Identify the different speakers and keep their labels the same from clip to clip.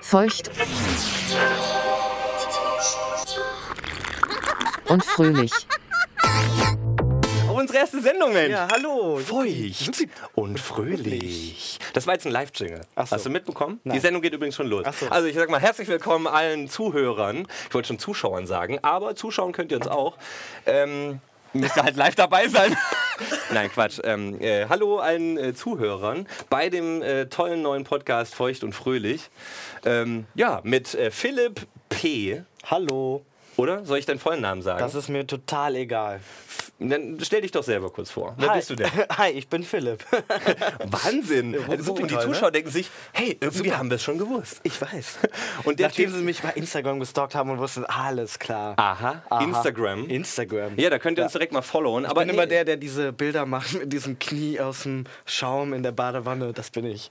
Speaker 1: feucht und fröhlich.
Speaker 2: Unsere erste Sendung, Mensch.
Speaker 3: Ja, hallo.
Speaker 2: Feucht und fröhlich. Das war jetzt ein Live-Jingle.
Speaker 3: Ach so.
Speaker 2: Hast du mitbekommen?
Speaker 3: Nein.
Speaker 2: Die Sendung geht übrigens schon los.
Speaker 3: Ach so.
Speaker 2: Also ich sag mal, herzlich willkommen allen Zuhörern. Ich wollte schon Zuschauern sagen, aber zuschauen könnt ihr uns auch. Ähm, müsst ihr halt live dabei sein. Nein, Quatsch. Ähm, äh, hallo allen äh, Zuhörern bei dem äh, tollen neuen Podcast Feucht und Fröhlich. Ähm, ja, mit äh, Philipp P.
Speaker 3: Hallo.
Speaker 2: Oder? Soll ich deinen vollen Namen sagen?
Speaker 3: Das ist mir total egal.
Speaker 2: Dann stell dich doch selber kurz vor. Wer
Speaker 3: Hi.
Speaker 2: bist du denn?
Speaker 3: Hi, ich bin Philipp.
Speaker 2: Wahnsinn! Also, und die
Speaker 3: toll, ne?
Speaker 2: Zuschauer denken sich, hey, irgendwie haben wir es schon gewusst.
Speaker 3: Ich weiß.
Speaker 2: Und der
Speaker 3: Nachdem
Speaker 2: Typ-
Speaker 3: sie mich bei Instagram gestalkt haben und wussten, alles klar.
Speaker 2: Aha, Instagram.
Speaker 3: Instagram.
Speaker 2: Ja, da könnt ihr uns direkt mal followen.
Speaker 3: ich
Speaker 2: Aber
Speaker 3: bin immer
Speaker 2: nee,
Speaker 3: der, der diese Bilder macht mit diesem Knie aus dem Schaum in der Badewanne. Das bin ich.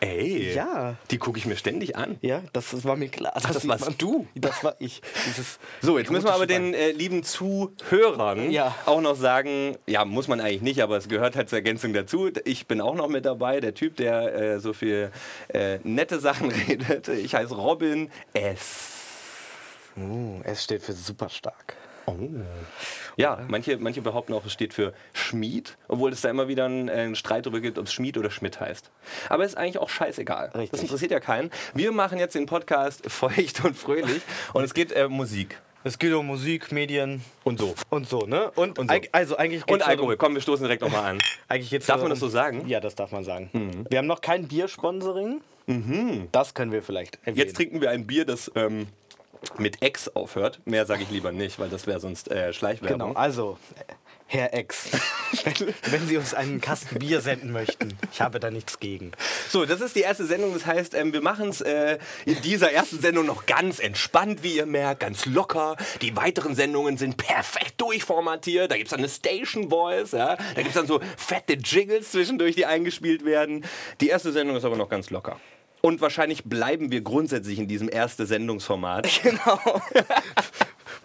Speaker 2: Ey,
Speaker 3: Ja.
Speaker 2: die gucke ich mir ständig an.
Speaker 3: Ja, das ist- war mir klar. Das,
Speaker 2: das
Speaker 3: sieht
Speaker 2: warst du.
Speaker 3: Das war ich. Dieses
Speaker 2: So, jetzt müssen wir aber
Speaker 3: erotische
Speaker 2: den äh, lieben Zuhörern
Speaker 3: Ja.
Speaker 2: auch noch sagen, ja, muss man eigentlich nicht, aber es gehört halt zur Ergänzung dazu. Ich bin auch noch mit dabei, der Typ, der äh, so viel äh, nette Sachen redet. Ich heiße Robin S.
Speaker 3: Bein. Es Uh, steht für super stark.
Speaker 2: Ja, manche, manche behaupten auch, es steht für Schmied, obwohl es da immer wieder einen, äh, einen Streit darüber gibt, ob es Schmied oder Schmidt heißt. Aber ist eigentlich auch scheißegal. Das
Speaker 3: Richtig.
Speaker 2: interessiert ja keinen. Wir machen jetzt den Podcast Feucht und Fröhlich und es geht äh, Musik
Speaker 3: Es geht um Musik, Medien
Speaker 2: und so.
Speaker 3: und so, ne? Und,
Speaker 2: so.
Speaker 3: eig- also eigentlich geht's
Speaker 2: Und
Speaker 3: darum-
Speaker 2: Alkohol. Komm, wir stoßen direkt nochmal an.
Speaker 3: Eigentlich geht's
Speaker 2: Darf
Speaker 3: darum-
Speaker 2: man das so sagen? Mhm.
Speaker 3: Ja, das darf man sagen. Wir haben noch kein Biersponsoring. Das können wir vielleicht erwähnen.
Speaker 2: Jetzt trinken wir ein Bier, das ähm, mit Ex aufhört. Mehr sage ich lieber nicht, weil das wäre sonst äh,
Speaker 3: Genau,
Speaker 2: Schleichwerbung.
Speaker 3: also, Herr Ex, wenn Sie uns einen Kasten Bier senden möchten, ich habe da nichts gegen.
Speaker 2: So, das ist die erste Sendung. Das heißt, ähm, wir machen es äh, in dieser ersten Sendung noch ganz entspannt, wie ihr merkt, ganz locker. Die weiteren Sendungen sind perfekt durchformatiert. Da gibt es dann eine Station Voice. Ja? Da gibt es dann so fette Jingles zwischendurch, die eingespielt werden. Die erste Sendung ist aber noch ganz locker. Und wahrscheinlich bleiben wir grundsätzlich in diesem erste Sendungsformat.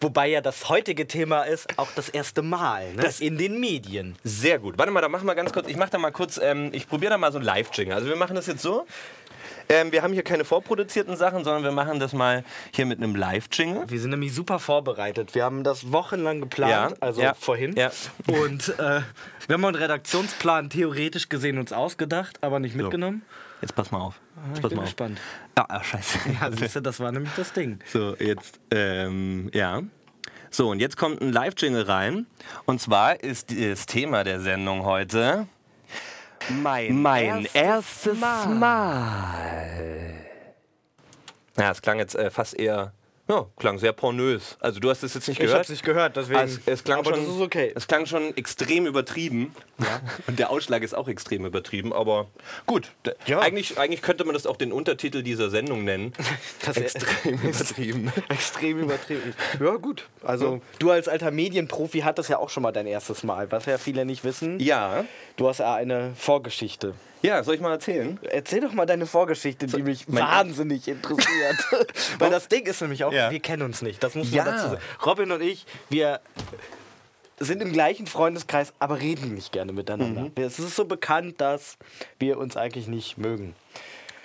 Speaker 3: Wobei ja das heutige Thema ist auch das erste Mal, ne? das in den Medien.
Speaker 2: Sehr gut. Warte mal, da machen wir ganz kurz. Ich mache da mal kurz. Ähm, ich probiere da mal so ein Live-Jingle. Also wir machen das jetzt so. Ähm, wir haben hier keine vorproduzierten Sachen, sondern wir machen das mal hier mit einem Live-Jingle.
Speaker 3: Wir sind nämlich super vorbereitet. Wir haben das wochenlang geplant,
Speaker 2: Ja,
Speaker 3: also
Speaker 2: ja,
Speaker 3: vorhin.
Speaker 2: ja.
Speaker 3: Und äh, wir haben einen Redaktionsplan theoretisch gesehen uns ausgedacht, aber nicht mitgenommen.
Speaker 2: Jetzt pass mal auf. Jetzt
Speaker 3: ich
Speaker 2: pass
Speaker 3: bin
Speaker 2: mal
Speaker 3: gespannt.
Speaker 2: Auf. Ah, ah, scheiße.
Speaker 3: Ja, siehst du, das war nämlich das Ding.
Speaker 2: So, jetzt, ähm, ja. So, und jetzt kommt ein Live-Jingle rein. Und zwar ist das Thema der Sendung heute
Speaker 3: Mein,
Speaker 2: erstes Mal. Ja, es klang jetzt äh, fast eher, ja, klang sehr pornös. Also du hast es jetzt nicht
Speaker 3: Ich
Speaker 2: gehört.
Speaker 3: hab's nicht gehört, Also, deswegen.
Speaker 2: Ah, Es, es, klang
Speaker 3: aber
Speaker 2: schon,
Speaker 3: das ist okay.
Speaker 2: es klang schon extrem übertrieben. Und der Ausschlag ist auch extrem übertrieben, aber gut. D-
Speaker 3: Ja.
Speaker 2: Eigentlich, eigentlich könnte man das auch den Untertitel dieser Sendung nennen.
Speaker 3: Das ist
Speaker 2: extrem übertrieben.
Speaker 3: extrem übertrieben. Ja, gut. Also, du als alter Medienprofi hattest ja auch schon mal dein erstes Mal, was ja viele nicht wissen.
Speaker 2: Ja.
Speaker 3: Du hast ja eine Vorgeschichte.
Speaker 2: Ja, soll ich mal erzählen?
Speaker 3: Erzähl doch mal deine Vorgeschichte, die mich
Speaker 2: mein-
Speaker 3: wahnsinnig interessiert. Weil das Ding ist nämlich auch,
Speaker 2: Ja.
Speaker 3: wir kennen uns nicht. Das muss man
Speaker 2: Ja.
Speaker 3: dazu sagen. Robin und ich, wir sind im gleichen Freundeskreis, aber reden nicht gerne miteinander. Es ist so bekannt, dass wir uns eigentlich nicht mögen.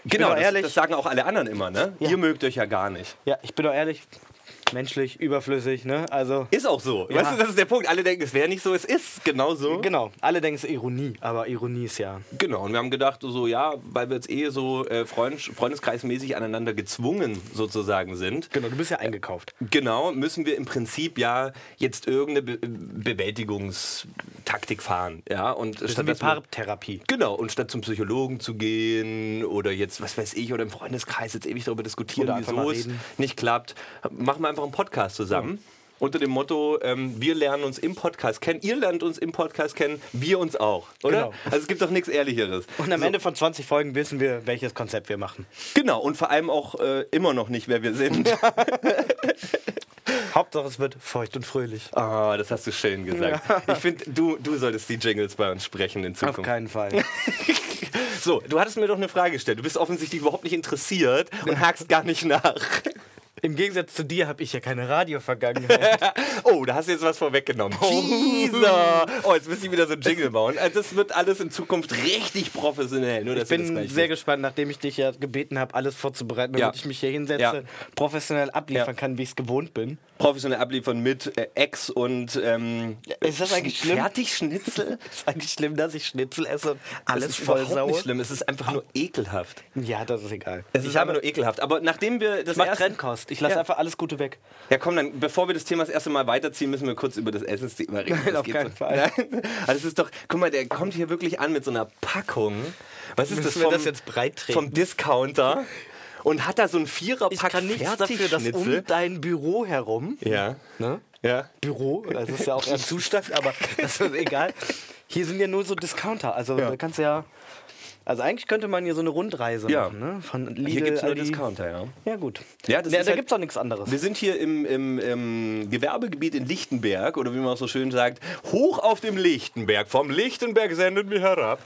Speaker 2: Genau,
Speaker 3: doch
Speaker 2: das,
Speaker 3: ehrlich.
Speaker 2: das sagen auch alle anderen immer, ne?
Speaker 3: Ja.
Speaker 2: Ihr mögt euch ja gar nicht.
Speaker 3: Ja, ich bin doch ehrlich, menschlich, überflüssig, ne? Also.
Speaker 2: Ist auch so.
Speaker 3: Ja.
Speaker 2: Weißt du, das ist der Punkt. Alle denken, es wäre nicht so, es ist genau so.
Speaker 3: Genau, alle denken es ist Ironie, aber Ironie ist ja.
Speaker 2: Genau, und wir haben gedacht, so ja, weil wir jetzt eh so äh, Freund, freundeskreismäßig aneinander gezwungen sozusagen sind,
Speaker 3: Genau, du bist ja eingekauft.
Speaker 2: genau, müssen wir im Prinzip ja jetzt irgendeine Be Bewältigungstaktik fahren. Ja? Und
Speaker 3: Das ist wie
Speaker 2: dass wir-
Speaker 3: Paartherapie.
Speaker 2: Genau, und statt zum Psychologen zu gehen oder jetzt, was weiß ich, oder im Freundeskreis jetzt ewig darüber diskutieren,
Speaker 3: Oder einfach
Speaker 2: wieso
Speaker 3: mal
Speaker 2: es
Speaker 3: reden.
Speaker 2: nicht klappt, machen wir einfach einen Podcast zusammen. Unter dem Motto, ähm, wir lernen uns im Podcast kennen, ihr lernt uns im Podcast kennen, wir uns auch, oder?
Speaker 3: Genau.
Speaker 2: Also es gibt doch nichts Ehrlicheres.
Speaker 3: Und am Ende von 20 Folgen wissen wir, welches Konzept wir machen.
Speaker 2: Genau, und vor allem auch äh, immer noch nicht, wer wir sind.
Speaker 3: Hauptsache, es wird feucht und fröhlich.
Speaker 2: Ah, das hast du schön gesagt. Ich finde, du, du solltest die Jingles bei uns sprechen in
Speaker 3: Auf
Speaker 2: Zukunft.
Speaker 3: keinen Fall.
Speaker 2: So, du hattest mir doch eine Frage gestellt. Du bist offensichtlich überhaupt nicht interessiert und hakst gar nicht nach.
Speaker 3: Im Gegensatz zu dir habe ich ja keine Radio-Vergangenheit.
Speaker 2: Oh, da hast du jetzt was vorweggenommen. Teaser! Oh, jetzt müsste ich wieder so einen Jingle bauen. Also Das wird alles in Zukunft richtig professionell. Nur, dass
Speaker 3: Ich
Speaker 2: ihr das
Speaker 3: bin
Speaker 2: gleich
Speaker 3: sehr
Speaker 2: wisst.
Speaker 3: gespannt, nachdem ich dich ja gebeten habe, alles vorzubereiten, damit
Speaker 2: Ja.
Speaker 3: ich mich hier hinsetze,
Speaker 2: Ja.
Speaker 3: professionell abliefern
Speaker 2: Ja.
Speaker 3: kann, wie ich es gewohnt bin.
Speaker 2: professionell abliefern mit äh, Ex und ähm,
Speaker 3: Ist das eigentlich schlimm?
Speaker 2: Fertigschnitzel?
Speaker 3: Ist eigentlich schlimm, dass ich Schnitzel esse und alles
Speaker 2: Das ist
Speaker 3: voll
Speaker 2: überhaupt
Speaker 3: sauer.
Speaker 2: Nicht schlimm. Es ist einfach nur ekelhaft.
Speaker 3: Ja, das ist egal.
Speaker 2: Es ist einfach nur ekelhaft. Aber nachdem wir das
Speaker 3: ich mache
Speaker 2: erste-
Speaker 3: Trendkost. Ich lasse
Speaker 2: Ja.
Speaker 3: einfach alles Gute weg.
Speaker 2: Ja, komm, dann, bevor wir das Thema das erste Mal weiterziehen, müssen wir kurz über das Essensthema reden.
Speaker 3: Nein,
Speaker 2: das
Speaker 3: auf
Speaker 2: geht
Speaker 3: keinen
Speaker 2: so.
Speaker 3: Fall.
Speaker 2: Nein. Also, es ist doch, guck mal, der kommt hier wirklich an mit so einer Packung. Was ist
Speaker 3: Müssen
Speaker 2: das,
Speaker 3: wir
Speaker 2: vom,
Speaker 3: das jetzt breittreten?
Speaker 2: Vom Discounter. Und hat da so ein Viererpack Fertigschnitzel.
Speaker 3: um dein Büro herum.
Speaker 2: Ja.
Speaker 3: Ne?
Speaker 2: Ja.
Speaker 3: Büro, das ist ja auch eher ein Zustand, aber das ist egal. Hier sind ja nur so Discounter. Also
Speaker 2: Ja.
Speaker 3: da kannst du ja. Also eigentlich könnte man hier so eine Rundreise
Speaker 2: Ja.
Speaker 3: machen, ne? Von Lidl,
Speaker 2: Hier gibt es nur
Speaker 3: Aldi.
Speaker 2: Discounter, ja.
Speaker 3: Ja, gut.
Speaker 2: Ja, das
Speaker 3: Nee,
Speaker 2: ist
Speaker 3: da
Speaker 2: halt-
Speaker 3: gibt's doch nichts anderes.
Speaker 2: Wir sind hier im, im, im Gewerbegebiet in Lichtenberg, oder wie man auch so schön sagt, hoch auf dem Lichtenberg. Vom Lichtenberg sendet mich herab.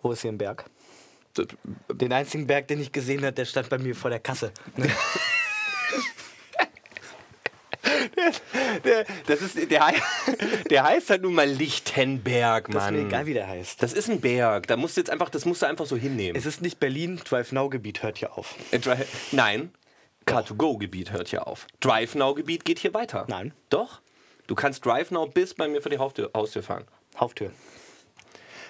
Speaker 3: Wo ist hier ein Berg? Den einzigen Berg, den ich gesehen habe, der stand bei mir vor der Kasse.
Speaker 2: Der, das ist, der, hei- der heißt halt nun mal Lichtenberg,
Speaker 3: Das ist
Speaker 2: Mann.
Speaker 3: mir egal, wie der heißt.
Speaker 2: Das ist ein Berg. Da musst du jetzt einfach, das musst du einfach so hinnehmen.
Speaker 3: Es ist nicht Berlin, Drive Now Gebiet hört hier auf.
Speaker 2: Äh, Dri- Nein, Car-to-Go-Gebiet hört hier auf. Drive-Now-Gebiet geht hier weiter.
Speaker 3: Nein.
Speaker 2: Doch. Du kannst Drive-Now bis bei mir vor die Haustür, Haustür fahren.
Speaker 3: Haupttür.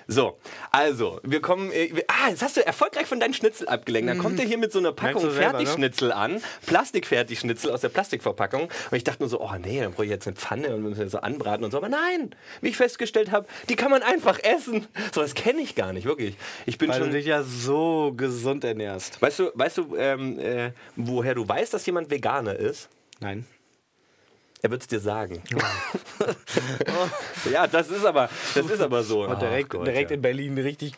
Speaker 2: So, also, wir kommen. Äh, wir- ah, jetzt hast du erfolgreich von deinen Schnitzel abgelenkt. Dann kommt er hier mit so einer Packung
Speaker 3: Mhm. du selber, ne?
Speaker 2: Fertigschnitzel an. Plastikfertigschnitzel aus der Plastikverpackung. Und ich dachte nur so, oh nee, dann brauche ich jetzt eine Pfanne und wir müssen das so anbraten und so. Aber nein, wie ich festgestellt habe, die kann man einfach essen. So, das kenne ich gar nicht, wirklich. Ich bin
Speaker 3: Weil du
Speaker 2: schon.
Speaker 3: dich ja so gesund ernährst.
Speaker 2: Weißt du, weißt du ähm, äh, woher du weißt, dass jemand Veganer ist?
Speaker 3: Nein.
Speaker 2: Er wird es dir sagen. ja, das ist aber, das ist aber so.
Speaker 3: Und direkt,
Speaker 2: Ach Gott,
Speaker 3: direkt
Speaker 2: ja.
Speaker 3: in Berlin richtig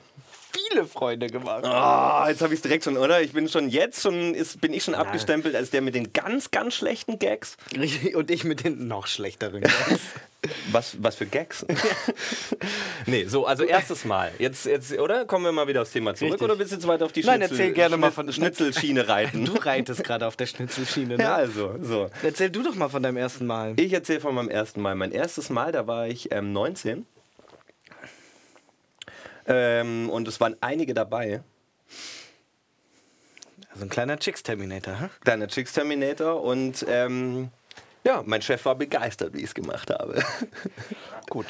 Speaker 3: viele Freunde gemacht.
Speaker 2: Ah, jetzt habe ich es direkt schon, oder? Ich bin schon jetzt schon, ist, bin ich schon abgestempelt als der mit den ganz, ganz schlechten Gags.
Speaker 3: Richtig, Und ich mit den noch schlechteren.
Speaker 2: Was, was für Gags? nee, so, also erstes Mal. Jetzt, jetzt, oder? Kommen wir mal wieder aufs Thema zurück
Speaker 3: Richtig.
Speaker 2: oder willst du jetzt weiter auf die
Speaker 3: Nein,
Speaker 2: Schnitzel,
Speaker 3: erzähl gerne mal von der Schnitt-
Speaker 2: Schnitzelschiene reiten?
Speaker 3: du reitest gerade auf der Schnitzelschiene, ne?
Speaker 2: ja, also, so.
Speaker 3: Erzähl du doch mal von deinem ersten Mal.
Speaker 2: Ich erzähle von meinem ersten Mal. Mein erstes Mal, da war ich ähm, 19. Ähm, und es waren einige dabei.
Speaker 3: Also ein kleiner Chicks-Terminator, hä?
Speaker 2: Kleiner Chicks Terminator und ähm, ja, mein Chef war begeistert, wie ich es gemacht habe.
Speaker 3: Gut.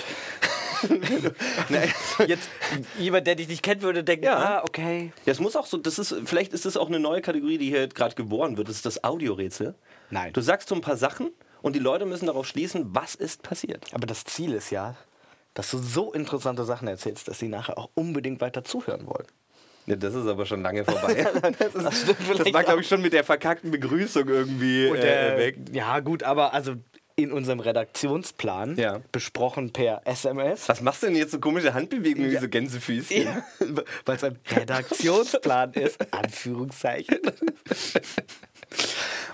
Speaker 2: Naja,
Speaker 3: Jetzt, jemand, der dich nicht kennt, würde denken,
Speaker 2: Ja.
Speaker 3: ah, okay.
Speaker 2: Das muss auch so, das ist, vielleicht ist das auch eine neue Kategorie, die hier gerade geboren wird. Das ist das Audiorätsel.
Speaker 3: Nein.
Speaker 2: Du sagst so ein paar Sachen und die Leute müssen darauf schließen, was ist passiert.
Speaker 3: Aber das Ziel ist ja, dass du so interessante Sachen erzählst, dass sie nachher auch unbedingt weiter zuhören wollen.
Speaker 2: Ja, das ist aber schon lange vorbei. das, ist, das,
Speaker 3: stimmt vielleicht
Speaker 2: war, glaube ich, schon mit der verkackten Begrüßung irgendwie äh,
Speaker 3: äh,
Speaker 2: weg.
Speaker 3: Ja, gut, aber also in unserem Redaktionsplan,
Speaker 2: Ja.
Speaker 3: besprochen per SMS,
Speaker 2: Was machst du denn jetzt so komische Handbewegungen wie so Gänsefüßchen?
Speaker 3: Ja, weil es ein Redaktionsplan ist, Anführungszeichen.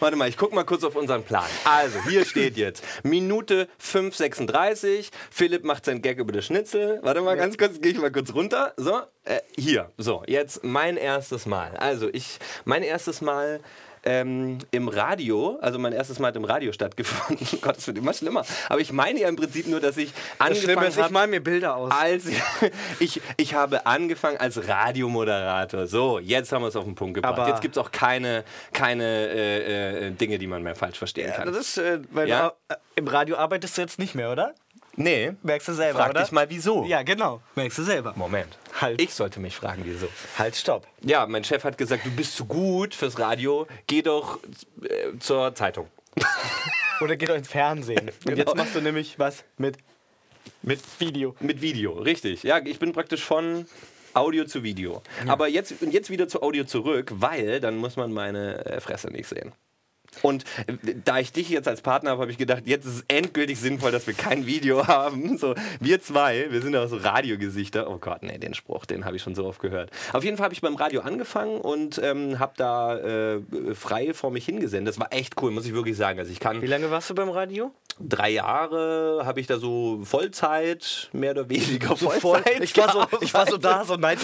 Speaker 2: Warte mal, ich guck mal kurz auf unseren Plan. Also, hier steht jetzt Minute 5,36. Philipp macht seinen Gag über das Schnitzel. Warte mal ganz kurz, gehe ich mal kurz runter. So, äh, hier. So, jetzt mein erstes Mal. Also, ich, mein erstes Mal. Ähm, Im Radio, also mein erstes Mal hat im Radio stattgefunden. Gott, das wird immer schlimmer. Aber ich meine ja im Prinzip nur, dass ich angefangen habe.
Speaker 3: mal mir Bilder aus.
Speaker 2: Als ich, ich habe angefangen als Radiomoderator. So, jetzt haben wir es auf den Punkt gebracht.
Speaker 3: Aber-
Speaker 2: jetzt gibt es auch keine, keine äh, äh, Dinge, die man mehr falsch verstehen kann.
Speaker 3: Das ist, äh, weil
Speaker 2: Ja.
Speaker 3: du, äh, Im Radio arbeitest du jetzt nicht mehr, oder?
Speaker 2: nee,
Speaker 3: Merkst du selber,
Speaker 2: frag
Speaker 3: oder?
Speaker 2: dich mal wieso.
Speaker 3: Ja, genau. Merkst du selber.
Speaker 2: Moment.
Speaker 3: Halt.
Speaker 2: Ich sollte mich fragen, wieso.
Speaker 3: Halt, stopp.
Speaker 2: Ja, mein Chef hat gesagt, du bist zu gut fürs Radio, geh doch äh, zur Zeitung.
Speaker 3: Oder geht doch ins Fernsehen. Und
Speaker 2: Genau.
Speaker 3: jetzt machst du nämlich was mit, mit Video.
Speaker 2: Mit Video, richtig. Ja, ich bin praktisch von Audio zu Video. Aber jetzt, und jetzt wieder zu Audio zurück, weil dann muss man meine äh, Fresse nicht sehen. Und äh, da ich dich jetzt als Partner habe, habe ich gedacht, jetzt ist es endgültig sinnvoll, dass wir kein Video haben. So, wir zwei, wir sind auch so Radiogesichter. Oh Gott, nee, den Spruch, den habe ich schon so oft gehört. Auf jeden Fall habe ich beim Radio angefangen und ähm, habe da äh, frei vor mich hingesendet. Das war echt cool, muss ich wirklich sagen. Also ich kann
Speaker 3: Wie lange warst du beim Radio?
Speaker 2: drei Jahre habe ich da so Vollzeit, mehr oder weniger Vollzeit.
Speaker 3: ich, war so, ich war so
Speaker 2: gearbeitet.
Speaker 3: da, so 9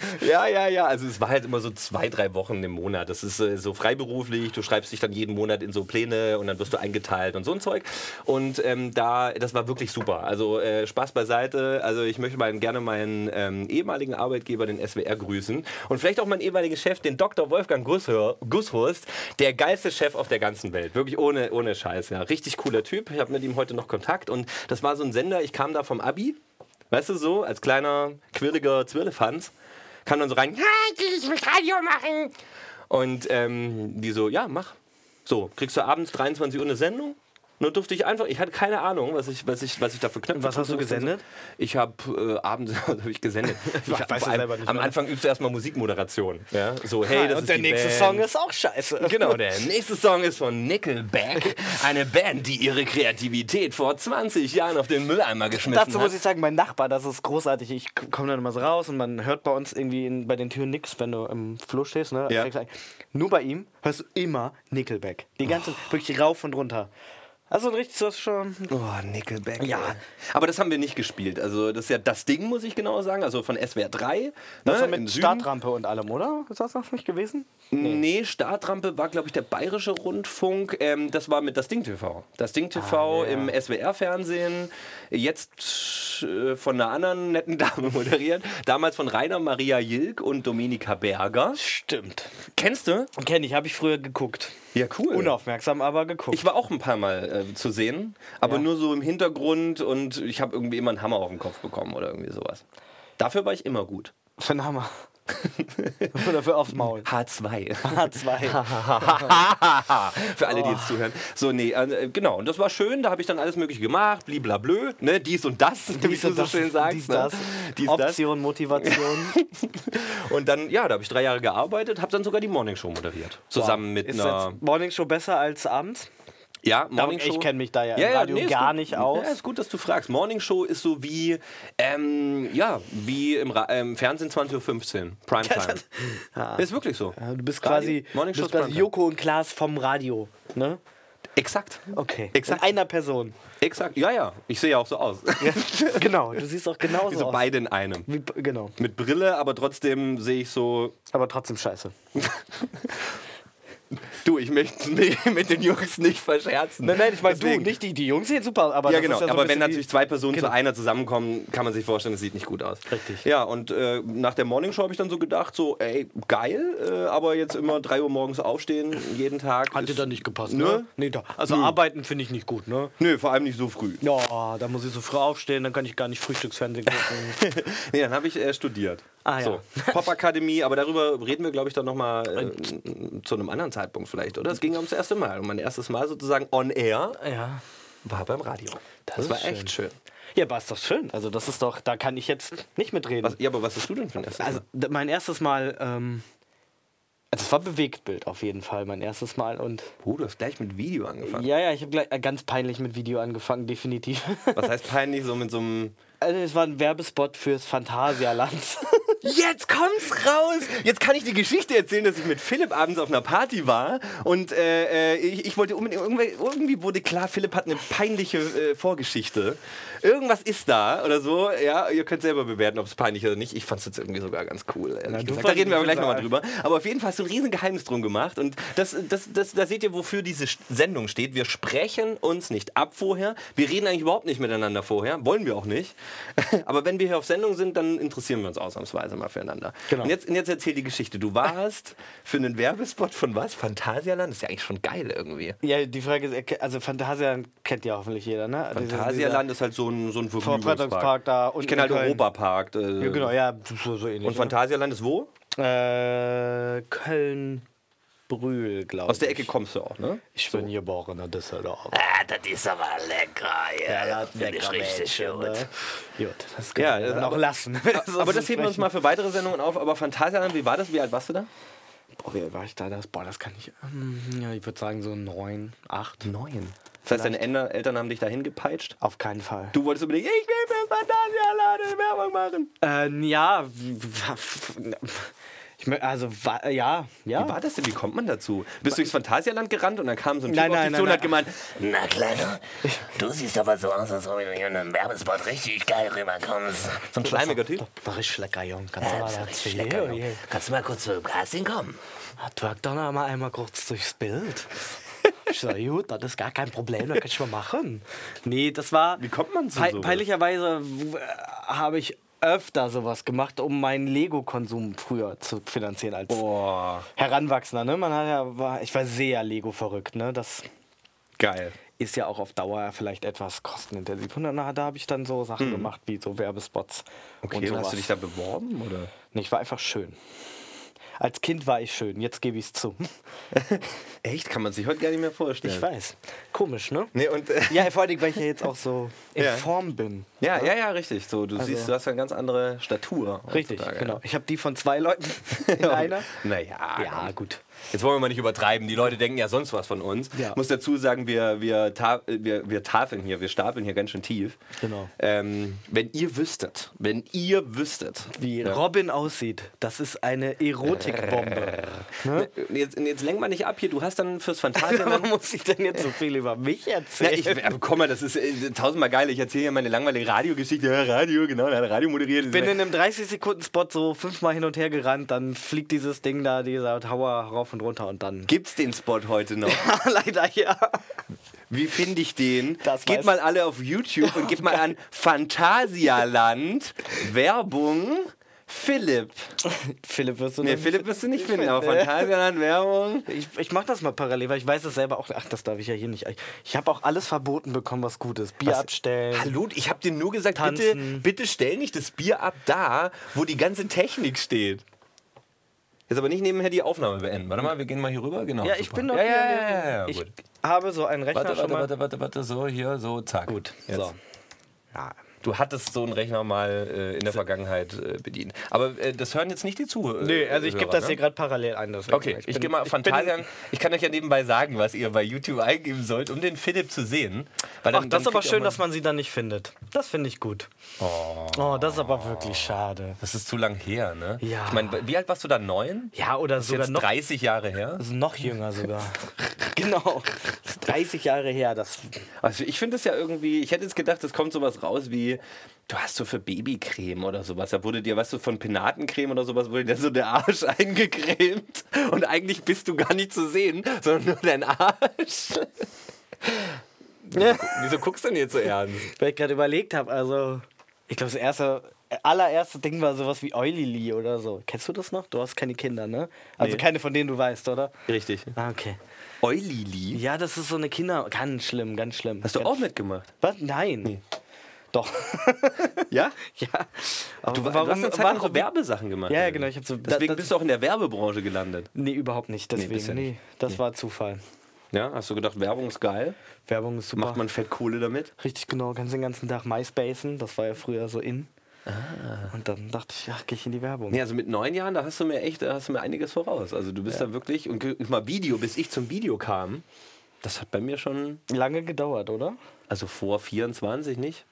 Speaker 3: to 5.
Speaker 2: Ja, ja, ja. Also es war halt immer so zwei, drei Wochen im Monat. Das ist äh, so freiberuflich. Du schreibst dich dann jeden jeden Monat in so Pläne und dann wirst du eingeteilt und so ein Zeug. Und ähm, da, das war wirklich super. Also äh, Spaß beiseite. Also ich möchte mal gerne meinen ähm, ehemaligen Arbeitgeber, den SWR, grüßen. Und vielleicht auch meinen ehemaligen Chef, den Dr. Wolfgang Gusshör- Gusshurst, der geilste Chef auf der ganzen Welt. Wirklich ohne, ohne Scheiß. Ja. Richtig cooler Typ. Ich habe mit ihm heute noch Kontakt. Und das war so ein Sender, ich kam da vom Abi. Weißt du, so als kleiner, quirliger Zwirlefanz kam dann so rein, ja, ich will Radio machen. Und ähm, die so, ja, mach. So, kriegst du abends 23 Uhr eine Sendung? Nur durfte ich einfach, ich hatte keine Ahnung, was ich, was ich, was ich da für Knöpfe
Speaker 3: Was hast du
Speaker 2: drücken musste.
Speaker 3: gesendet?
Speaker 2: Ich habe äh, abends hab ich gesendet. Ich
Speaker 3: weiß
Speaker 2: hab
Speaker 3: es
Speaker 2: vor allem-
Speaker 3: selber nicht
Speaker 2: Am
Speaker 3: mehr.
Speaker 2: Anfang übst du erstmal Musikmoderation. Ja? So, hey, das
Speaker 3: Ah, und
Speaker 2: ist
Speaker 3: der
Speaker 2: die
Speaker 3: nächste
Speaker 2: Band.
Speaker 3: Song ist auch scheiße.
Speaker 2: Genau, der nächste Song ist von Nickelback, eine Band, die ihre Kreativität vor 20 Jahren auf den Mülleimer geschmissen
Speaker 3: Dazu
Speaker 2: hat.
Speaker 3: muss ich sagen, mein Nachbar, das ist großartig. Ich komme dann immer so raus und man hört bei uns irgendwie in, bei den Türen nichts, wenn du im Flur stehst. Ne?
Speaker 2: Ja.
Speaker 3: Kriegst du ein- Nur bei ihm hörst du immer Nickelback.
Speaker 2: Oh.
Speaker 3: Die ganze, wirklich rauf und runter. Also ein richtig, das ist schon.
Speaker 2: Oh, Nickelback.
Speaker 3: Ja.
Speaker 2: ey. Aber das haben wir nicht gespielt. Also, das ist ja das Ding, muss ich genau sagen. Also von SWR 3.
Speaker 3: Das war
Speaker 2: im
Speaker 3: mit
Speaker 2: Süden.
Speaker 3: Startrampe und allem, oder? Ist das noch nicht gewesen?
Speaker 2: Nee. Startrampe war, glaube ich, der Bayerische Rundfunk. Ähm, das war mit Das Ding TV. Das Ding TV
Speaker 3: Ah, ja.
Speaker 2: im SWR-Fernsehen. Jetzt äh, von einer anderen netten Dame moderiert. Damals von Rainer Maria Jilk und Dominika Berger.
Speaker 3: Stimmt.
Speaker 2: Kennst du?
Speaker 3: Kenn ich, habe ich früher geguckt.
Speaker 2: Ja, cool.
Speaker 3: Unaufmerksam, aber geguckt.
Speaker 2: Ich war auch ein paar Mal äh, zu sehen, aber
Speaker 3: Ja.
Speaker 2: nur so im Hintergrund und ich habe irgendwie immer einen Hammer auf den Kopf bekommen oder irgendwie sowas. Dafür war ich immer gut.
Speaker 3: für den Hammer. oder für aufs Maul.
Speaker 2: H2.
Speaker 3: H2.
Speaker 2: Für alle, die jetzt
Speaker 3: Oh.
Speaker 2: zuhören. So, nee, äh, genau. Und das war schön. Da habe ich dann alles Mögliche gemacht. Bliblablö. Ne, dies und das, wie du so schön sagst.
Speaker 3: dies,
Speaker 2: ne?
Speaker 3: das.
Speaker 2: Dies, das.
Speaker 3: Option, Motivation.
Speaker 2: Und dann, ja, da habe ich drei Jahre gearbeitet, habe dann sogar die Morning Show moderiert. Zusammen mit
Speaker 3: Ist
Speaker 2: einer.
Speaker 3: jetzt Morning Show besser als abends?
Speaker 2: Ja, Morning
Speaker 3: ich
Speaker 2: Show.
Speaker 3: kenn mich da ja im Radio
Speaker 2: ist
Speaker 3: gar
Speaker 2: gut.
Speaker 3: nicht aus.
Speaker 2: Ja, ist gut, dass du fragst. Morning Show ist so wie, ähm, ja, wie im, Ra äh, im Fernsehen 20.15 Uhr, Primetime. Ist wirklich so.
Speaker 3: Du bist
Speaker 2: Radio-
Speaker 3: quasi,
Speaker 2: Morning
Speaker 3: du
Speaker 2: Show
Speaker 3: bist quasi
Speaker 2: Primetime.
Speaker 3: Joko und Klaas vom Radio. Ne?
Speaker 2: Exakt.
Speaker 3: Okay.
Speaker 2: Exakt.
Speaker 3: In einer Person.
Speaker 2: Exakt. Ja, ja. Ich sehe ja auch so aus.
Speaker 3: genau, du siehst auch genauso
Speaker 2: so
Speaker 3: aus.
Speaker 2: beide in einem.
Speaker 3: Wie, genau.
Speaker 2: Mit Brille, aber trotzdem sehe ich so.
Speaker 3: Aber trotzdem scheiße.
Speaker 2: Du, ich möchte mich mit den Jungs nicht verscherzen.
Speaker 3: Nein, nein, ich meine du,
Speaker 2: Deswegen-
Speaker 3: nicht die, die Jungs sehen super aus, aber
Speaker 2: Ja,
Speaker 3: das
Speaker 2: genau.
Speaker 3: ist ja so ein
Speaker 2: aber wenn
Speaker 3: bisschen
Speaker 2: natürlich
Speaker 3: wie-
Speaker 2: zwei Personen
Speaker 3: Genau.
Speaker 2: zu einer zusammenkommen, kann man sich vorstellen, das sieht nicht gut aus.
Speaker 3: Richtig.
Speaker 2: Ja, und äh, nach der Morningshow habe ich dann so gedacht, so, ey, geil, äh, aber jetzt immer 3 Uhr morgens aufstehen, jeden Tag.
Speaker 3: Hat dir
Speaker 2: ist- Hm.
Speaker 3: dann nicht gepasst,
Speaker 2: Nö.
Speaker 3: ne? Nee, da, also arbeiten finde ich nicht gut, ne?
Speaker 2: Nö, vor allem nicht so früh.
Speaker 3: Ja, da muss ich so früh aufstehen, dann kann ich gar nicht Frühstücksfernsehen gucken.
Speaker 2: Nee, dann habe ich äh, studiert.
Speaker 3: Ah, ja.
Speaker 2: So, Popakademie, aber darüber reden wir, glaube ich, dann nochmal äh, zu einem anderen Zeitpunkt vielleicht, oder? Es ging ja ums erste Mal. Und mein erstes Mal sozusagen on air
Speaker 3: ja.
Speaker 2: war beim Radio. Das,
Speaker 3: ist
Speaker 2: war
Speaker 3: schön.
Speaker 2: echt schön.
Speaker 3: Ja, aber ist doch schön. Also das ist doch, da kann ich jetzt nicht mitreden.
Speaker 2: Was, ja, aber was hast du denn für ein erstes
Speaker 3: Also
Speaker 2: Mal?
Speaker 3: d- mein erstes Mal, ähm, also es war Bewegtbild auf jeden Fall, mein erstes Mal. Und
Speaker 2: Oh, du hast gleich mit Video angefangen.
Speaker 3: ja, ja, ich habe gleich äh, ganz peinlich mit Video angefangen, definitiv.
Speaker 2: Was heißt peinlich, so mit so einem...
Speaker 3: Also es war ein Werbespot fürs Phantasialand.
Speaker 2: Jetzt kommt's raus! Jetzt kann ich die Geschichte erzählen, dass ich mit Philipp abends auf einer Party war und äh, äh, ich, ich wollte unbedingt, irgendwie, irgendwie wurde klar, Philipp hat eine peinliche äh, Vorgeschichte. Irgendwas ist da oder so. Ja, ihr könnt selber bewerten, ob es peinlich oder nicht. Ich fand's jetzt irgendwie sogar ganz cool. ehrlich
Speaker 3: du
Speaker 2: gesagt. Da reden wir aber
Speaker 3: fandest
Speaker 2: gleich
Speaker 3: es
Speaker 2: nochmal
Speaker 3: aber-
Speaker 2: drüber. Aber auf jeden Fall hast du ein riesen Geheimnis drum gemacht und das, das, das, da seht ihr, wofür diese Sch- Sendung steht. Wir sprechen uns nicht ab vorher. Wir reden eigentlich überhaupt nicht miteinander vorher. Wollen wir auch nicht. Aber wenn wir hier auf Sendung sind, dann interessieren wir uns ausnahmsweise mal füreinander.
Speaker 3: Genau.
Speaker 2: Und, jetzt, und jetzt erzähl die Geschichte. Du warst für einen Werbespot von was? Phantasialand? Ist ja eigentlich schon geil irgendwie.
Speaker 3: ja, die Frage ist, erke- also Phantasialand kennt ja hoffentlich jeder, ne? Also dieser-
Speaker 2: Phantasialand ist halt so ein, so ein
Speaker 3: Verbreitungspark da unten
Speaker 2: Ich kenne halt
Speaker 3: in Köln.
Speaker 2: Europapark. Äh,
Speaker 3: dieser- Ja, genau, ja, so, so ähnlich.
Speaker 2: Und Phantasialand ist wo?
Speaker 3: äh, Köln. Brühl, glaube ich.
Speaker 2: Aus der Ecke kommst du auch, ne?
Speaker 3: Ich bin geborener Düsseldorf.
Speaker 2: Ah, das ist aber lecker. Ja,
Speaker 3: Ne? Gut,
Speaker 2: Ja, das-
Speaker 3: das können wir dann auch
Speaker 2: aber-
Speaker 3: lassen.
Speaker 2: Aber das heben wir uns mal für weitere Sendungen auf. Aber Phantasialand, wie war das? Wie alt warst du da?
Speaker 3: Boah, wie alt Oh, war ich da? Das, boah, das kann ich. ähm, Ja, ich würde sagen so neun, acht.
Speaker 2: Neun. Das heißt, deine Änder- Eltern haben dich dahin gepeitscht?
Speaker 3: Auf keinen Fall.
Speaker 2: Du wolltest unbedingt, ich will für Phantasialand Werbung machen.
Speaker 3: Äh, ja, w- w- ich mö- also wa- ja, ja.
Speaker 2: Wie war das denn? Wie kommt man dazu? Bist du ins Phantasialand gerannt und dann kam so ein Typ
Speaker 3: Nein,
Speaker 2: auf
Speaker 3: nein,
Speaker 2: dich zu und
Speaker 3: nein,
Speaker 2: hat gemeint,
Speaker 1: Na Kleiner, du siehst aber so aus, als ob du in einem Werbespot richtig geil rüberkommst.
Speaker 2: so ein schleimiger Typ.
Speaker 3: War richtig lecker, Jung.
Speaker 2: Äh,
Speaker 3: Kannst du
Speaker 1: Ja,
Speaker 3: mal
Speaker 1: das ist
Speaker 3: dazu
Speaker 1: richtig
Speaker 3: hier,
Speaker 1: lecker,
Speaker 3: hier.
Speaker 1: Junge. Kannst du mal kurz zu dem Casting kommen?
Speaker 3: Drück doch noch mal einmal kurz durchs Bild. Ich so, gut, das ist gar kein Problem, das kann ich mal machen. Nee, das war.
Speaker 2: Wie kommt man zu
Speaker 3: pei-
Speaker 2: sowas?
Speaker 3: Peinlicherweise w- äh, habe ich öfter sowas gemacht, um meinen Lego-Konsum früher zu finanzieren als
Speaker 2: Oh. Boah,
Speaker 3: Heranwachsender. Ne? Man hat ja, war, ich war sehr Lego-verrückt. Ne? Das
Speaker 2: geil.
Speaker 3: ist ja auch auf Dauer vielleicht etwas kostenintensiv. Und dann, na, da habe ich dann so Sachen gemacht wie so Werbespots und
Speaker 2: Hm. Okay, und
Speaker 3: sowas.
Speaker 2: hast du dich da beworben oder?
Speaker 3: nee, ich war einfach schön. Als Kind war ich schön, jetzt gebe ich es zu.
Speaker 2: Echt? Kann man sich heute gar nicht mehr vorstellen.
Speaker 3: Ich weiß. Komisch, ne?
Speaker 2: Nee, und, äh,
Speaker 3: Ja, ne? vor allem, weil ich ja jetzt auch so in
Speaker 2: Ja.
Speaker 3: Form bin.
Speaker 2: ja, ja, ja, richtig. So, du siehst, du hast eine ganz andere Statur.
Speaker 3: Also Richtig,
Speaker 2: heutzutage.
Speaker 3: genau. Ich habe die von zwei Leuten in einer.
Speaker 2: Naja,
Speaker 3: Ja, gut.
Speaker 2: Jetzt wollen wir mal nicht übertreiben. Die Leute denken ja sonst was von uns.
Speaker 3: Ja.
Speaker 2: Ich muss dazu sagen, wir, wir, ta äh, wir, wir tafeln hier, wir stapeln hier ganz schön tief.
Speaker 3: Genau.
Speaker 2: Ähm, wenn ihr wüsstet, wenn ihr wüsstet, ne?
Speaker 3: Wie Robin aussieht, das ist eine Erotikbombe.
Speaker 2: Ne? Jetzt, jetzt lenk mal nicht ab hier, du hast dann fürs
Speaker 3: Warum
Speaker 2: Phantasialand.
Speaker 3: muss ich denn jetzt so viel über mich
Speaker 2: Na,
Speaker 3: erzählen?
Speaker 2: ich, aber komm mal, das ist äh, tausendmal geil. Ich erzähle hier meine langweilige Radiogeschichte. Ja, Radio, genau, da hat Radio moderiert.
Speaker 3: bin in einem 30-Sekunden-Spot so fünfmal hin und her gerannt, dann fliegt dieses Ding da, dieser Tower rauf und runter und dann.
Speaker 2: Gibt's den Spot heute noch?
Speaker 3: Leider ja.
Speaker 2: Wie finde ich den?
Speaker 3: Das
Speaker 2: Geht
Speaker 3: weiß-
Speaker 2: mal alle auf YouTube und gebt mal an Phantasialand Werbung Philipp.
Speaker 3: Philipp, wirst du
Speaker 2: Nee,
Speaker 3: nicht-
Speaker 2: Philipp wirst du nicht finden, aber
Speaker 3: finde-
Speaker 2: Phantasialand Werbung.
Speaker 3: Ich, ich mach das mal parallel, weil ich weiß es selber auch. Ach, das darf ich ja hier nicht. Ich habe auch alles verboten bekommen, was gut ist. Bier abstellen.
Speaker 2: Hallo, ich habe dir nur gesagt, bitte,
Speaker 3: Tanzen.
Speaker 2: bitte stell nicht das Bier ab da, wo die ganze Technik steht. Jetzt aber nicht nebenher die Aufnahme beenden. Warte mal, wir gehen mal hier rüber. Genau.
Speaker 3: Ja, ich bin noch
Speaker 2: ja,
Speaker 3: hier-
Speaker 2: Ja, ja, ja, ja.
Speaker 3: ich
Speaker 2: gut.
Speaker 3: habe so einen Rechner
Speaker 2: Warte,
Speaker 3: schon
Speaker 2: warte, warte,
Speaker 3: mal.
Speaker 2: warte, warte, so, hier, so, zack.
Speaker 3: Gut,
Speaker 2: Jetzt.
Speaker 3: so.
Speaker 2: Du hattest so einen Rechner mal äh, in der Vergangenheit äh, bedient. Aber äh, das hören jetzt nicht die Zuhörer.
Speaker 3: Nö, also ich gebe das hier gerade parallel ein. deswegen.
Speaker 2: ne? Okay, ich,
Speaker 3: bin-
Speaker 2: gehe mal
Speaker 3: ich
Speaker 2: Phantasialand.
Speaker 3: bin-
Speaker 2: Ich kann euch ja nebenbei sagen, was ihr bei YouTube eingeben sollt, um den Philipp zu sehen. Weil
Speaker 3: Ach, das ist aber schön, dass
Speaker 2: man.
Speaker 3: man sie dann nicht findet. Das finde ich gut. Oh. das ist aber wirklich schade.
Speaker 2: Das ist zu lang her, ne?
Speaker 3: Ja.
Speaker 2: Ich meine, wie alt warst du da? Neun?
Speaker 3: Ja, oder sogar
Speaker 2: Jetzt
Speaker 3: noch
Speaker 2: 30 Jahre her?
Speaker 3: Also noch jünger sogar. genau. Das ist 30 Jahre her. Das
Speaker 2: Also ich finde es ja irgendwie, ich hätte jetzt gedacht, es kommt sowas raus wie, du hast so für Babycreme oder sowas. Da wurde dir, weißt du, von Penatencreme oder sowas wurde dir so der Arsch eingecremt. Und eigentlich bist du gar nicht zu sehen, sondern nur dein Arsch. Wieso guckst du denn jetzt so ernst?
Speaker 3: weil ich gerade überlegt habe, also ich glaube, das erste, allererste Ding war sowas wie Eulili oder so. Kennst du das noch? Du hast keine Kinder, ne? Also
Speaker 2: Nee.
Speaker 3: keine von denen du weißt, oder?
Speaker 2: Richtig.
Speaker 3: Ah, okay.
Speaker 2: Eulili?
Speaker 3: Ja, das ist so eine Kinder. Ganz schlimm, ganz schlimm.
Speaker 2: Hast du
Speaker 3: ganz
Speaker 2: auch mitgemacht?
Speaker 3: Was? Nein. Doch.
Speaker 2: Ja?
Speaker 3: ja. Aber
Speaker 2: Du, warum, du hast eine Zeit lang so Werbesachen gemacht.
Speaker 3: Ja, ja,
Speaker 2: oder?
Speaker 3: genau, ich hab so- da-
Speaker 2: Deswegen
Speaker 3: da-
Speaker 2: bist du auch in der Werbebranche gelandet.
Speaker 3: Nee, überhaupt nicht.
Speaker 2: bist ja
Speaker 3: Deswegen. Nee,
Speaker 2: nicht.
Speaker 3: das war Zufall.
Speaker 2: Ja, hast du gedacht, Werbung ist geil?
Speaker 3: Werbung ist super.
Speaker 2: Macht man Fettkohle damit?
Speaker 3: Richtig genau, kannst den ganzen Tag MySpacen. Das war ja früher so in.
Speaker 2: Ah.
Speaker 3: Und dann dachte ich, ach, gehe ich in die Werbung.
Speaker 2: Nee, also mit neun Jahren, da hast du mir echt, da hast du mir einiges voraus. Also du bist da wirklich, und ge- mal Video, bis ich zum Video kam, das hat bei mir schon,
Speaker 3: Lange gedauert, oder?
Speaker 2: also vor 24 nicht.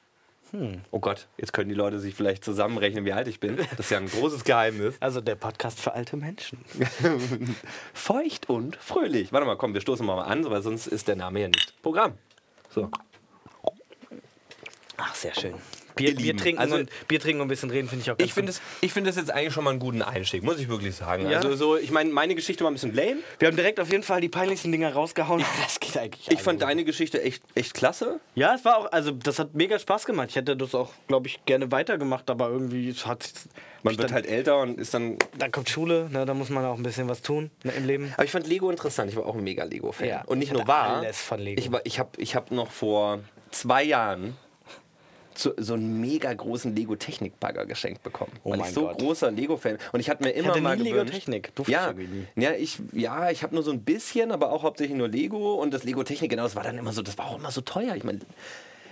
Speaker 2: Oh Gott, jetzt können die Leute sich vielleicht zusammenrechnen, wie alt ich bin. Das ist ja ein großes Geheimnis.
Speaker 3: Also der Podcast für alte Menschen.
Speaker 2: Feucht und fröhlich. Warte mal, komm, wir stoßen mal an, weil sonst ist der Name ja nicht Programm. So.
Speaker 3: Ach, sehr schön. Bier,
Speaker 2: Ihr
Speaker 3: Bier,
Speaker 2: Lieben,
Speaker 3: trinken
Speaker 2: also-
Speaker 3: und, Bier trinken und ein bisschen reden finde ich auch ganz
Speaker 2: Ich finde es, ich finde es jetzt eigentlich schon mal einen guten Einstieg, muss ich wirklich sagen.
Speaker 3: Ja.
Speaker 2: Also so, ich meine, meine Geschichte war ein bisschen lame.
Speaker 3: gut. Wir haben direkt auf jeden Fall die peinlichsten Dinger rausgehauen. Das geht eigentlich
Speaker 2: Ich fand deine Geschichte echt, echt klasse.
Speaker 3: Ja, es war auch, also das hat mega Spaß gemacht. Ich hätte das auch, glaube ich, gerne weitergemacht, aber irgendwie es hat
Speaker 2: Man wird halt älter und ist dann
Speaker 3: Dann kommt Schule, ne, da muss man auch ein bisschen was tun ne, im Leben.
Speaker 2: Aber ich fand Lego interessant. Ich war auch ein mega Lego-Fan.
Speaker 3: Ja,
Speaker 2: und nicht
Speaker 3: ich hatte
Speaker 2: nur war.
Speaker 3: alles von Lego.
Speaker 2: Ich, war- ich habe ich hab noch vor zwei Jahren zu, so einen mega großen Lego-Technik-Bagger geschenkt bekommen. Oh weil
Speaker 3: mein
Speaker 2: ich so
Speaker 3: Gott.
Speaker 2: großer Lego-Fan. Und ich hatte mir immer
Speaker 3: hatte
Speaker 2: mal
Speaker 3: nie
Speaker 2: gewünscht.
Speaker 3: Lego-Technik. Du
Speaker 2: Ja,
Speaker 3: irgendwie nie.
Speaker 2: ja, ich, ja, ich habe nur so ein bisschen, aber auch hauptsächlich nur Lego. Und das Lego-Technik, genau, das war dann immer so, das war auch immer so teuer. Ich meine.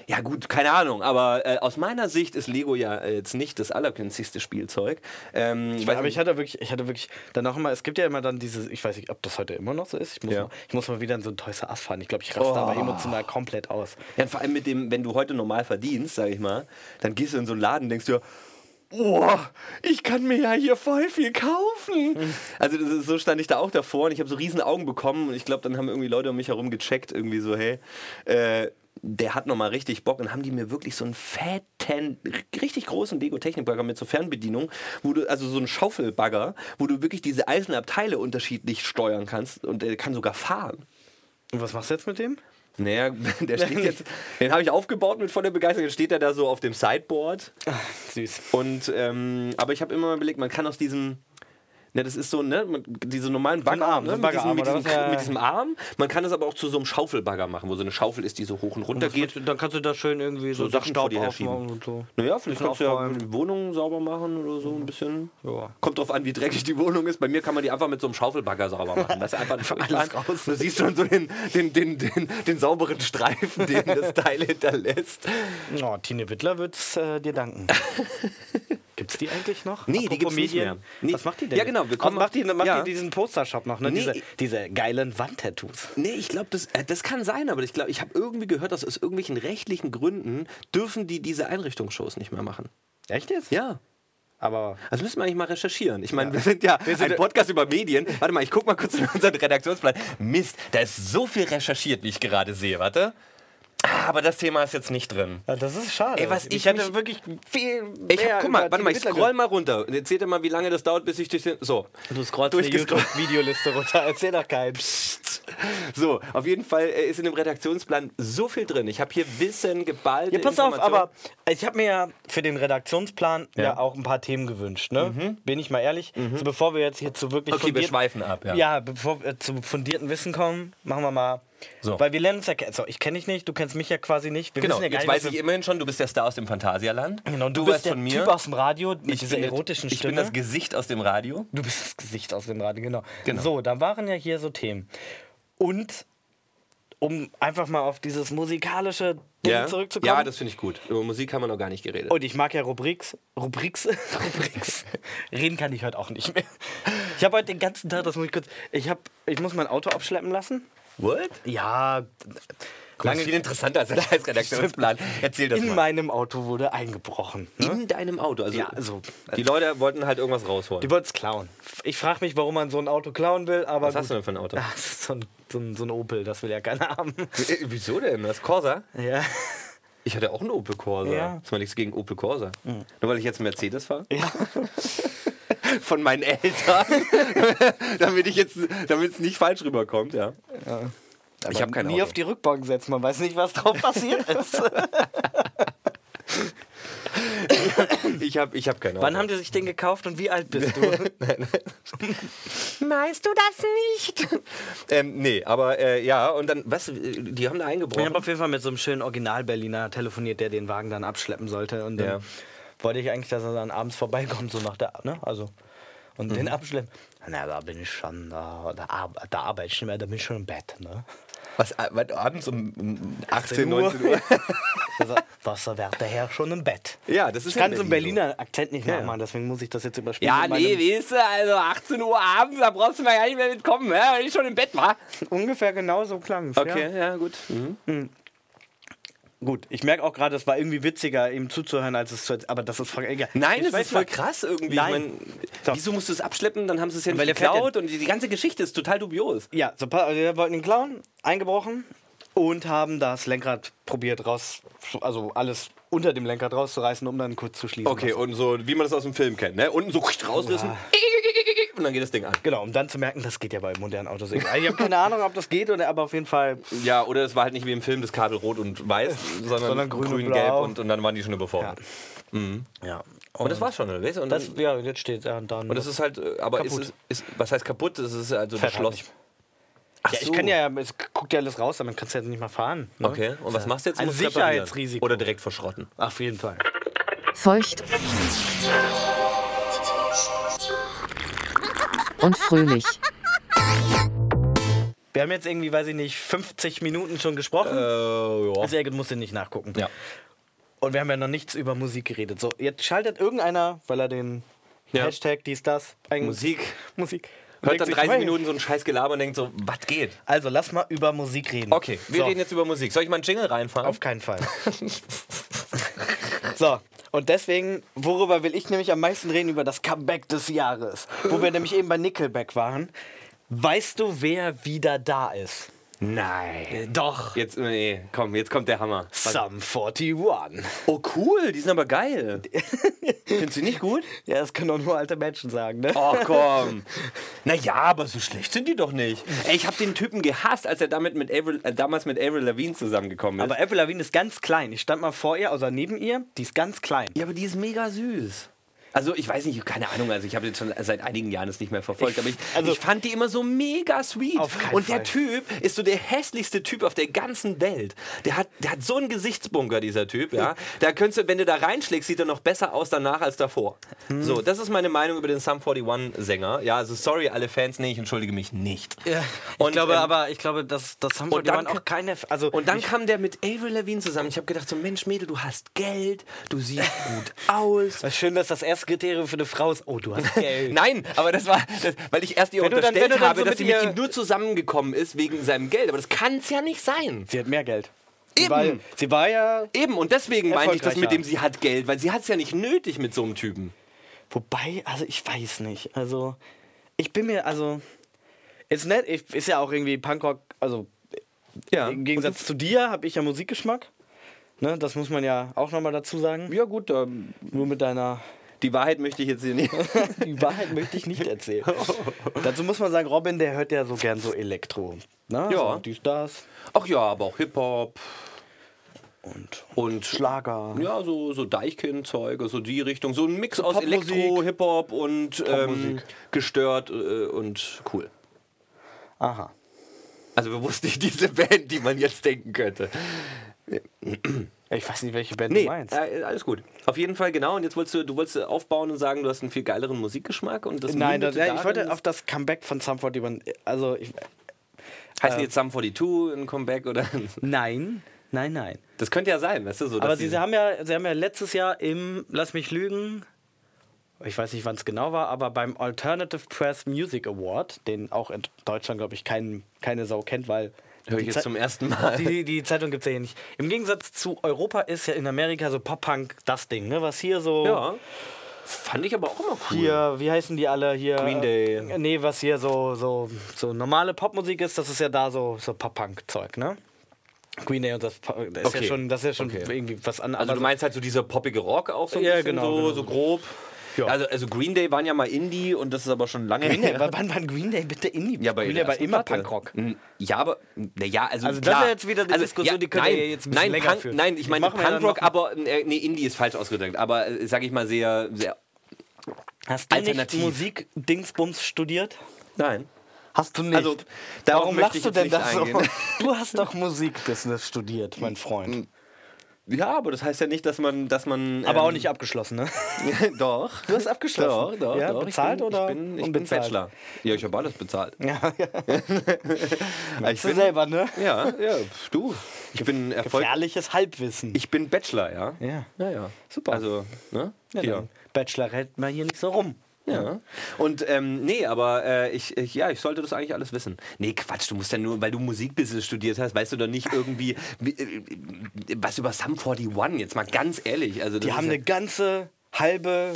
Speaker 2: Ja gut, keine Ahnung, aber äh, aus meiner Sicht ist Lego ja äh, jetzt nicht das allergünstigste Spielzeug. Ähm,
Speaker 3: Ich weiß, aber ich hatte wirklich, ich hatte wirklich dann auch immer, es gibt ja immer dann dieses, ich weiß nicht, ob das heute immer noch so ist. Ich muss,
Speaker 2: Ja.
Speaker 3: mal, ich muss mal wieder in so ein Toys R Us fahren. Ich glaube, ich raste
Speaker 2: Oh.
Speaker 3: aber emotional komplett aus.
Speaker 2: Ja, und vor allem mit dem, wenn du heute normal verdienst, sag ich mal, dann gehst du in so einen Laden und denkst dir, boah, ich kann mir ja hier voll viel kaufen. Also das ist, so stand ich da auch davor und ich habe so riesen Augen bekommen und ich glaube, dann haben irgendwie Leute um mich herum gecheckt, irgendwie so, hey, äh, der hat nochmal richtig Bock und haben die mir wirklich so einen fetten, richtig großen Lego-Technikbagger mit so Fernbedienung, wo du, also so einen Schaufelbagger, wo du wirklich diese einzelnen Abteile unterschiedlich steuern kannst und der kann sogar fahren.
Speaker 3: Und was machst du jetzt mit dem?
Speaker 2: Naja, der steht jetzt, den habe ich aufgebaut mit voller Begeisterung. Jetzt steht er da so auf dem Sideboard.
Speaker 3: Süß.
Speaker 2: Und ähm, aber ich habe immer mal überlegt, man kann aus diesem Ne, das ist so, ne, mit- diese normalen Bagger,
Speaker 3: Arm,
Speaker 2: ne,
Speaker 3: so ein
Speaker 2: mit, diesem,
Speaker 3: Baggerarm
Speaker 2: mit,
Speaker 3: oder
Speaker 2: diesem,
Speaker 3: was? Ja, ja.
Speaker 2: mit diesem Arm. Man kann das aber auch zu so einem Schaufelbagger machen, wo so eine Schaufel ist, die so hoch und runter geht.
Speaker 3: dann kannst du da schön irgendwie so,
Speaker 2: So Sachen vor dir herschieben.
Speaker 3: aufmachen und so.
Speaker 2: Naja, vielleicht
Speaker 3: Bisschen
Speaker 2: kannst du ja
Speaker 3: aufräumen.
Speaker 2: die Wohnung sauber machen oder so ein bisschen.
Speaker 3: Ja.
Speaker 2: Kommt drauf an, wie dreckig die Wohnung ist. Bei mir kann man die einfach mit so einem Schaufelbagger sauber machen. Das ist einfach alles raus. Du siehst schon so den, den, den, den, den sauberen Streifen, den das Teil hinterlässt.
Speaker 3: Oh, Tine Wittler wird es äh, dir danken. gibt's die eigentlich noch?
Speaker 2: Nee, die
Speaker 3: Apropos
Speaker 2: gibt's nicht
Speaker 3: Medien.
Speaker 2: mehr. Nee.
Speaker 3: Was macht die denn?
Speaker 2: Ja, genau, wir
Speaker 3: Wir
Speaker 2: kommen-
Speaker 3: macht die, macht
Speaker 2: ja.
Speaker 3: die diesen Postershop noch, ne?
Speaker 2: Nee,
Speaker 3: Diese,
Speaker 2: ich-
Speaker 3: diese geilen Wandtattoos.
Speaker 2: Nee, ich glaube, das, äh, das kann sein, aber ich glaube, ich habe irgendwie gehört, dass aus irgendwelchen rechtlichen Gründen dürfen die diese Einrichtungsshows nicht mehr machen.
Speaker 3: Echt jetzt?
Speaker 2: Ja.
Speaker 3: Aber
Speaker 2: Das müssen wir eigentlich mal recherchieren. Ich meine, wir sind ja ein Podcast über Medien. Warte mal, ich guck mal kurz in unseren Redaktionsplan. Mist, da ist so viel recherchiert, wie ich gerade sehe. Warte. Ah, aber das Thema ist jetzt nicht drin.
Speaker 3: ja, das ist schade.
Speaker 2: Ey, was ich mich-
Speaker 3: hätte wirklich viel mehr
Speaker 2: Ich hab, guck mal,
Speaker 3: über
Speaker 2: warte mal, ich
Speaker 3: Tine Wittler
Speaker 2: scroll mal runter. Und jetzt seht ihr mal, wie lange das dauert, bis ich durch den. So.
Speaker 3: Du scrollst die
Speaker 2: Durchgescrollt.
Speaker 3: YouTube-Videoliste runter. Erzähl doch keinen.
Speaker 2: So, auf jeden Fall äh, ist in dem Redaktionsplan so viel drin. Ich habe hier Wissen geballt.
Speaker 3: Ja, pass auf, aber ich habe mir ja für den Redaktionsplan ja. auch ein paar Themen gewünscht, ne? Bin ich mal ehrlich. So, bevor wir jetzt hier zu wirklich
Speaker 2: Mhm. Okay, wir schweifen ab, ja.
Speaker 3: Ja, bevor wir zu fundierten Wissen kommen, machen wir mal.
Speaker 2: So.
Speaker 3: Weil wir lernen uns ja. ke- So, ich kenne dich nicht, du kennst mich ja quasi nicht. Wir
Speaker 2: Genau,
Speaker 3: wissen ja gar
Speaker 2: jetzt
Speaker 3: nicht,
Speaker 2: weiß
Speaker 3: was
Speaker 2: ich
Speaker 3: wir-
Speaker 2: immerhin schon, du bist der Star aus dem Phantasialand.
Speaker 3: Genau, du,
Speaker 2: weißt
Speaker 3: bist der Typ aus dem Radio mit
Speaker 2: ich
Speaker 3: dieser
Speaker 2: bin,
Speaker 3: erotischen
Speaker 2: ich
Speaker 3: Stimme.
Speaker 2: bin das Gesicht aus dem Radio.
Speaker 3: Du bist das Gesicht aus dem Radio, genau.
Speaker 2: Genau.
Speaker 3: So, da waren ja hier so Themen. Und um einfach mal auf dieses musikalische Ding
Speaker 2: Um
Speaker 3: zurückzukommen.
Speaker 2: Ja, das finde ich gut. Über Musik haben wir noch gar nicht geredet.
Speaker 3: und ich mag ja Rubriks. Rubriks? Rubriks. Reden kann ich heute auch nicht mehr. Ich habe heute den ganzen Tag, das muss ich kurz. Ich, hab, ich muss mein Auto abschleppen lassen.
Speaker 2: What?
Speaker 3: Ja,
Speaker 2: Lange viel interessanter als der Scheiß-Redaktionsplan. Erzähl das
Speaker 3: in
Speaker 2: mal.
Speaker 3: meinem Auto wurde eingebrochen. Ne?
Speaker 2: In deinem Auto. Also,
Speaker 3: Ja, so.
Speaker 2: Die Leute wollten halt irgendwas rausholen.
Speaker 3: Die wollten es klauen. Ich frage mich, warum man so ein Auto klauen will, aber.
Speaker 2: Was hast du
Speaker 3: gut.
Speaker 2: denn für ein Auto?
Speaker 3: Ah, das ist so ein, so, ein, so ein Opel, das will ja keiner haben.
Speaker 2: Äh, Wieso denn? Das Corsa?
Speaker 3: Ja.
Speaker 2: Ich hatte auch einen Opel Corsa.
Speaker 3: Ja.
Speaker 2: Das war nichts gegen Opel Corsa. Nur weil ich jetzt einen Mercedes fahre? Von meinen Eltern. damit ich jetzt, damit es nicht falsch rüberkommt, ja. Ich habe keine
Speaker 3: nie
Speaker 2: Ahnung.
Speaker 3: auf die Rückbank setzen, man weiß nicht, was drauf passiert ist.
Speaker 2: Ich habe ich hab keine
Speaker 3: Wann
Speaker 2: Ahnung.
Speaker 3: haben die sich den gekauft und wie alt bist du?
Speaker 2: Weißt du das nicht? ähm, nee, aber äh, ja, und dann, was, äh, die haben da
Speaker 3: Ich
Speaker 2: eingebrochen.
Speaker 3: habe auf jeden Fall mit so einem schönen Original-Berliner telefoniert, der den Wagen dann abschleppen sollte. Und dann
Speaker 2: Ja.
Speaker 3: wollte ich eigentlich, dass er dann abends vorbeikommt, so nach der, ne? Also. Und
Speaker 2: Mhm.
Speaker 3: den abschleppen. Na, da bin ich schon, da, da, ar- da arbeite ich nicht mehr, da bin ich schon im Bett, ne?
Speaker 2: Was, äh, was, abends um, um 18,
Speaker 3: 19
Speaker 2: 19 Uhr?
Speaker 3: Also, was da wär der Herr schon im Bett?
Speaker 2: ja, das ist
Speaker 3: Ich kann so einen
Speaker 2: Berlin
Speaker 3: Berliner Akzent nicht
Speaker 2: Ja.
Speaker 3: nachmachen, deswegen muss ich das jetzt
Speaker 2: so.
Speaker 3: überspielen.
Speaker 2: Ja,
Speaker 3: mit meinem-
Speaker 2: nee, weißt du, also 18 Uhr abends, da brauchst du mal gar nicht mehr mitkommen, ja, wenn ich schon im Bett war.
Speaker 3: Ungefähr genauso klang es. Ja.
Speaker 2: ja, Hm. gut.
Speaker 3: Gut, ich merke auch gerade, es war irgendwie witziger, ihm zuzuhören, als es zu erzählen. Aber das ist voll egal.
Speaker 2: Nein,
Speaker 3: ich
Speaker 2: das
Speaker 3: weiß
Speaker 2: ist voll
Speaker 3: nicht.
Speaker 2: krass irgendwie.
Speaker 3: Nein.
Speaker 2: Ich
Speaker 3: So.
Speaker 2: mein, wieso musst du es abschleppen? Dann haben sie es ja nicht
Speaker 3: Weil der fährt
Speaker 2: geklaut und die, die ganze Geschichte ist total dubios.
Speaker 3: Ja, so, pa- also wir wollten ihn klauen, eingebrochen und haben das Lenkrad probiert raus, also alles unter dem Lenkrad rauszureißen, um dann kurz zu schließen. Was-
Speaker 2: und so, wie man das aus dem Film kennt, ne? Unten so rausrissen und dann geht das Ding an.
Speaker 3: Genau, um dann zu merken, das geht ja bei modernen Autos. nicht. Also ich habe keine Ahnung, ob das geht, oder, aber auf jeden Fall.
Speaker 2: Ja, oder es war halt nicht wie im Film das Kabel rot und weiß, sondern,
Speaker 3: Sondern grün
Speaker 2: grün,
Speaker 3: und
Speaker 2: gelb
Speaker 3: blau.
Speaker 2: und, und dann waren die schon überfordert.
Speaker 3: Ja.
Speaker 2: Und das war's schon, oder? Weißt du? Und,
Speaker 3: Das,
Speaker 2: dann,
Speaker 3: ja, jetzt steht ja, und dann.
Speaker 2: und das ist halt, äh, aber ist,
Speaker 3: Kaputt.
Speaker 2: es- ist, was heißt kaputt? Das ist also
Speaker 3: Fährt
Speaker 2: das
Speaker 3: halt
Speaker 2: Schloss.
Speaker 3: nicht.
Speaker 2: Ach
Speaker 3: ja, ich kann ja, es guckt ja alles raus, damit kannst du ja nicht mal fahren. Ne?
Speaker 2: Okay, und was machst du jetzt?
Speaker 3: Ein
Speaker 2: Musst du reparieren.
Speaker 3: Sicherheitsrisiko.
Speaker 2: Oder direkt verschrotten.
Speaker 3: Ach, auf jeden Fall.
Speaker 4: Feucht und fröhlich.
Speaker 3: Wir haben jetzt irgendwie, weiß ich nicht, 50 Minuten schon gesprochen.
Speaker 2: Äh, ja.
Speaker 3: Also er musste nicht nachgucken.
Speaker 2: Ja.
Speaker 3: Und wir haben ja noch nichts über Musik geredet. So, jetzt schaltet irgendeiner, weil er den
Speaker 2: Ja.
Speaker 3: Hashtag dies, das, eigentlich-
Speaker 2: Musik.
Speaker 3: Musik.
Speaker 2: Hört
Speaker 3: Und denkt
Speaker 2: dann
Speaker 3: sich,
Speaker 2: 30
Speaker 3: hey,
Speaker 2: Minuten so ein scheiß Gelaber und denkt so, was geht?
Speaker 3: Also lass mal über Musik reden.
Speaker 2: Okay, wir
Speaker 3: so,
Speaker 2: reden jetzt über Musik. Soll ich mal einen Jingle reinfahren?
Speaker 3: Auf keinen Fall. so, und deswegen, worüber will ich nämlich am meisten reden? Über das Comeback des Jahres. Wo wir nämlich eben bei Nickelback waren. Weißt du, wer wieder da ist?
Speaker 2: Nein.
Speaker 3: Doch.
Speaker 2: Jetzt, nee, komm, jetzt kommt der Hammer.
Speaker 3: Sum 41.
Speaker 2: Oh, cool, die sind aber geil. Findest du nicht gut?
Speaker 3: Ja, das können doch nur alte Menschen sagen, ne?
Speaker 2: Ach komm. Naja, aber so schlecht sind die doch nicht. Ey, ich habe den Typen gehasst, als er damit mit Avril, äh, damals mit Avril Lavigne zusammengekommen ist.
Speaker 3: Aber Apple Lavigne ist ganz klein. Ich stand mal vor ihr, also neben ihr. Die ist ganz klein.
Speaker 2: ja, aber die ist mega süß. Also ich weiß nicht, keine Ahnung, also ich habe jetzt schon seit einigen Jahren es nicht mehr verfolgt, aber ich,
Speaker 3: also-
Speaker 2: ich fand die immer so mega sweet.
Speaker 3: Auf keinen
Speaker 2: Und der
Speaker 3: Fall.
Speaker 2: Typ ist so der hässlichste Typ auf der ganzen Welt. Der hat, der hat so einen Gesichtsbunker, dieser Typ, ja. Da könntest du, wenn du da reinschlägst, sieht er noch besser aus danach als davor.
Speaker 3: Hm.
Speaker 2: So, das ist meine Meinung über den Sum 41-Sänger. Ja, also sorry alle Fans, nee, ich entschuldige mich nicht.
Speaker 3: Und, ich glaube
Speaker 2: ähm,
Speaker 3: aber, ich glaube, das, das haben
Speaker 2: und dann
Speaker 3: Levigne
Speaker 2: ka-
Speaker 3: auch keine. Also
Speaker 2: Und dann
Speaker 3: ich,
Speaker 2: kam der mit Avril Lavigne zusammen. Ich habe gedacht, so Mensch, Mädel, du hast Geld, du siehst gut aus.
Speaker 3: Was schön, dass das erste Kriterium für eine Frau ist. Oh, du hast Geld.
Speaker 2: Nein, aber das war, das, weil ich erst ihr
Speaker 3: Wenn du dann-
Speaker 2: unterstellt
Speaker 3: wenn du dann
Speaker 2: habe,
Speaker 3: so
Speaker 2: dass
Speaker 3: mit
Speaker 2: sie mit
Speaker 3: ihr-
Speaker 2: ihm nur zusammengekommen ist wegen seinem Geld. Aber das kann es ja nicht sein.
Speaker 3: Sie hat mehr Geld.
Speaker 2: Eben.
Speaker 3: Sie war, sie war ja.
Speaker 2: Eben, und deswegen meinte ich das
Speaker 3: Erfolgreicher.
Speaker 2: mit dem, sie hat Geld, weil sie hat es ja nicht nötig mit so einem Typen.
Speaker 3: Wobei, also ich weiß nicht. Also, ich bin mir, also. Ist nett, ich, ist ja auch irgendwie Punkrock, also
Speaker 2: Ja.
Speaker 3: im Gegensatz zu dir habe ich ja Musikgeschmack. Ne, das muss man ja auch nochmal dazu sagen.
Speaker 2: Ja, gut, ähm,
Speaker 3: Nur mit deiner
Speaker 2: die Wahrheit möchte ich jetzt hier nicht.
Speaker 3: Die Wahrheit möchte ich nicht erzählen. Dazu muss man sagen, Robin, der hört ja so gern so Elektro. Na,
Speaker 2: Ja.
Speaker 3: So dies, das.
Speaker 2: Ach ja, aber auch Hip-Hop
Speaker 3: Und
Speaker 2: und
Speaker 3: Schlager.
Speaker 2: Ja, so, so Deichkind-Zeug, so die Richtung. So ein Mix aus
Speaker 3: Popmusik.
Speaker 2: Elektro, Hip-Hop und ähm,
Speaker 3: Popmusik.
Speaker 2: gestört äh, und cool.
Speaker 3: Aha.
Speaker 2: Also bewusst nicht diese Band, die man jetzt denken könnte.
Speaker 3: Ich weiß nicht, welche Band
Speaker 2: Nee,
Speaker 3: du meinst.
Speaker 2: äh, alles gut. Auf jeden Fall, genau. Und jetzt wolltest du, du wolltest aufbauen und sagen, du hast einen viel geileren Musikgeschmack. Und das
Speaker 3: Nein, das,
Speaker 2: mündete
Speaker 3: ja, ich wollte
Speaker 2: darin,
Speaker 3: auf das Comeback von Samford über. Also, ich, äh,
Speaker 2: Heißen die jetzt Sum 42 ein Comeback oder...
Speaker 3: nein, nein, nein.
Speaker 2: Das könnte ja sein, weißt du? So,
Speaker 3: Aber
Speaker 2: dass
Speaker 3: sie,
Speaker 2: die-
Speaker 3: sie, haben ja, sie haben ja letztes Jahr im, lass mich lügen, ich weiß nicht, wann es genau war, aber beim Alternative Press Music Award, den auch in Deutschland, glaube ich, kein, keine Sau kennt, weil.
Speaker 2: Hör ich
Speaker 3: die
Speaker 2: jetzt
Speaker 3: Zei-
Speaker 2: zum ersten Mal.
Speaker 3: Die, die Zeitung gibt es ja hier nicht. Im Gegensatz zu Europa ist ja in Amerika so Pop-Punk das Ding, ne? was hier so.
Speaker 2: Ja. Fand ich aber auch immer cool.
Speaker 3: Hier, wie heißen die alle hier?
Speaker 2: Green Day.
Speaker 3: Nee, was hier so, so, so normale Popmusik ist, das ist ja da so, so Pop-Punk-Zeug, ne? Green Day und das, Pop- das ist
Speaker 2: Okay.
Speaker 3: ja schon, das ist ja schon
Speaker 2: Okay.
Speaker 3: irgendwie was anderes.
Speaker 2: Also du meinst halt so dieser poppige Rock auch so ein
Speaker 3: Ja,
Speaker 2: bisschen
Speaker 3: genau,
Speaker 2: so,
Speaker 3: genau.
Speaker 2: so grob.
Speaker 3: Ja.
Speaker 2: Also, also Green Day waren ja mal Indie und das ist aber schon lange
Speaker 3: Green Day,
Speaker 2: her.
Speaker 3: wann wann war Green Day bitte Indie?
Speaker 2: bei
Speaker 3: Green
Speaker 2: der
Speaker 3: Day war
Speaker 2: ersten
Speaker 3: immer
Speaker 2: Platte.
Speaker 3: Punkrock.
Speaker 2: N- Ja, aber naja, also
Speaker 3: Also das
Speaker 2: klar.
Speaker 3: ist jetzt wieder die Diskussion, die können wir
Speaker 2: nein,
Speaker 3: ja jetzt ein bisschen
Speaker 2: nein,
Speaker 3: länger
Speaker 2: Punk,
Speaker 3: führen.
Speaker 2: Nein, ich
Speaker 3: Die
Speaker 2: meine
Speaker 3: machen wir dann
Speaker 2: Punkrock,
Speaker 3: noch-
Speaker 2: aber äh, nee, Indie ist falsch ausgedrückt, aber äh, sag ich mal sehr sehr
Speaker 3: Hast du nicht
Speaker 2: Alternativ.
Speaker 3: Musik-Dingsbums studiert?
Speaker 2: Nein.
Speaker 3: Hast du nicht.
Speaker 2: Also, darauf möchte ich jetzt nicht eingehen.
Speaker 3: Du hast doch Musikbusiness studiert, mein Freund.
Speaker 2: Ja, aber das heißt ja nicht, dass man dass man
Speaker 3: Aber
Speaker 2: ähm,
Speaker 3: auch nicht abgeschlossen, ne?
Speaker 2: doch.
Speaker 3: Du hast abgeschlossen.
Speaker 2: Doch, doch,
Speaker 3: Ja,
Speaker 2: doch.
Speaker 3: bezahlt
Speaker 2: ich bin, ich
Speaker 3: oder
Speaker 2: bin, ich bin
Speaker 3: unbezahlt?
Speaker 2: Bachelor. Ja, ich habe alles bezahlt.
Speaker 3: Ja, ja.
Speaker 2: ich
Speaker 3: Du
Speaker 2: bin,
Speaker 3: selber, ne?
Speaker 2: Ja, ja, pf, du. Ich bin Erfolg.
Speaker 3: Gefährliches Halbwissen.
Speaker 2: Ich bin Bachelor, ja.
Speaker 3: Ja.
Speaker 2: Ja, ja.
Speaker 3: Super.
Speaker 2: Also, ne?
Speaker 3: ja, dann Bachelorette mal hier nicht so rum.
Speaker 2: Ja. Und ähm, nee, aber äh, ich, ich, ja, ich sollte das eigentlich alles wissen. Nee, Quatsch, du musst ja nur, weil du Musikbusiness studiert hast, weißt du doch nicht irgendwie wie, äh, was über Sum 41, jetzt mal ganz ehrlich. Also das
Speaker 3: Die
Speaker 2: ist
Speaker 3: haben
Speaker 2: ja,
Speaker 3: eine ganze halbe,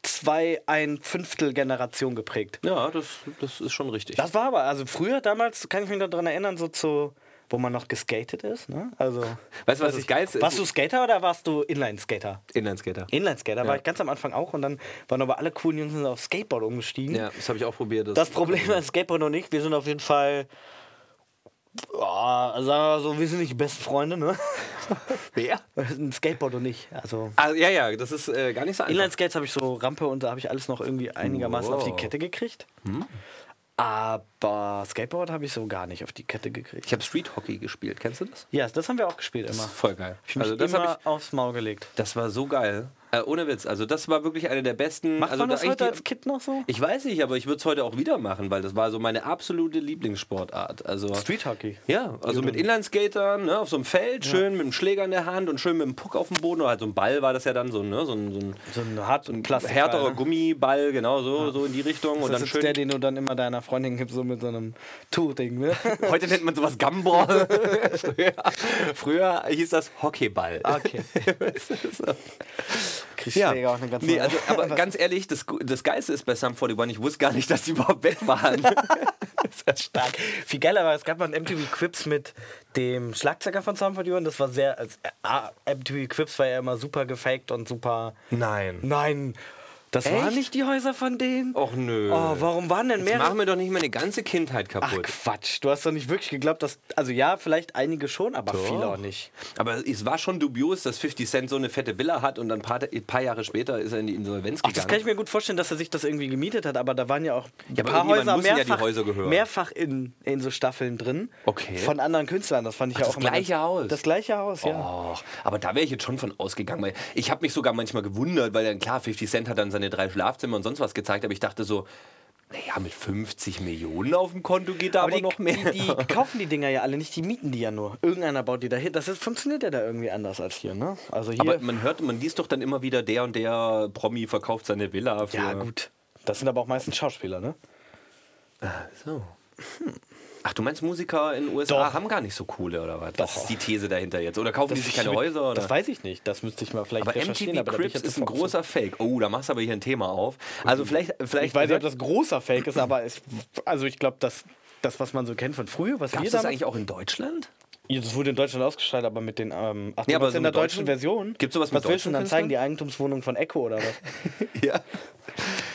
Speaker 3: zwei, ein Fünftel Generation geprägt.
Speaker 2: Ja, das, das ist schon richtig.
Speaker 3: Das war aber, also früher damals kann ich mich noch daran erinnern, so zu, wo man noch geskatet ist, ne? Also.
Speaker 2: weißt du, was das Geilste ist?
Speaker 3: Warst du Skater oder warst du Inline-Skater?
Speaker 2: Inlineskater.
Speaker 3: Inline-Skater war ich ganz am Anfang auch und dann waren aber alle coolen Jungs sind auf Skateboard umgestiegen.
Speaker 2: ja, das habe ich auch probiert.
Speaker 3: Das Problem war Skateboard noch nicht. Wir sind auf jeden Fall. Ja, sagen wir mal so, wir sind nicht die besten Freunde, ne?
Speaker 2: Wer?
Speaker 3: Ein Skateboard und ich. Also.
Speaker 2: Ah, ja, ja, das ist äh, gar nicht so einfach.
Speaker 3: Inlineskates habe ich so Rampe und da habe ich alles noch irgendwie einigermaßen auf die
Speaker 2: Wow. Hm.
Speaker 3: Kette gekriegt. Aber Skateboard habe ich so gar nicht auf die Kette gekriegt.
Speaker 2: ich habe Street Hockey gespielt, kennst du das?
Speaker 3: Ja, das haben wir auch gespielt immer.
Speaker 2: Voll geil.
Speaker 3: Ich mich
Speaker 2: Also das habe
Speaker 3: immer
Speaker 2: ich
Speaker 3: aufs Maul gelegt.
Speaker 2: Das war so geil. Äh, ohne Witz. Also das war wirklich eine der besten.
Speaker 3: Macht
Speaker 2: also
Speaker 3: man das
Speaker 2: eigentlich
Speaker 3: heute
Speaker 2: die-
Speaker 3: als Kind noch so?
Speaker 2: Ich weiß nicht, aber ich würde es heute auch wieder machen, weil das war so meine absolute Lieblingssportart. Also
Speaker 3: Street Hockey.
Speaker 2: ja, also mit Inlineskatern ne, auf so einem Feld, schön mit dem Schläger in der Hand und schön mit dem Puck auf dem Boden oder halt so ein Ball war das ja dann so, ne, so ein, so ein
Speaker 3: So ein ne? hart und Plastik.
Speaker 2: härterer Gummiball, genau so, so in die Richtung
Speaker 3: Das
Speaker 2: und dann
Speaker 3: ist jetzt der,
Speaker 2: schön.
Speaker 3: den du dann immer deiner Freundin gibst, so mit so einem Tuch-Ding, ne?
Speaker 2: Heute nennt man sowas Gumball. früher, früher hieß das Hockeyball.
Speaker 3: Okay.
Speaker 2: so.
Speaker 3: Kriegst
Speaker 2: Ja.
Speaker 3: Schläger auch eine ganze
Speaker 2: nee, also, aber ganz ehrlich, das, das Geilste ist bei Sum 41, ich wusste gar nicht, dass die überhaupt weg waren.
Speaker 3: sehr stark. Viel geiler war, es gab mal ein MTV Quips mit dem Schlagzeuger von Sum 41. Das war sehr. Also, äh, ah, MTV Quips war ja immer super gefaked und super.
Speaker 2: Nein.
Speaker 3: Nein, das waren
Speaker 2: Echt?
Speaker 3: nicht die Häuser von denen.
Speaker 2: Och nö.
Speaker 3: Oh, warum waren denn
Speaker 2: Jetzt machen
Speaker 3: mehrere?
Speaker 2: wir doch nicht meine ganze Kindheit
Speaker 3: Ach
Speaker 2: kaputt.
Speaker 3: Quatsch, du hast doch nicht wirklich geglaubt, dass. Also ja, vielleicht einige schon, aber viele auch nicht.
Speaker 2: Aber es war schon dubios, dass 50 Cent so eine fette Villa hat und dann ein paar, ein paar Jahre später ist er in die Insolvenz
Speaker 3: Ach,
Speaker 2: gegangen.
Speaker 3: das kann ich mir gut vorstellen, dass er sich das irgendwie gemietet hat, aber da waren ja auch ein
Speaker 2: aber
Speaker 3: paar
Speaker 2: irgendjemand
Speaker 3: Häuser
Speaker 2: müssen ja
Speaker 3: mehrfach,
Speaker 2: die Häuser gehören.
Speaker 3: mehrfach in, in so Staffeln drin.
Speaker 2: Okay.
Speaker 3: Von anderen Künstlern, das fand ich ja
Speaker 2: das
Speaker 3: auch immer
Speaker 2: gleiche
Speaker 3: ganz-
Speaker 2: Haus. Oh.
Speaker 3: Das gleiche Haus, ja.
Speaker 2: Och, aber da wäre ich jetzt schon von ausgegangen, weil ich habe mich sogar manchmal gewundert, weil dann klar, 50 Cent hat dann seine drei Schlafzimmer und sonst was gezeigt, aber ich dachte so, naja, mit 50 Millionen auf dem Konto geht da aber,
Speaker 3: die,
Speaker 2: noch mehr.
Speaker 3: Die, die kaufen die Dinger ja alle nicht, die mieten die ja nur. Irgendeiner baut die da hin. Das ist, funktioniert ja da irgendwie anders als hier, ne? Also hier.
Speaker 2: aber man hört, man liest doch dann immer wieder, der und der Promi verkauft seine Villa für...
Speaker 3: ja, gut. Das sind aber auch meistens Schauspieler, ne?
Speaker 2: So. Ach, du meinst Musiker in den USA
Speaker 3: also. Hm. Doch.
Speaker 2: haben gar nicht so coole oder was? Das
Speaker 3: Doch.
Speaker 2: ist die These dahinter jetzt. Oder kaufen die sich keine
Speaker 3: ich-
Speaker 2: Häuser? Oder?
Speaker 3: Das weiß ich nicht. Das müsste ich mal vielleicht
Speaker 2: aber
Speaker 3: recherchieren.
Speaker 2: MTV
Speaker 3: da bin ich
Speaker 2: Crips
Speaker 3: jetzt
Speaker 2: ist ein
Speaker 3: zu-
Speaker 2: großer Fake. Oh, da machst du aber hier ein Thema auf. Also vielleicht, vielleicht
Speaker 3: Ich weiß nicht, ob das großer Fake ist, aber es, also ich glaube, das, das, was man so kennt von früher, was
Speaker 2: gab's
Speaker 3: wir
Speaker 2: das
Speaker 3: damals
Speaker 2: eigentlich auch in Deutschland?
Speaker 3: Ja, das wurde in Deutschland ausgestrahlt, aber mit den. Ähm, ach,
Speaker 2: Ja,
Speaker 3: ja,
Speaker 2: aber
Speaker 3: aber
Speaker 2: so
Speaker 3: in der
Speaker 2: mit deutschen-
Speaker 3: deutschen Version.
Speaker 2: Gibt's sowas
Speaker 3: Was
Speaker 2: mit
Speaker 3: willst du
Speaker 2: deutschen
Speaker 3: denn dann zeigen? Die Eigentumswohnung von Echo oder was?
Speaker 2: Ja.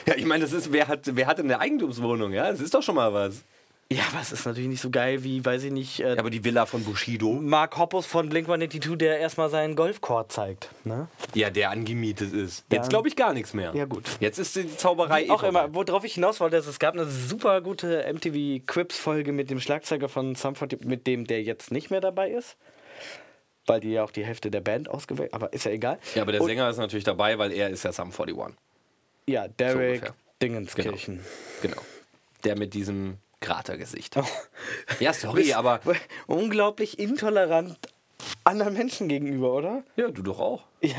Speaker 2: Ja, ich meine, das ist, wer hat, wer hat denn eine Eigentumswohnung? Ja, das ist doch schon mal was.
Speaker 3: ja, aber es ist natürlich nicht so geil wie, weiß ich nicht, äh,
Speaker 2: Ja, aber die Villa von Bushido,
Speaker 3: Mark Hoppus von Blink 182, der erstmal seinen Golfcore zeigt. Ne?
Speaker 2: ja, der angemietet ist. Jetzt
Speaker 3: Ja.
Speaker 2: glaube ich gar nichts mehr.
Speaker 3: Ja, gut.
Speaker 2: Jetzt ist die Zauberei eh
Speaker 3: Auch
Speaker 2: vorbei.
Speaker 3: immer, worauf ich hinaus wollte, ist, es gab eine super gute MTV Quips-Folge mit dem Schlagzeuger von Samford, mit dem der jetzt nicht mehr dabei ist. Weil die ja auch die Hälfte der Band ausgewählt aber ist ja egal.
Speaker 2: Ja, aber der
Speaker 3: Und-
Speaker 2: Sänger ist natürlich dabei, weil er ist ja Sam 41.
Speaker 3: Ja,
Speaker 2: ungefähr.
Speaker 3: Derek
Speaker 2: Genau.
Speaker 3: Dingenskirchen.
Speaker 2: Genau. Der mit diesem Kratergesicht.
Speaker 3: Oh.
Speaker 2: Genau. Ja, sorry, aber.
Speaker 3: Unglaublich intolerant anderen Menschen gegenüber, oder?
Speaker 2: Ja, du doch auch.
Speaker 3: Ja,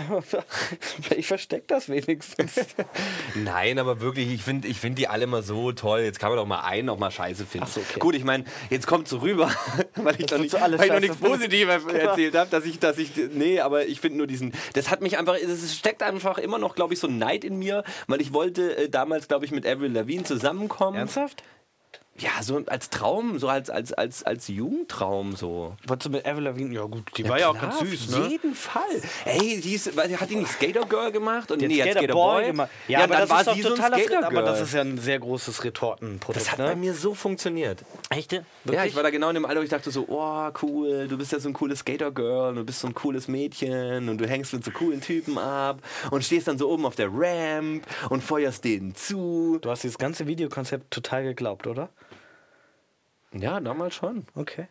Speaker 3: ich verstecke das wenigstens.
Speaker 2: Nein, aber wirklich, ich finde ich find die alle immer so toll. Jetzt kann man doch mal einen auch mal scheiße finden.
Speaker 3: Ach so, okay.
Speaker 2: Gut, ich meine, jetzt kommt so rüber, weil ich,
Speaker 3: Dass
Speaker 2: noch
Speaker 3: du
Speaker 2: nicht,
Speaker 3: zu alles
Speaker 2: weil ich noch
Speaker 3: scheiße
Speaker 2: nichts
Speaker 3: findest.
Speaker 2: Positives erzählt habe, dass ich, dass ich, nee, aber ich finde nur diesen, das hat mich einfach, es steckt einfach immer noch, glaube ich, so ein Neid in mir, weil ich wollte äh, damals, glaube ich, mit Avril Lavigne zusammenkommen.
Speaker 3: Ernsthaft?
Speaker 2: Ja, so als Traum, so als, als, als, als Jugendtraum so.
Speaker 3: Wolltest du mit Avril Lavigne? Ja gut, die war ja auch
Speaker 2: Klar,
Speaker 3: ganz süß,
Speaker 2: Auf
Speaker 3: ne?
Speaker 2: jeden Fall. Ey, die ist, weil- hat die nicht Skater Girl gemacht? Und nee, hat Skater
Speaker 3: Boy
Speaker 2: Boy
Speaker 3: gemacht.
Speaker 2: Ja,
Speaker 3: Ja, aber
Speaker 2: dann
Speaker 3: das
Speaker 2: war
Speaker 3: ist doch
Speaker 2: sie so ein
Speaker 3: totaler Schritt,
Speaker 2: Skater
Speaker 3: aber das
Speaker 2: Girl.
Speaker 3: ist ja ein sehr großes Retortenprodukt,
Speaker 2: Das hat bei
Speaker 3: ne?
Speaker 2: mir so funktioniert.
Speaker 3: Echte?
Speaker 2: Ja, ich war da genau in dem Alter, wo ich dachte so, oh cool, du bist ja so ein cooles Skater-Girl, du bist so ein cooles Mädchen und du hängst mit so coolen Typen ab und stehst dann so oben auf der Ramp und feuerst denen zu.
Speaker 3: du hast dieses ganze Videokonzept total geglaubt, oder?
Speaker 2: Ja, damals schon.
Speaker 3: Okay.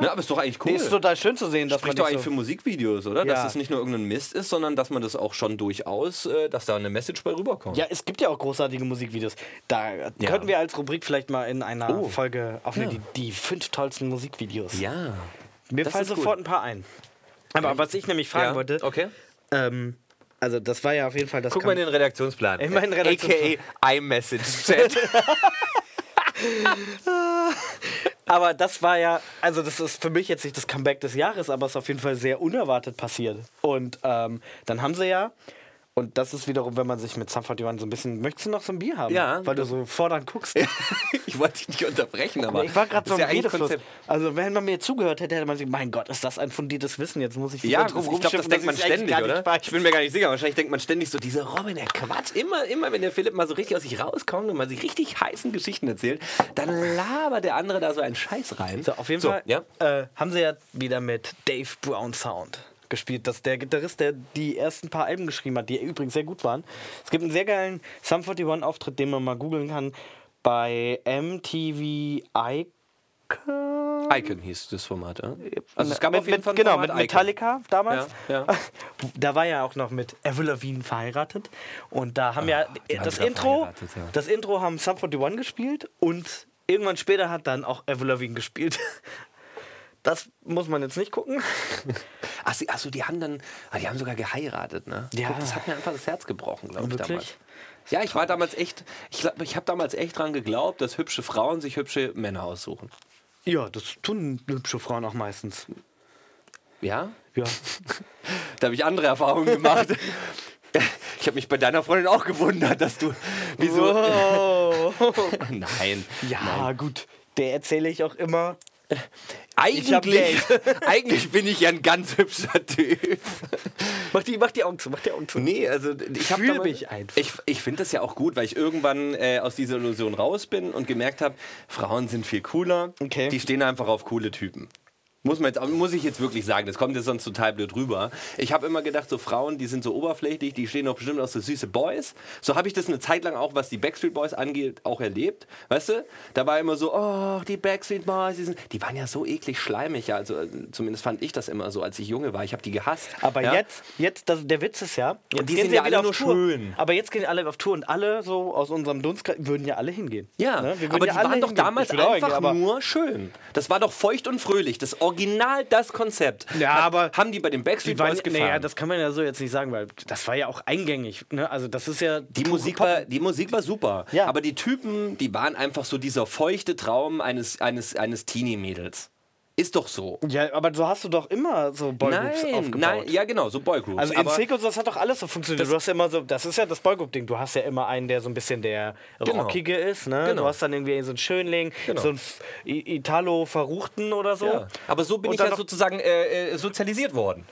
Speaker 2: Ja, aber ist doch eigentlich cool.
Speaker 3: Nee, ist total schön zu sehen, dass
Speaker 2: Spricht
Speaker 3: man
Speaker 2: doch
Speaker 3: dich
Speaker 2: eigentlich für
Speaker 3: so...
Speaker 2: Musikvideos, oder? Dass
Speaker 3: Ja.
Speaker 2: das nicht nur irgendein Mist ist, sondern dass man das auch schon durchaus, äh, dass da eine Message bei rüberkommt.
Speaker 3: Ja, es gibt ja auch großartige Musikvideos. Da könnten wir als Rubrik vielleicht mal in einer
Speaker 2: Oh.
Speaker 3: Folge aufnehmen, die, die fünf tollsten Musikvideos.
Speaker 2: Ja.
Speaker 3: Mir
Speaker 2: Das
Speaker 3: fallen
Speaker 2: ist gut.
Speaker 3: sofort ein paar ein. Aber was ich nämlich fragen
Speaker 2: ja.
Speaker 3: wollte,
Speaker 2: Okay.
Speaker 3: ähm, also das war ja auf jeden Fall das.
Speaker 2: Guck
Speaker 3: kam-
Speaker 2: mal in den Redaktionsplan.
Speaker 3: In meinen Redaktionsplan.
Speaker 2: AKA iMessage-Chat.
Speaker 3: aber das war ja, also das ist für mich jetzt nicht das Comeback des Jahres, aber es ist auf jeden Fall sehr unerwartet passiert. Und ähm, dann haben sie ja, und das ist wiederum, wenn man sich mit Sanford Johann so ein bisschen, möchtest du noch so ein Bier haben?
Speaker 2: Ja.
Speaker 3: Weil du so fordernd guckst.
Speaker 2: ich wollte dich nicht unterbrechen, aber.
Speaker 3: Ich war gerade
Speaker 2: das ist
Speaker 3: so im
Speaker 2: ja eigentlich
Speaker 3: Redefluss.
Speaker 2: Konzept.
Speaker 3: Also wenn man mir zugehört hätte, hätte man sich, mein Gott, ist das ein fundiertes Wissen, jetzt muss ich wieder
Speaker 2: Ja,
Speaker 3: drum
Speaker 2: ich glaube, das
Speaker 3: rumschimpfen,
Speaker 2: denkt man
Speaker 3: dass ich's eigentlich
Speaker 2: ständig,
Speaker 3: gar nicht
Speaker 2: oder?
Speaker 3: weiß.
Speaker 2: Ich bin mir gar nicht sicher. Wahrscheinlich denkt man ständig so, dieser Robin, der Quatsch. Immer, immer, wenn der Philipp mal so richtig aus sich rauskommt und mal sich richtig heißen Geschichten erzählt, dann labert der andere da so einen Scheiß rein.
Speaker 3: So, auf jeden Fall
Speaker 2: Ja?
Speaker 3: äh, haben sie ja wieder mit Dave Brown Sound gespielt. Das ist der Gitarrist, der die ersten paar Alben geschrieben hat, die übrigens sehr gut waren. Es gibt einen sehr geilen Sum 41-Auftritt, den man mal googeln kann, bei MTV Icon.
Speaker 2: Icon hieß das Format, ja? Also es gab
Speaker 3: Äh, mit,
Speaker 2: auf jeden
Speaker 3: mit-
Speaker 2: Fall ein
Speaker 3: Genau,
Speaker 2: Format
Speaker 3: mit
Speaker 2: Icon.
Speaker 3: Metallica damals.
Speaker 2: Ja, ja.
Speaker 3: Da war ja auch noch mit Avril Lavigne verheiratet. Und da haben
Speaker 2: Ah, die
Speaker 3: ja
Speaker 2: haben
Speaker 3: das
Speaker 2: sie da
Speaker 3: Intro,
Speaker 2: verheiratet, ja.
Speaker 3: das Intro haben Sum 41 gespielt und irgendwann später hat dann auch Avril Lavigne gespielt. Das muss man jetzt nicht gucken.
Speaker 2: Ach, sie, ach so, die haben dann, ah, die haben sogar geheiratet, ne?
Speaker 3: Ja.
Speaker 2: Guck, das hat mir einfach das Herz gebrochen, glaube ich,
Speaker 3: Wirklich?
Speaker 2: damals. Ja, ich war damals echt, ich glaube, ich habe damals echt dran geglaubt, dass hübsche Frauen sich hübsche Männer aussuchen.
Speaker 3: Ja, das tun hübsche Frauen auch meistens.
Speaker 2: Ja?
Speaker 3: Ja.
Speaker 2: Da habe ich andere Erfahrungen gemacht. ich habe mich bei deiner Freundin auch gewundert, dass du, wieso?
Speaker 3: Wow.
Speaker 2: Nein.
Speaker 3: Oh. Ja,
Speaker 2: Nein.
Speaker 3: gut. Der erzähle ich auch immer. Ich hab
Speaker 2: Eigentlich, eigentlich bin ich ja ein ganz hübscher Typ.
Speaker 3: Mach die, mach die Augen zu, mach die Augen zu.
Speaker 2: Nee, also ich
Speaker 3: Fühl
Speaker 2: habe
Speaker 3: mich einfach.
Speaker 2: Ich, ich finde das ja auch gut, weil ich irgendwann äh, aus dieser Illusion raus bin und gemerkt habe, Frauen sind viel cooler.
Speaker 3: Okay.
Speaker 2: Die stehen einfach auf coole Typen. Muss, man jetzt, auch- muss ich jetzt wirklich sagen, das kommt jetzt sonst total blöd rüber. Ich habe immer gedacht, so Frauen, die sind so oberflächlich, die stehen doch bestimmt aus so süße Boys. So habe ich das eine Zeit lang auch, was die Backstreet Boys angeht, auch erlebt. Weißt du? Da war immer so, oh, die Backstreet Boys, die, sind, die waren ja so eklig schleimig. Ja. Also äh, zumindest fand ich das immer so, als ich Junge war. Ich habe die gehasst.
Speaker 3: Aber
Speaker 2: ja?
Speaker 3: jetzt, jetzt das, der Witz ist ja, jetzt
Speaker 2: die
Speaker 3: gehen
Speaker 2: sind
Speaker 3: sie
Speaker 2: ja alle
Speaker 3: auf
Speaker 2: nur
Speaker 3: Tour.
Speaker 2: schön.
Speaker 3: Aber jetzt gehen alle auf Tour und alle so aus unserem Dunstkreis würden ja alle hingehen.
Speaker 2: Ja,
Speaker 3: Ne? Wir würden
Speaker 2: aber die
Speaker 3: ja alle
Speaker 2: waren doch
Speaker 3: hingehen.
Speaker 2: damals
Speaker 3: Ich will auch
Speaker 2: einfach
Speaker 3: hingehen, aber
Speaker 2: nur schön. Das war doch feucht und fröhlich. Das Original, das Konzept.
Speaker 3: Ja,
Speaker 2: Ha-
Speaker 3: aber-
Speaker 2: Haben die bei den Backstreet
Speaker 3: Die waren,
Speaker 2: Boys gefahren.
Speaker 3: naja, das kann man ja so jetzt nicht sagen, weil das war ja auch eingängig. Ne? Also das ist ja
Speaker 2: die Musik, war, die Musik war super,
Speaker 3: Ja.
Speaker 2: aber die Typen, die waren einfach so dieser feuchte Traum eines, eines, eines Teenie-Mädels. Ist doch so.
Speaker 3: Ja, aber so hast du doch immer so Boygroups
Speaker 2: Nein,
Speaker 3: aufgebaut.
Speaker 2: nein, ja genau, so Boygroups.
Speaker 3: Also in
Speaker 2: aber
Speaker 3: Sick und so, das hat doch alles so funktioniert. Du hast ja immer so, das ist ja das Boygroup-Ding. Du hast ja immer einen, der so ein bisschen der
Speaker 2: Genau.
Speaker 3: Rockige ist, ne?
Speaker 2: Genau.
Speaker 3: Du hast dann irgendwie so einen Schönling,
Speaker 2: Genau.
Speaker 3: so einen F- I- Italo-Verruchten oder so.
Speaker 2: Ja. Aber so bin
Speaker 3: Und
Speaker 2: ich
Speaker 3: dann
Speaker 2: ja
Speaker 3: noch-
Speaker 2: sozusagen äh, äh, sozialisiert worden.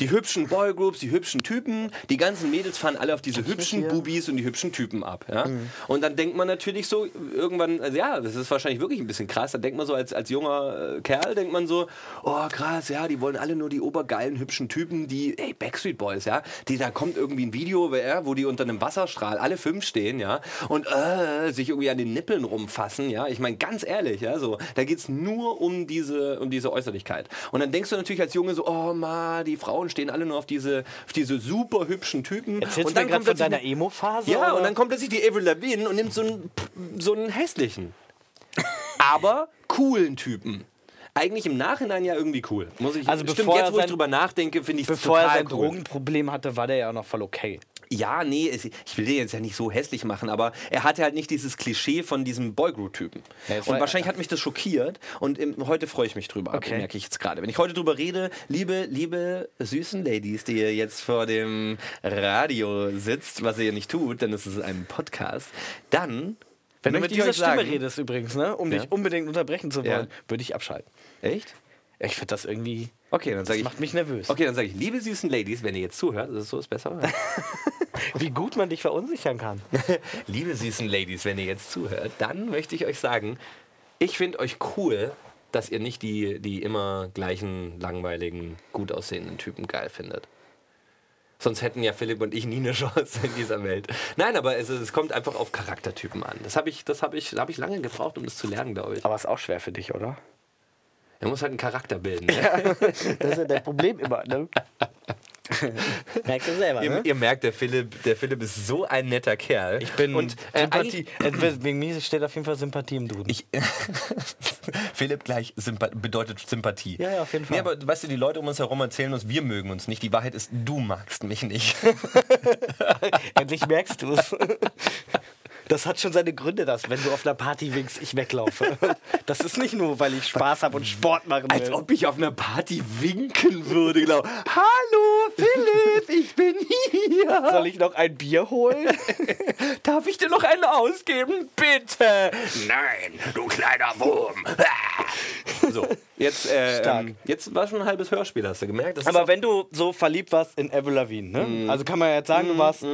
Speaker 2: Die hübschen Boygroups, die hübschen Typen, die ganzen Mädels fahren alle auf diese hübschen Bubis und die hübschen Typen ab. Ja? Und dann denkt man natürlich so, irgendwann, also ja, das ist wahrscheinlich wirklich ein bisschen krass, dann denkt man so als, als junger äh, Kerl, denkt man so, oh krass, ja, die wollen alle nur die obergeilen hübschen Typen, die, ey, Backstreet Boys, ja, die, da kommt irgendwie ein Video, ja, wo die unter einem Wasserstrahl alle fünf stehen, ja, und äh, sich irgendwie an den Nippeln rumfassen, ja. Ich meine, ganz ehrlich, ja, so, da geht es nur um diese, um diese Äußerlichkeit. Und dann denkst du natürlich als Junge so, oh ma, die Frauen stehen alle nur auf diese, auf diese super hübschen Typen.
Speaker 3: Erzählst
Speaker 2: und
Speaker 3: du mir gerade von
Speaker 2: plötzlich-
Speaker 3: deiner Emo-Phase?
Speaker 2: Ja,
Speaker 3: oder?
Speaker 2: und dann kommt plötzlich die Avril Lavigne und nimmt so einen, so einen hässlichen, aber coolen Typen. Eigentlich im Nachhinein ja irgendwie cool. Muss ich,
Speaker 3: Also
Speaker 2: stimmt,
Speaker 3: bevor er
Speaker 2: jetzt wo ich
Speaker 3: sein-
Speaker 2: drüber nachdenke, finde ich
Speaker 3: Bevor er
Speaker 2: total
Speaker 3: sein
Speaker 2: cool.
Speaker 3: Drogenproblem hatte, war der ja auch noch voll okay.
Speaker 2: Ja, nee, es, ich will den jetzt ja nicht so hässlich machen, aber er hatte halt nicht dieses Klischee von diesem Boygroup-Typen.
Speaker 3: Ja, es
Speaker 2: und
Speaker 3: war-
Speaker 2: wahrscheinlich hat mich das schockiert und ähm, heute freue ich mich drüber,
Speaker 3: Okay.
Speaker 2: merke ich jetzt gerade. Wenn ich heute drüber rede, liebe, liebe süßen Ladies, die ihr jetzt vor dem Radio sitzt, was ihr ja nicht tut, denn es ist ein Podcast, dann
Speaker 3: Wenn
Speaker 2: möchte
Speaker 3: du mit
Speaker 2: ich
Speaker 3: dieser
Speaker 2: euch sagen,
Speaker 3: Stimme redest übrigens, ne, um
Speaker 2: Ja.
Speaker 3: dich unbedingt unterbrechen zu
Speaker 2: Ja.
Speaker 3: wollen, würde ich abschalten.
Speaker 2: Echt?
Speaker 3: Ich finde das irgendwie.
Speaker 2: Okay, dann
Speaker 3: Das
Speaker 2: sage ich.
Speaker 3: macht mich nervös.
Speaker 2: Okay, dann sage ich, liebe süßen Ladies, wenn ihr jetzt zuhört, das ist so ist besser.
Speaker 3: Wie gut man dich verunsichern kann.
Speaker 2: Liebe süßen Ladies, wenn ihr jetzt zuhört, dann möchte ich euch sagen, ich finde euch cool, dass ihr nicht die, die immer gleichen, langweiligen, gut aussehenden Typen geil findet. Sonst hätten ja Philipp und ich nie eine Chance in dieser Welt. Nein, aber es, es kommt einfach auf Charaktertypen an. Das habe ich, das hab ich, hab ich lange gebraucht, um das zu lernen, glaube ich.
Speaker 3: Aber ist auch schwer für dich, oder?
Speaker 2: Man muss halt einen Charakter bilden. ne?
Speaker 3: Das ist ja dein Problem immer, ne? Merkst du selber,
Speaker 2: Ihr, ihr merkt, der Philipp, der Philipp ist so ein netter Kerl.
Speaker 3: ne? Ich bin
Speaker 2: und, äh,
Speaker 3: Sympathie. Mhm. Äh, wegen mir steht auf jeden Fall Sympathie im Duden.
Speaker 2: Ich, Philipp gleich Sympa bedeutet Sympathie.
Speaker 3: Ja, ja, auf jeden Fall.
Speaker 2: Nee, aber weißt du, die Leute um uns herum erzählen uns, wir mögen uns nicht. Die Wahrheit ist, du magst mich nicht.
Speaker 3: Endlich merkst du es. Das hat schon seine Gründe, dass wenn du auf einer Party winkst, ich weglaufe. Das ist nicht nur, weil ich Spaß habe und Sport machen will.
Speaker 2: Als ob ich auf einer Party winken würde, genau. Hallo, Philipp, ich bin hier.
Speaker 3: Soll ich noch ein Bier holen?
Speaker 2: Darf ich dir noch einen ausgeben? Bitte. Nein, du kleiner Wurm.
Speaker 1: Ah.
Speaker 2: so, jetzt, äh,
Speaker 3: Stark.
Speaker 2: ähm, jetzt war schon ein halbes Hörspiel, hast du gemerkt? Das ist
Speaker 3: Aber wenn du so verliebt warst in Avril Lavigne, ne? also kann man ja jetzt sagen, du warst,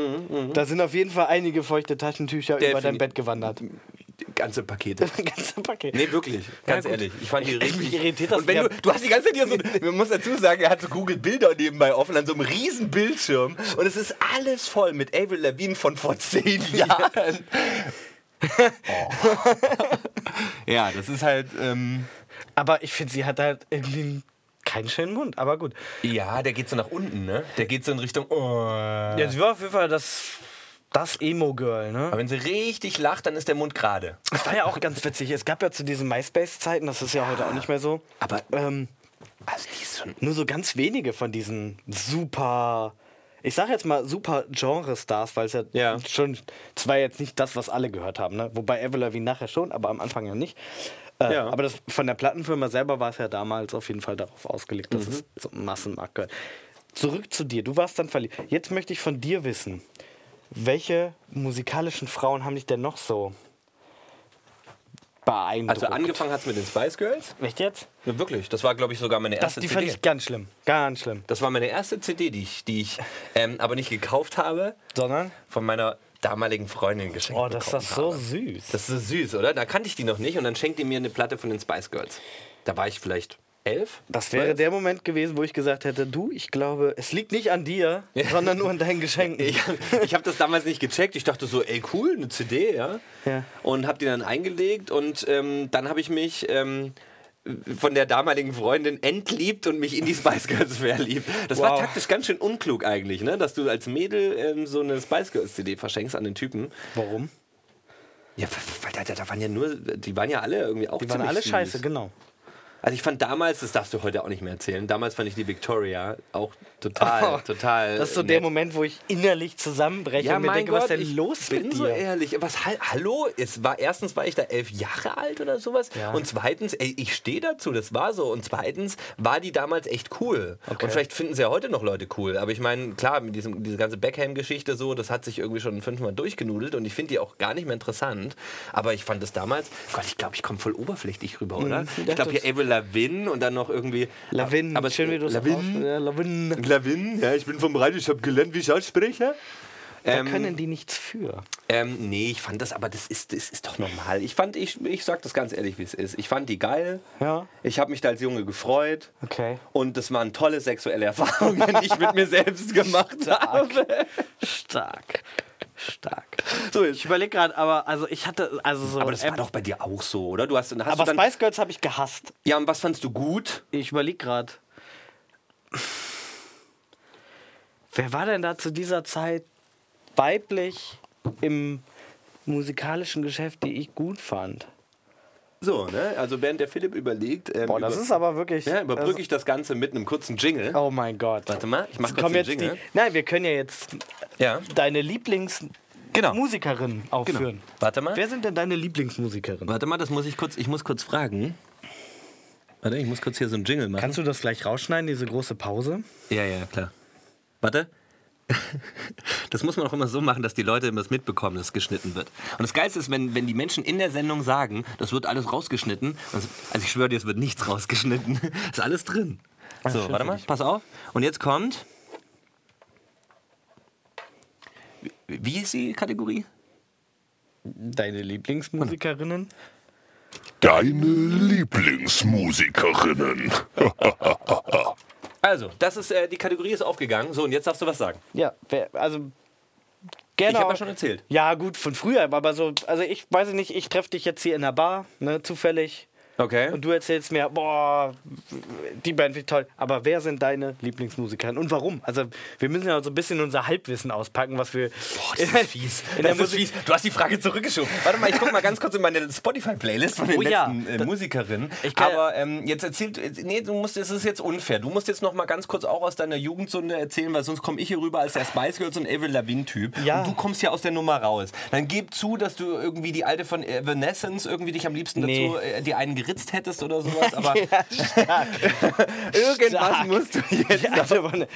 Speaker 3: da sind auf jeden Fall einige feuchte Taschentücher über dein
Speaker 2: Defini-
Speaker 3: Bett gewandert.
Speaker 2: ganze Pakete.
Speaker 3: Ganze Paket.
Speaker 2: Nee, wirklich, ganz ehrlich. Ich fand die richtig.
Speaker 3: mich irritiert das
Speaker 2: und wenn
Speaker 3: sehr.
Speaker 2: du, du hast die ganze Zeit hier so, man muss dazu sagen, er hat so Google Bilder nebenbei offen an so einem riesen Bildschirm und es ist alles voll mit Avril Lavigne von vor zehn Jahren. Oh. ja, das ist halt. Ähm,
Speaker 3: Aber ich finde, sie hat halt irgendwie keinen schönen Mund, aber gut.
Speaker 2: ja, der geht so nach unten, ne? Der geht so in Richtung. Oh.
Speaker 3: Ja, sie war auf jeden Fall das, das Emo-Girl, ne?
Speaker 2: Aber wenn sie richtig lacht, dann ist der Mund gerade.
Speaker 3: Das war ja auch ganz witzig. Es gab ja zu diesen MySpace-Zeiten, das ist ja heute auch nicht mehr so.
Speaker 2: Aber-
Speaker 3: ähm,
Speaker 2: Also die ist schon.
Speaker 3: nur so ganz wenige von diesen super, ich sag jetzt mal super Genre-Stars, weil es ja,
Speaker 2: Ja.
Speaker 3: schon, es war jetzt nicht das, was alle gehört haben, ne? Wobei Evelyn wie nachher schon, aber am Anfang ja nicht. Äh,
Speaker 2: Ja.
Speaker 3: Aber das, von der Plattenfirma selber war es ja damals auf jeden Fall darauf ausgelegt, dass
Speaker 2: Mhm.
Speaker 3: es so ein Massenmarkt gehört. Zurück zu dir, du warst dann verliebt. Jetzt möchte ich von dir wissen, welche musikalischen Frauen haben dich denn noch so beeindruckt.
Speaker 2: Also angefangen hat es mit den Spice Girls.
Speaker 3: Echt jetzt?
Speaker 2: Ja, wirklich. Das war, glaube ich, sogar meine
Speaker 3: Das,
Speaker 2: erste
Speaker 3: die fand
Speaker 2: CD.
Speaker 3: ich ganz schlimm. Ganz schlimm.
Speaker 2: das war meine erste CD, die ich, die ich ähm, aber nicht gekauft habe,
Speaker 3: Sondern?
Speaker 2: von meiner damaligen Freundin geschenkt
Speaker 3: Oh, das ist
Speaker 2: bekommen
Speaker 3: das so
Speaker 2: habe.
Speaker 3: süß.
Speaker 2: Das ist so süß, oder? Da kannte ich die noch nicht und dann schenkt die mir eine Platte von den Spice Girls. Da war ich vielleicht elf.
Speaker 3: Das wäre der Moment gewesen, wo ich gesagt hätte, du, ich glaube, es liegt nicht an dir, sondern nur an deinen Geschenken.
Speaker 2: Ich, ich habe das damals nicht gecheckt. Ich dachte so, ey cool, eine CD, ja.
Speaker 3: Ja.
Speaker 2: Und habe die dann eingelegt und ähm, dann habe ich mich ähm, von der damaligen Freundin entliebt und mich in die Spice Girls verliebt. Das war
Speaker 3: Wow.
Speaker 2: taktisch ganz schön unklug eigentlich, ne? dass du als Mädel ähm, so eine Spice Girls CD verschenkst an den Typen.
Speaker 3: Warum?
Speaker 2: Ja, weil da, da- da waren ja nur, die waren ja alle irgendwie auch
Speaker 3: Die waren
Speaker 2: ziemlich
Speaker 3: alle
Speaker 2: süß.
Speaker 3: scheiße, genau.
Speaker 2: Also ich fand damals, das darfst du heute auch nicht mehr erzählen, damals fand ich die Victoria auch total,
Speaker 3: Oh,
Speaker 2: total.
Speaker 3: Das ist so
Speaker 2: nett.
Speaker 3: der Moment, wo ich innerlich zusammenbreche
Speaker 2: Ja,
Speaker 3: und mir
Speaker 2: mein
Speaker 3: denke,
Speaker 2: Gott,
Speaker 3: was ist
Speaker 2: ich
Speaker 3: denn los
Speaker 2: bin
Speaker 3: mit dir?
Speaker 2: so ehrlich. Was, hall- hallo? Es war, erstens war ich da elf Jahre alt oder sowas.
Speaker 3: Ja.
Speaker 2: Und zweitens, ey, ich stehe dazu, das war so. Und zweitens war die damals echt cool.
Speaker 3: Okay.
Speaker 2: Und vielleicht finden sie ja heute noch Leute cool. Aber ich meine, klar, mit diesem, diese ganze Beckham-Geschichte so, das hat sich irgendwie schon fünfmal durchgenudelt. Und ich finde die auch gar nicht mehr interessant. Aber ich fand es damals, Gott, ich glaube, ich komme voll oberflächlich rüber, oder?
Speaker 3: Mhm,
Speaker 2: ich glaube, hier Avril Lavigne und dann noch irgendwie...
Speaker 3: Lavin, Mhm.
Speaker 2: aber
Speaker 3: schön, wie ne? du es
Speaker 2: Lavigne.
Speaker 3: Ja, Lavin.
Speaker 2: Lavin, ja, ich bin vom Radio, ich habe gelernt, wie ich ausspreche.
Speaker 3: Da können die nichts für.
Speaker 2: Ähm, nee, ich fand das, aber das ist, das ist doch normal. Ich fand, ich, ich sag das ganz ehrlich, wie es ist. Ich fand die geil.
Speaker 3: Ja.
Speaker 2: Ich habe mich da als Junge gefreut.
Speaker 3: Okay.
Speaker 2: Und das waren tolle sexuelle Erfahrungen, die ich mit mir selbst gemacht habe.
Speaker 3: Stark. Stark.
Speaker 2: So
Speaker 3: Ich
Speaker 2: ist.
Speaker 3: überlege gerade, aber also ich hatte, also so.
Speaker 2: Aber das war
Speaker 3: App-
Speaker 2: doch bei dir auch so, oder? Du hast, hast
Speaker 3: aber
Speaker 2: du dann,
Speaker 3: Spice Girls habe ich gehasst.
Speaker 2: Ja, und was fandst du gut?
Speaker 3: Ich überlege gerade. Wer war denn da zu dieser Zeit weiblich im musikalischen Geschäft, die ich gut fand?
Speaker 2: So, ne? Also während der Philipp überlegt, ähm,
Speaker 3: Boah, das
Speaker 2: über-
Speaker 3: ist aber wirklich. Also-
Speaker 2: ja, überbrücke ich das Ganze mit einem kurzen Jingle.
Speaker 3: Oh mein Gott.
Speaker 2: Warte mal, ich mach kurz
Speaker 3: Kommen
Speaker 2: den
Speaker 3: jetzt
Speaker 2: Jingle.
Speaker 3: die, Nein, wir können ja jetzt
Speaker 2: Ja.
Speaker 3: deine Lieblingsmusikerin
Speaker 2: Genau.
Speaker 3: aufführen.
Speaker 2: Warte mal.
Speaker 3: Wer sind denn deine Lieblingsmusikerinnen?
Speaker 2: Warte mal, das muss ich kurz, ich muss kurz fragen. Warte, ich muss kurz hier so einen Jingle machen.
Speaker 3: Kannst du das gleich rausschneiden, diese große Pause?
Speaker 2: Ja, ja, klar. Warte. Das muss man auch immer so machen, dass die Leute immer das mitbekommen, dass es geschnitten wird. Und das Geilste ist, wenn, wenn die Menschen in der Sendung sagen, das wird alles rausgeschnitten. Also also ich schwöre dir, es wird nichts rausgeschnitten. Ist alles drin. So,
Speaker 3: schön
Speaker 2: warte
Speaker 3: für
Speaker 2: mal, pass auf. Und jetzt kommt. Wie- Wie ist die Kategorie?
Speaker 3: Deine Lieblingsmusikerinnen?
Speaker 5: Deine Lieblingsmusikerinnen. Äh,
Speaker 2: Also, das ist, äh, die Kategorie ist aufgegangen. So, und jetzt darfst du was sagen. Genau.
Speaker 3: Ja, wer, also gerne.
Speaker 2: Ich habe ja
Speaker 3: auch-
Speaker 2: schon erzählt.
Speaker 3: Ja, gut, von früher, aber so, also ich weiß nicht, ich treffe dich jetzt hier in der Bar, ne, zufällig.
Speaker 2: Okay.
Speaker 3: Und du erzählst mir, boah, die Band wie toll. Aber wer sind deine Lieblingsmusikerinnen und warum? Also, wir müssen ja so ein bisschen unser Halbwissen auspacken, was wir.
Speaker 2: Boah, das ist fies.
Speaker 3: In der
Speaker 2: das ist
Speaker 3: Musik-
Speaker 2: fies. Du hast die Frage zurückgeschoben. Warte mal, ich guck mal ganz kurz in meine Spotify-Playlist von den
Speaker 3: Oh ja.
Speaker 2: letzten äh, Musikerinnen.
Speaker 3: Ich kann-
Speaker 2: Aber ähm, jetzt erzählt, äh, nee, du musst, es ist jetzt unfair. Du musst jetzt noch mal ganz kurz auch aus deiner Jugendsünde erzählen, weil sonst komme ich hier rüber als der Spice Girls und Avril Lavigne-Typ.
Speaker 3: Ja.
Speaker 2: Und du kommst hier aus der Nummer raus. Dann gib zu, dass du irgendwie die alte von Evanescence irgendwie dich am liebsten
Speaker 3: Nee.
Speaker 2: dazu äh, die einen geritzt hättest oder sowas. Aber
Speaker 3: Irgendwas
Speaker 2: Stark.
Speaker 3: musst du jetzt. Ja, hatte, aber eine-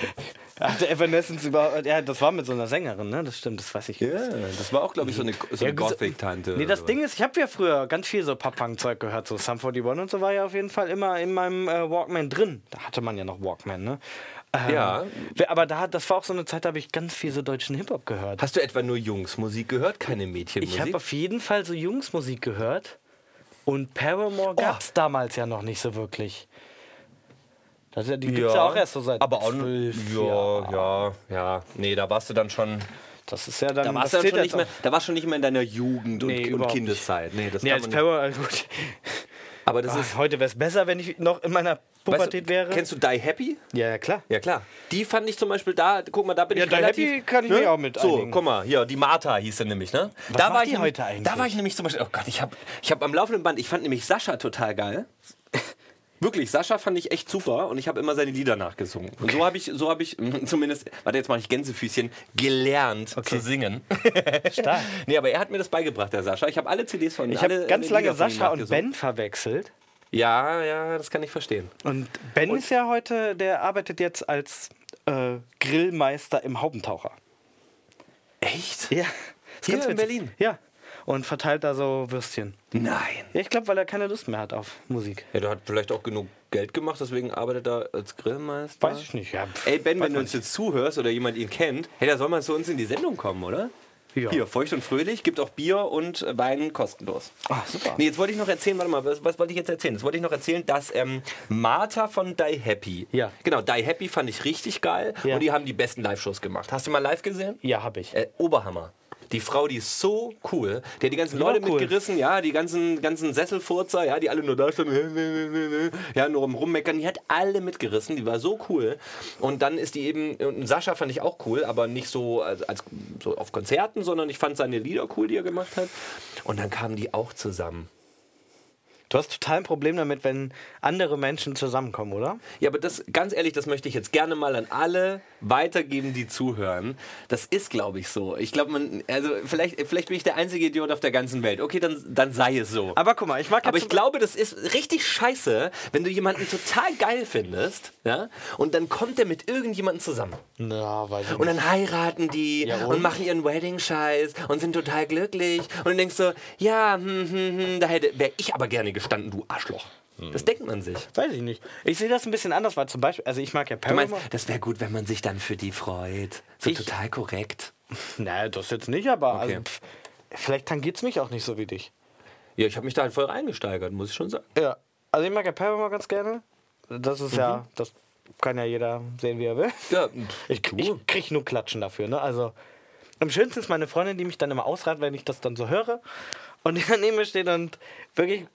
Speaker 3: hatte Evanescence überhaupt. Ja, das war mit so einer Sängerin, ne? Das stimmt, das weiß ich.
Speaker 2: Ja, das war auch, glaube ich, so eine, so eine
Speaker 3: Ja, gut, so-
Speaker 2: Gothic-Tante.
Speaker 3: Nee,
Speaker 2: oder
Speaker 3: das
Speaker 2: sowas.
Speaker 3: Ding ist, ich habe ja früher ganz viel so Pop-Punk-Zeug gehört, so Sum 41 und so war ja auf jeden Fall immer in meinem äh, Walkman drin. Da hatte man ja noch Walkman, ne? Ähm,
Speaker 2: Ja.
Speaker 3: wer- Aber da, das war auch so eine Zeit, da habe ich ganz viel so deutschen Hip-Hop gehört.
Speaker 2: Hast du etwa nur Jungsmusik gehört, keine Mädchenmusik?
Speaker 3: Ich habe auf jeden Fall so Jungsmusik gehört und
Speaker 2: Oh.
Speaker 3: Paramore gab's damals ja noch nicht so wirklich. Das ist ja, die gibt's ja. auch erst so seit
Speaker 2: aber auch,
Speaker 3: zwölf Jahren.
Speaker 2: ja, ja, ja. Nee, da warst du dann schon.
Speaker 3: Das ist ja dann,
Speaker 2: Da warst,
Speaker 3: das
Speaker 2: du dann
Speaker 3: zählt
Speaker 2: schon nicht
Speaker 3: jetzt
Speaker 2: mehr,
Speaker 3: auch-
Speaker 2: da warst du nicht mehr in deiner Jugend und,
Speaker 3: Nee,
Speaker 2: und
Speaker 3: überhaupt nicht.
Speaker 2: Kindeszeit. Nee, das
Speaker 3: Nee,
Speaker 2: kann
Speaker 3: als
Speaker 2: man nicht.
Speaker 3: Paramore, gut.
Speaker 2: Aber das ist.
Speaker 3: Ach, heute wäre es besser, wenn ich noch in meiner
Speaker 2: Weißt
Speaker 3: Pubertät
Speaker 2: du,
Speaker 3: wäre.
Speaker 2: kennst du Die Happy?
Speaker 3: ja, ja, klar.
Speaker 2: Ja, klar. Die fand ich zum Beispiel da, guck mal, da bin
Speaker 3: Ja,
Speaker 2: ich
Speaker 3: Die
Speaker 2: relativ... ne?
Speaker 3: Happy kann ich mich auch mit
Speaker 2: So,
Speaker 3: einigen.
Speaker 2: guck mal, hier, die Martha hieß sie nämlich, ne? Was
Speaker 3: macht die heute eigentlich?
Speaker 2: Da war ich nämlich zum Beispiel... Oh Gott, ich hab, ich hab am laufenden Band... Ich fand nämlich Sascha total geil. Wirklich, Sascha fand ich echt super und ich habe immer seine Lieder nachgesungen. Und so habe ich, so habe ich mm, zumindest, warte, jetzt mache ich Gänsefüßchen, gelernt zu singen.
Speaker 3: Stark.
Speaker 2: nee, aber er hat mir das beigebracht, der Sascha. Ich habe alle CDs von
Speaker 3: Ich
Speaker 2: alle-
Speaker 3: habe ganz
Speaker 2: alle
Speaker 3: lange
Speaker 2: Lieder von ihm
Speaker 3: Sascha und
Speaker 2: nachgesungen.
Speaker 3: Ben verwechselt.
Speaker 2: Ja, ja, das kann ich verstehen.
Speaker 3: Und Ben ist ja heute, der arbeitet jetzt als äh, Grillmeister im Haubentaucher.
Speaker 2: Echt?
Speaker 3: Ja.
Speaker 2: Hier in Berlin?
Speaker 3: Ja. und verteilt da so Würstchen.
Speaker 2: Nein.
Speaker 3: Ja, ich glaube, weil er keine Lust mehr hat auf Musik.
Speaker 2: Ja, der hat vielleicht auch genug Geld gemacht, deswegen arbeitet er als Grillmeister.
Speaker 3: Weiß ich nicht. Ja, pff,
Speaker 2: Ey, Ben,
Speaker 3: weiß
Speaker 2: wenn du
Speaker 3: man
Speaker 2: uns jetzt zuhörst oder jemand ihn kennt, hey, da soll man zu uns in die Sendung kommen, oder?
Speaker 3: Ja.
Speaker 2: Hier, feucht und fröhlich, gibt auch Bier und Wein kostenlos.
Speaker 3: Ah, super.
Speaker 2: Nee, jetzt wollte ich noch erzählen, warte mal, was, was wollte ich jetzt erzählen? Jetzt wollte ich noch erzählen, dass ähm, Martha von Die Happy.
Speaker 3: Ja.
Speaker 2: Genau, Die Happy fand ich richtig geil
Speaker 3: Ja.
Speaker 2: und die haben die besten Live-Shows gemacht. Hast du mal live gesehen?
Speaker 3: Ja, habe ich.
Speaker 2: Äh, Oberhammer. Die Frau, die ist so cool. Die hat die ganzen
Speaker 3: war
Speaker 2: Leute
Speaker 3: cool.
Speaker 2: mitgerissen, ja, die ganzen, ganzen Sesselfurzer, ja, die alle nur da standen, ja, nur rum rummeckern. Die hat alle mitgerissen, die war so cool. Und dann ist die eben, und Sascha fand ich auch cool, aber nicht so, als, als so auf Konzerten, sondern ich fand seine Lieder cool, die er gemacht hat. Und dann kamen die auch zusammen.
Speaker 3: Du hast total ein Problem damit, wenn andere Menschen zusammenkommen, oder?
Speaker 2: Ja, aber das, ganz ehrlich, das möchte ich jetzt gerne mal an alle weitergeben, die zuhören. Das ist, glaube ich, so. Ich glaube, man, also vielleicht, vielleicht bin ich der einzige Idiot auf der ganzen Welt. Okay, dann, dann sei es so.
Speaker 3: Aber guck mal, ich mag ja
Speaker 2: Aber ich
Speaker 3: zum-
Speaker 2: glaube, das ist richtig scheiße, wenn du jemanden total geil findest, ja, und dann kommt der mit irgendjemandem zusammen.
Speaker 3: Na, weiß ich
Speaker 2: Und dann heiraten die
Speaker 3: Ja,
Speaker 2: und?
Speaker 3: und?
Speaker 2: machen ihren Wedding-Scheiß und sind total glücklich. Und dann denkst du, ja, hm, hm, hm, da hätte, wäre ich aber gerne gestanden, du Arschloch.
Speaker 3: Hm.
Speaker 2: Das denkt man sich.
Speaker 3: Weiß ich nicht. Ich sehe das ein bisschen anders, weil zum Beispiel, also ich mag ja
Speaker 2: Du meinst,
Speaker 3: Paramore.
Speaker 2: das wäre gut, wenn man sich dann für die freut. So
Speaker 3: Ich-
Speaker 2: total korrekt.
Speaker 3: Naja, das jetzt nicht, aber
Speaker 2: Okay.
Speaker 3: also, pff, vielleicht tangiert es mich auch nicht so wie dich.
Speaker 2: Ja, ich habe mich da halt voll reingesteigert, muss ich schon sagen.
Speaker 3: Ja. Also ich mag ja Paramore ganz gerne. Das ist ja, das kann ja jeder sehen, wie er will.
Speaker 2: Mhm. Ja,
Speaker 3: Ich, ich krieg nur Klatschen dafür, ne? Also am schönsten ist meine Freundin, die mich dann immer ausrät, wenn ich das dann so höre und die daneben mir steht und wirklich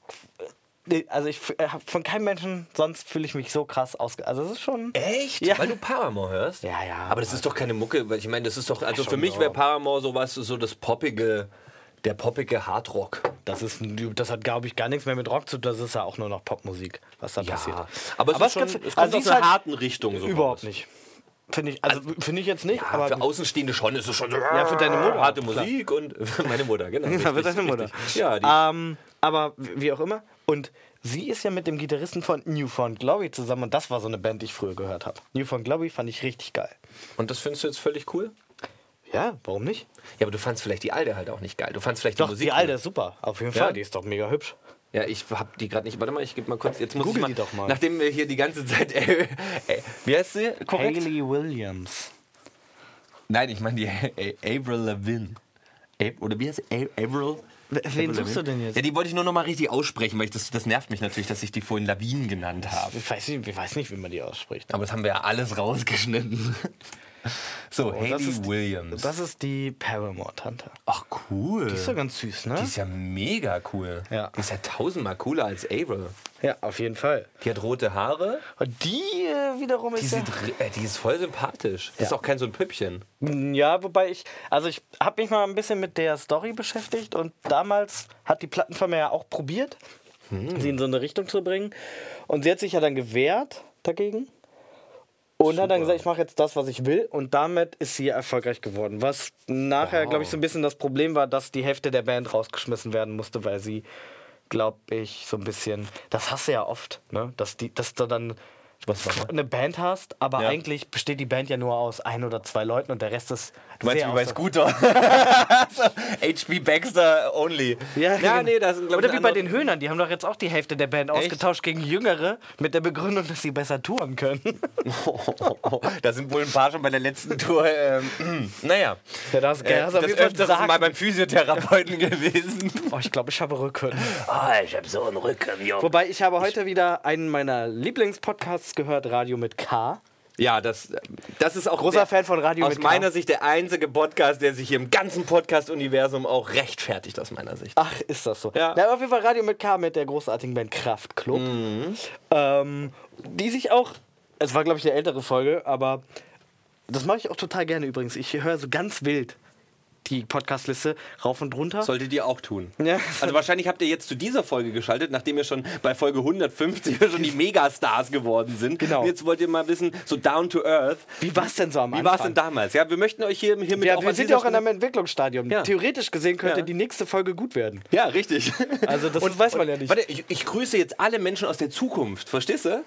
Speaker 3: nee, also ich f- äh, hab von keinem Menschen sonst fühle ich mich so krass ausge also es ist schon
Speaker 2: Echt?
Speaker 3: Ja.
Speaker 2: Weil du Paramore hörst?
Speaker 3: Ja, ja.
Speaker 2: Aber das ist doch keine Mucke, weil ich meine, das ist doch, also
Speaker 3: schon,
Speaker 2: für mich
Speaker 3: ja.
Speaker 2: wäre Paramore sowas, so das poppige, der poppige Hardrock.
Speaker 3: das ist ein- das hat glaube ich gar nichts mehr mit Rock zu tun, das ist ja auch nur noch Popmusik, was da passiert.
Speaker 2: Aber es, ist schon,
Speaker 3: ganz-
Speaker 2: es kommt
Speaker 3: also
Speaker 2: aus
Speaker 3: sie
Speaker 2: einer
Speaker 3: ist halt-
Speaker 2: harten Richtung so raus.
Speaker 3: überhaupt nicht. Finde ich also, finde ich jetzt nicht,
Speaker 2: Ja,
Speaker 3: aber
Speaker 2: für Außenstehende schon ist es schon so ah,
Speaker 3: Ja, für deine Mutter,
Speaker 2: harte
Speaker 3: klar.
Speaker 2: Musik und für meine Mutter, Ah. genau.
Speaker 3: Ja, wird
Speaker 2: richtig,
Speaker 3: deine Mutter.
Speaker 2: richtig. Ja, die,
Speaker 3: ähm, aber w- wie auch immer. Und sie ist ja mit dem Gitarristen von Newfound Glory zusammen. Und das war so eine Band, die ich früher gehört habe. Newfound Glory fand ich richtig geil.
Speaker 2: und das findest du jetzt völlig cool?
Speaker 3: Ja, warum nicht?
Speaker 2: Ja, aber du fandst vielleicht die alte halt auch nicht geil. Du fandst vielleicht
Speaker 3: Doch,
Speaker 2: die Musik
Speaker 3: die alte
Speaker 2: cool.
Speaker 3: ist super. Auf jeden
Speaker 2: Ja?
Speaker 3: Fall, die ist doch mega hübsch.
Speaker 2: Ja, ich hab die gerade nicht. Warte mal, ich gebe mal kurz. Jetzt muss
Speaker 3: Google
Speaker 2: ich mal,
Speaker 3: die doch mal.
Speaker 2: Nachdem wir hier die ganze Zeit. Äh, äh, wie heißt sie? Korrekt?
Speaker 3: Hayley Williams.
Speaker 2: Nein, ich meine die äh, Avril Lavigne. Ab- Oder wie heißt sie? A- Avril?
Speaker 3: Wen
Speaker 2: Avril
Speaker 3: suchst du
Speaker 2: Lavigne?
Speaker 3: denn jetzt?
Speaker 2: Ja, die wollte ich nur noch mal richtig aussprechen, weil ich das, das nervt mich natürlich, dass ich die vorhin Lawinen genannt habe.
Speaker 3: Ah, Ich weiß, nicht, ich weiß nicht, wie man die ausspricht.
Speaker 2: Aber das haben wir ja alles rausgeschnitten. So,
Speaker 3: Oh, das
Speaker 2: Hayley
Speaker 3: ist-
Speaker 2: Williams.
Speaker 3: Das ist die Paramore-Tante.
Speaker 2: Ach, cool.
Speaker 3: Die ist ja ganz süß, ne?
Speaker 2: Die ist ja mega cool.
Speaker 3: Ja.
Speaker 2: Die ist ja tausendmal cooler als Avril.
Speaker 3: Ja, auf jeden Fall.
Speaker 2: Die hat rote Haare.
Speaker 3: Und die äh, wiederum
Speaker 2: Die,
Speaker 3: ist ja...
Speaker 2: sieht, ri- äh, die ist voll sympathisch. Das ist
Speaker 3: Ja.
Speaker 2: auch kein so ein Püppchen.
Speaker 3: Ja, wobei ich, also ich habe mich mal ein bisschen mit der Story beschäftigt und damals hat die Plattenfirma ja auch probiert,
Speaker 2: Mhm.
Speaker 3: sie in so eine Richtung zu bringen. Und sie hat sich ja dann gewehrt dagegen und hat dann gesagt, ich mache jetzt das, was ich will. Und damit ist sie erfolgreich geworden. Was nachher, glaube ich, so ein bisschen das Problem war, dass die Hälfte der Band rausgeschmissen werden musste, weil sie, glaube ich, so ein bisschen, das hast du ja oft, ne? dass, die, dass du dann
Speaker 2: Was war das?
Speaker 3: eine Band hast, aber
Speaker 2: Ja.
Speaker 3: eigentlich besteht die Band ja nur aus ein oder zwei Leuten und der Rest ist.
Speaker 2: Du meinst
Speaker 3: sehr
Speaker 2: wie bei
Speaker 3: außer-
Speaker 2: Scooter? HP Baxter only.
Speaker 3: Ja, genau.
Speaker 2: nee, das ist, glaub ich,
Speaker 3: Oder
Speaker 2: eine
Speaker 3: wie bei
Speaker 2: andere-
Speaker 3: den Höhnern, die haben doch jetzt auch die Hälfte der Band ausgetauscht gegen Jüngere mit der Begründung, dass sie besser touren können.
Speaker 2: da sind wohl ein paar schon bei der letzten Tour. Ähm, naja.
Speaker 3: Ja, Äh, das ist geil. Hast du auf
Speaker 2: das
Speaker 3: jeden Fall
Speaker 2: öfters
Speaker 3: gesagt.
Speaker 2: mal beim Physiotherapeuten gewesen.
Speaker 3: Oh, ich glaube, ich habe Rücken.
Speaker 1: Ah, ich hab so einen Rücken, Jo.
Speaker 3: Wobei ich habe heute wieder einen meiner Lieblingspodcasts gehört, Radio mit K.
Speaker 2: Ja, das, das ist auch
Speaker 3: Großer
Speaker 2: der,
Speaker 3: Fan von Radio
Speaker 2: Aus
Speaker 3: mit K.
Speaker 2: meiner Sicht der einzige Podcast, der sich hier im ganzen Podcast-Universum auch rechtfertigt, aus meiner Sicht.
Speaker 3: Ach, ist das so?
Speaker 2: Ja.
Speaker 3: Na, auf jeden Fall Radio mit K mit der großartigen Band Kraftklub. Ähm, die sich auch, es war glaube ich eine ältere Folge, aber das mache ich auch total gerne übrigens. Ich höre so ganz wild die Podcastliste rauf und runter.
Speaker 2: Solltet ihr auch tun.
Speaker 3: Ja.
Speaker 2: Also wahrscheinlich habt ihr jetzt zu dieser Folge geschaltet, nachdem ihr schon bei Folge 150 schon die Megastars geworden sind.
Speaker 3: Genau.
Speaker 2: Und jetzt wollt ihr mal wissen, so down to earth,
Speaker 3: Wie war es denn so am
Speaker 2: wie
Speaker 3: Anfang?
Speaker 2: war es denn damals? Ja, wir möchten euch hier, hiermit
Speaker 3: Ja,
Speaker 2: auch
Speaker 3: wir
Speaker 2: an
Speaker 3: sind
Speaker 2: dieser
Speaker 3: ja auch in
Speaker 2: Stelle-
Speaker 3: einem Entwicklungsstadium.
Speaker 2: Ja.
Speaker 3: Theoretisch gesehen könnte
Speaker 2: Ja.
Speaker 3: die nächste Folge gut werden.
Speaker 2: Ja, richtig.
Speaker 3: Also das weiß man ja nicht.
Speaker 2: Warte, ich, ich grüße jetzt alle Menschen aus der Zukunft, verstehst du?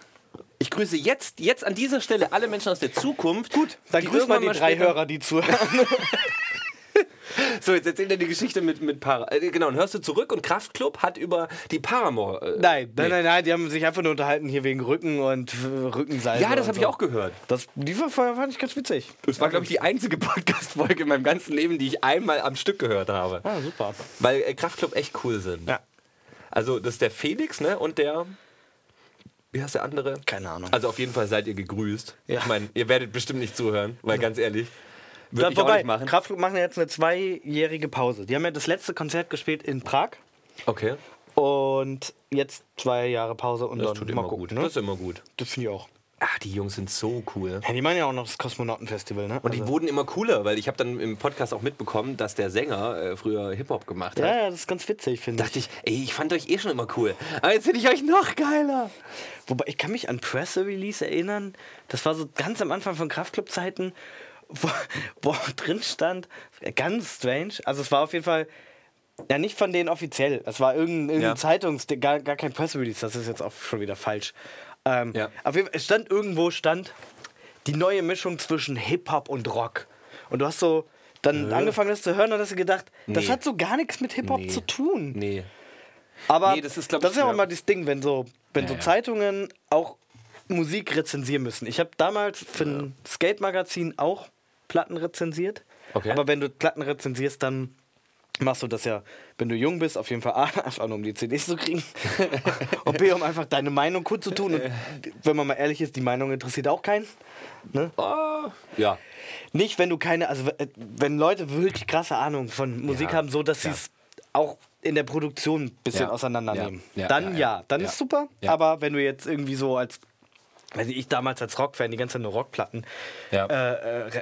Speaker 2: Ich grüße jetzt, jetzt an dieser Stelle alle Menschen aus der Zukunft. Gut,
Speaker 3: Dann grüßen wir die drei Hörer, die zuhören.
Speaker 2: So, jetzt erzähl dir die Geschichte mit, mit Para. Äh, genau, und hörst du zurück und Kraftklub hat über die Paramore. Äh,
Speaker 3: Nein, nein,
Speaker 2: nee.
Speaker 3: nein, nein, die haben sich einfach nur unterhalten hier wegen Rücken und äh, Rückensalbe.
Speaker 2: Ja, das
Speaker 3: und
Speaker 2: habe
Speaker 3: so.
Speaker 2: ich auch gehört.
Speaker 3: Das, die war- fand ich ganz witzig.
Speaker 2: Das war, glaube ich, die einzige Podcast-Folge in meinem ganzen Leben, die ich einmal am Stück gehört habe.
Speaker 3: Ah, super.
Speaker 2: Weil äh, Kraftclub echt cool sind.
Speaker 3: Ja.
Speaker 2: Also, das ist der Felix, ne? Und der. Wie heißt der andere?
Speaker 3: Keine Ahnung.
Speaker 2: Also, auf jeden Fall seid ihr gegrüßt.
Speaker 3: Ja.
Speaker 2: Ich meine, ihr werdet bestimmt nicht zuhören, weil ganz ehrlich, würde
Speaker 3: Dann
Speaker 2: ich auch
Speaker 3: vorbei.
Speaker 2: nicht machen.
Speaker 3: Kraftklub machen jetzt eine zweijährige Pause. Die haben ja das letzte Konzert gespielt in Prag
Speaker 2: Okay,
Speaker 3: und jetzt zwei Jahre Pause und
Speaker 2: das
Speaker 3: dann
Speaker 2: tut immer
Speaker 3: gucken,
Speaker 2: gut.
Speaker 3: Ne?
Speaker 2: Das ist immer gut.
Speaker 3: Das finde ich auch.
Speaker 2: Ach, die Jungs sind so cool.
Speaker 3: Ja, die meinen ja auch noch das Kosmonautenfestival, ne?
Speaker 2: Und die wurden immer cooler, weil ich habe dann im Podcast auch mitbekommen, dass der Sänger äh, früher Hip-Hop gemacht hat.
Speaker 3: ja, ja, das ist ganz witzig, finde ich.
Speaker 2: Dachte ich, ey, ich fand euch eh schon immer cool. Aber jetzt finde ich euch noch geiler.
Speaker 3: Wobei, ich kann mich an Press-Release erinnern. Das war so ganz am Anfang von Kraftclub-Zeiten, wo, wo drin stand, ganz strange. Also es war auf jeden Fall, ja nicht von denen offiziell. Es war irgendein,
Speaker 2: Ja.
Speaker 3: irgendein Zeitungs-, gar, gar kein Press-Release. Das ist jetzt auch schon wieder falsch. Ähm,
Speaker 2: Ja.
Speaker 3: Auf jeden Fall, es stand irgendwo, stand die neue Mischung zwischen Hip-Hop und Rock. Und du hast so dann angefangen, das zu hören und hast du gedacht, das
Speaker 2: Nee.
Speaker 3: hat so gar nichts mit Hip-Hop
Speaker 2: Nee.
Speaker 3: zu tun.
Speaker 2: Nee.
Speaker 3: Aber
Speaker 2: Nee,
Speaker 3: das
Speaker 2: das
Speaker 3: ist,
Speaker 2: ist, glaub ich,
Speaker 3: ja auch
Speaker 2: ja.
Speaker 3: mal das Ding, wenn so, wenn so
Speaker 2: ja.
Speaker 3: Zeitungen auch Musik rezensieren müssen. Ich habe damals für ein Skate-Magazin auch Platten rezensiert.
Speaker 2: Okay.
Speaker 3: Aber wenn du Platten rezensierst, dann machst du das ja, wenn du jung bist, auf jeden Fall A, einfach nur um die CDs zu kriegen und B, um einfach deine Meinung gut zu tun. Und
Speaker 2: Äh.
Speaker 3: wenn man mal ehrlich ist, die Meinung interessiert auch keinen. Ne?
Speaker 2: Ah, ja.
Speaker 3: Nicht, wenn du keine, also äh, wenn Leute wirklich krasse Ahnung von Musik
Speaker 2: Ja,
Speaker 3: haben, so dass sie
Speaker 2: ja.
Speaker 3: es auch in der Produktion ein bisschen
Speaker 2: Ja,
Speaker 3: auseinandernehmen.
Speaker 2: ja, ja,
Speaker 3: dann
Speaker 2: ja,
Speaker 3: ja,
Speaker 2: ja,
Speaker 3: dann
Speaker 2: ja,
Speaker 3: ist super.
Speaker 2: ja.
Speaker 3: Aber wenn du jetzt irgendwie so als, weiß ich, ich damals als Rockfan die ganze Zeit nur Rockplatten,
Speaker 2: Ja.
Speaker 3: äh, äh,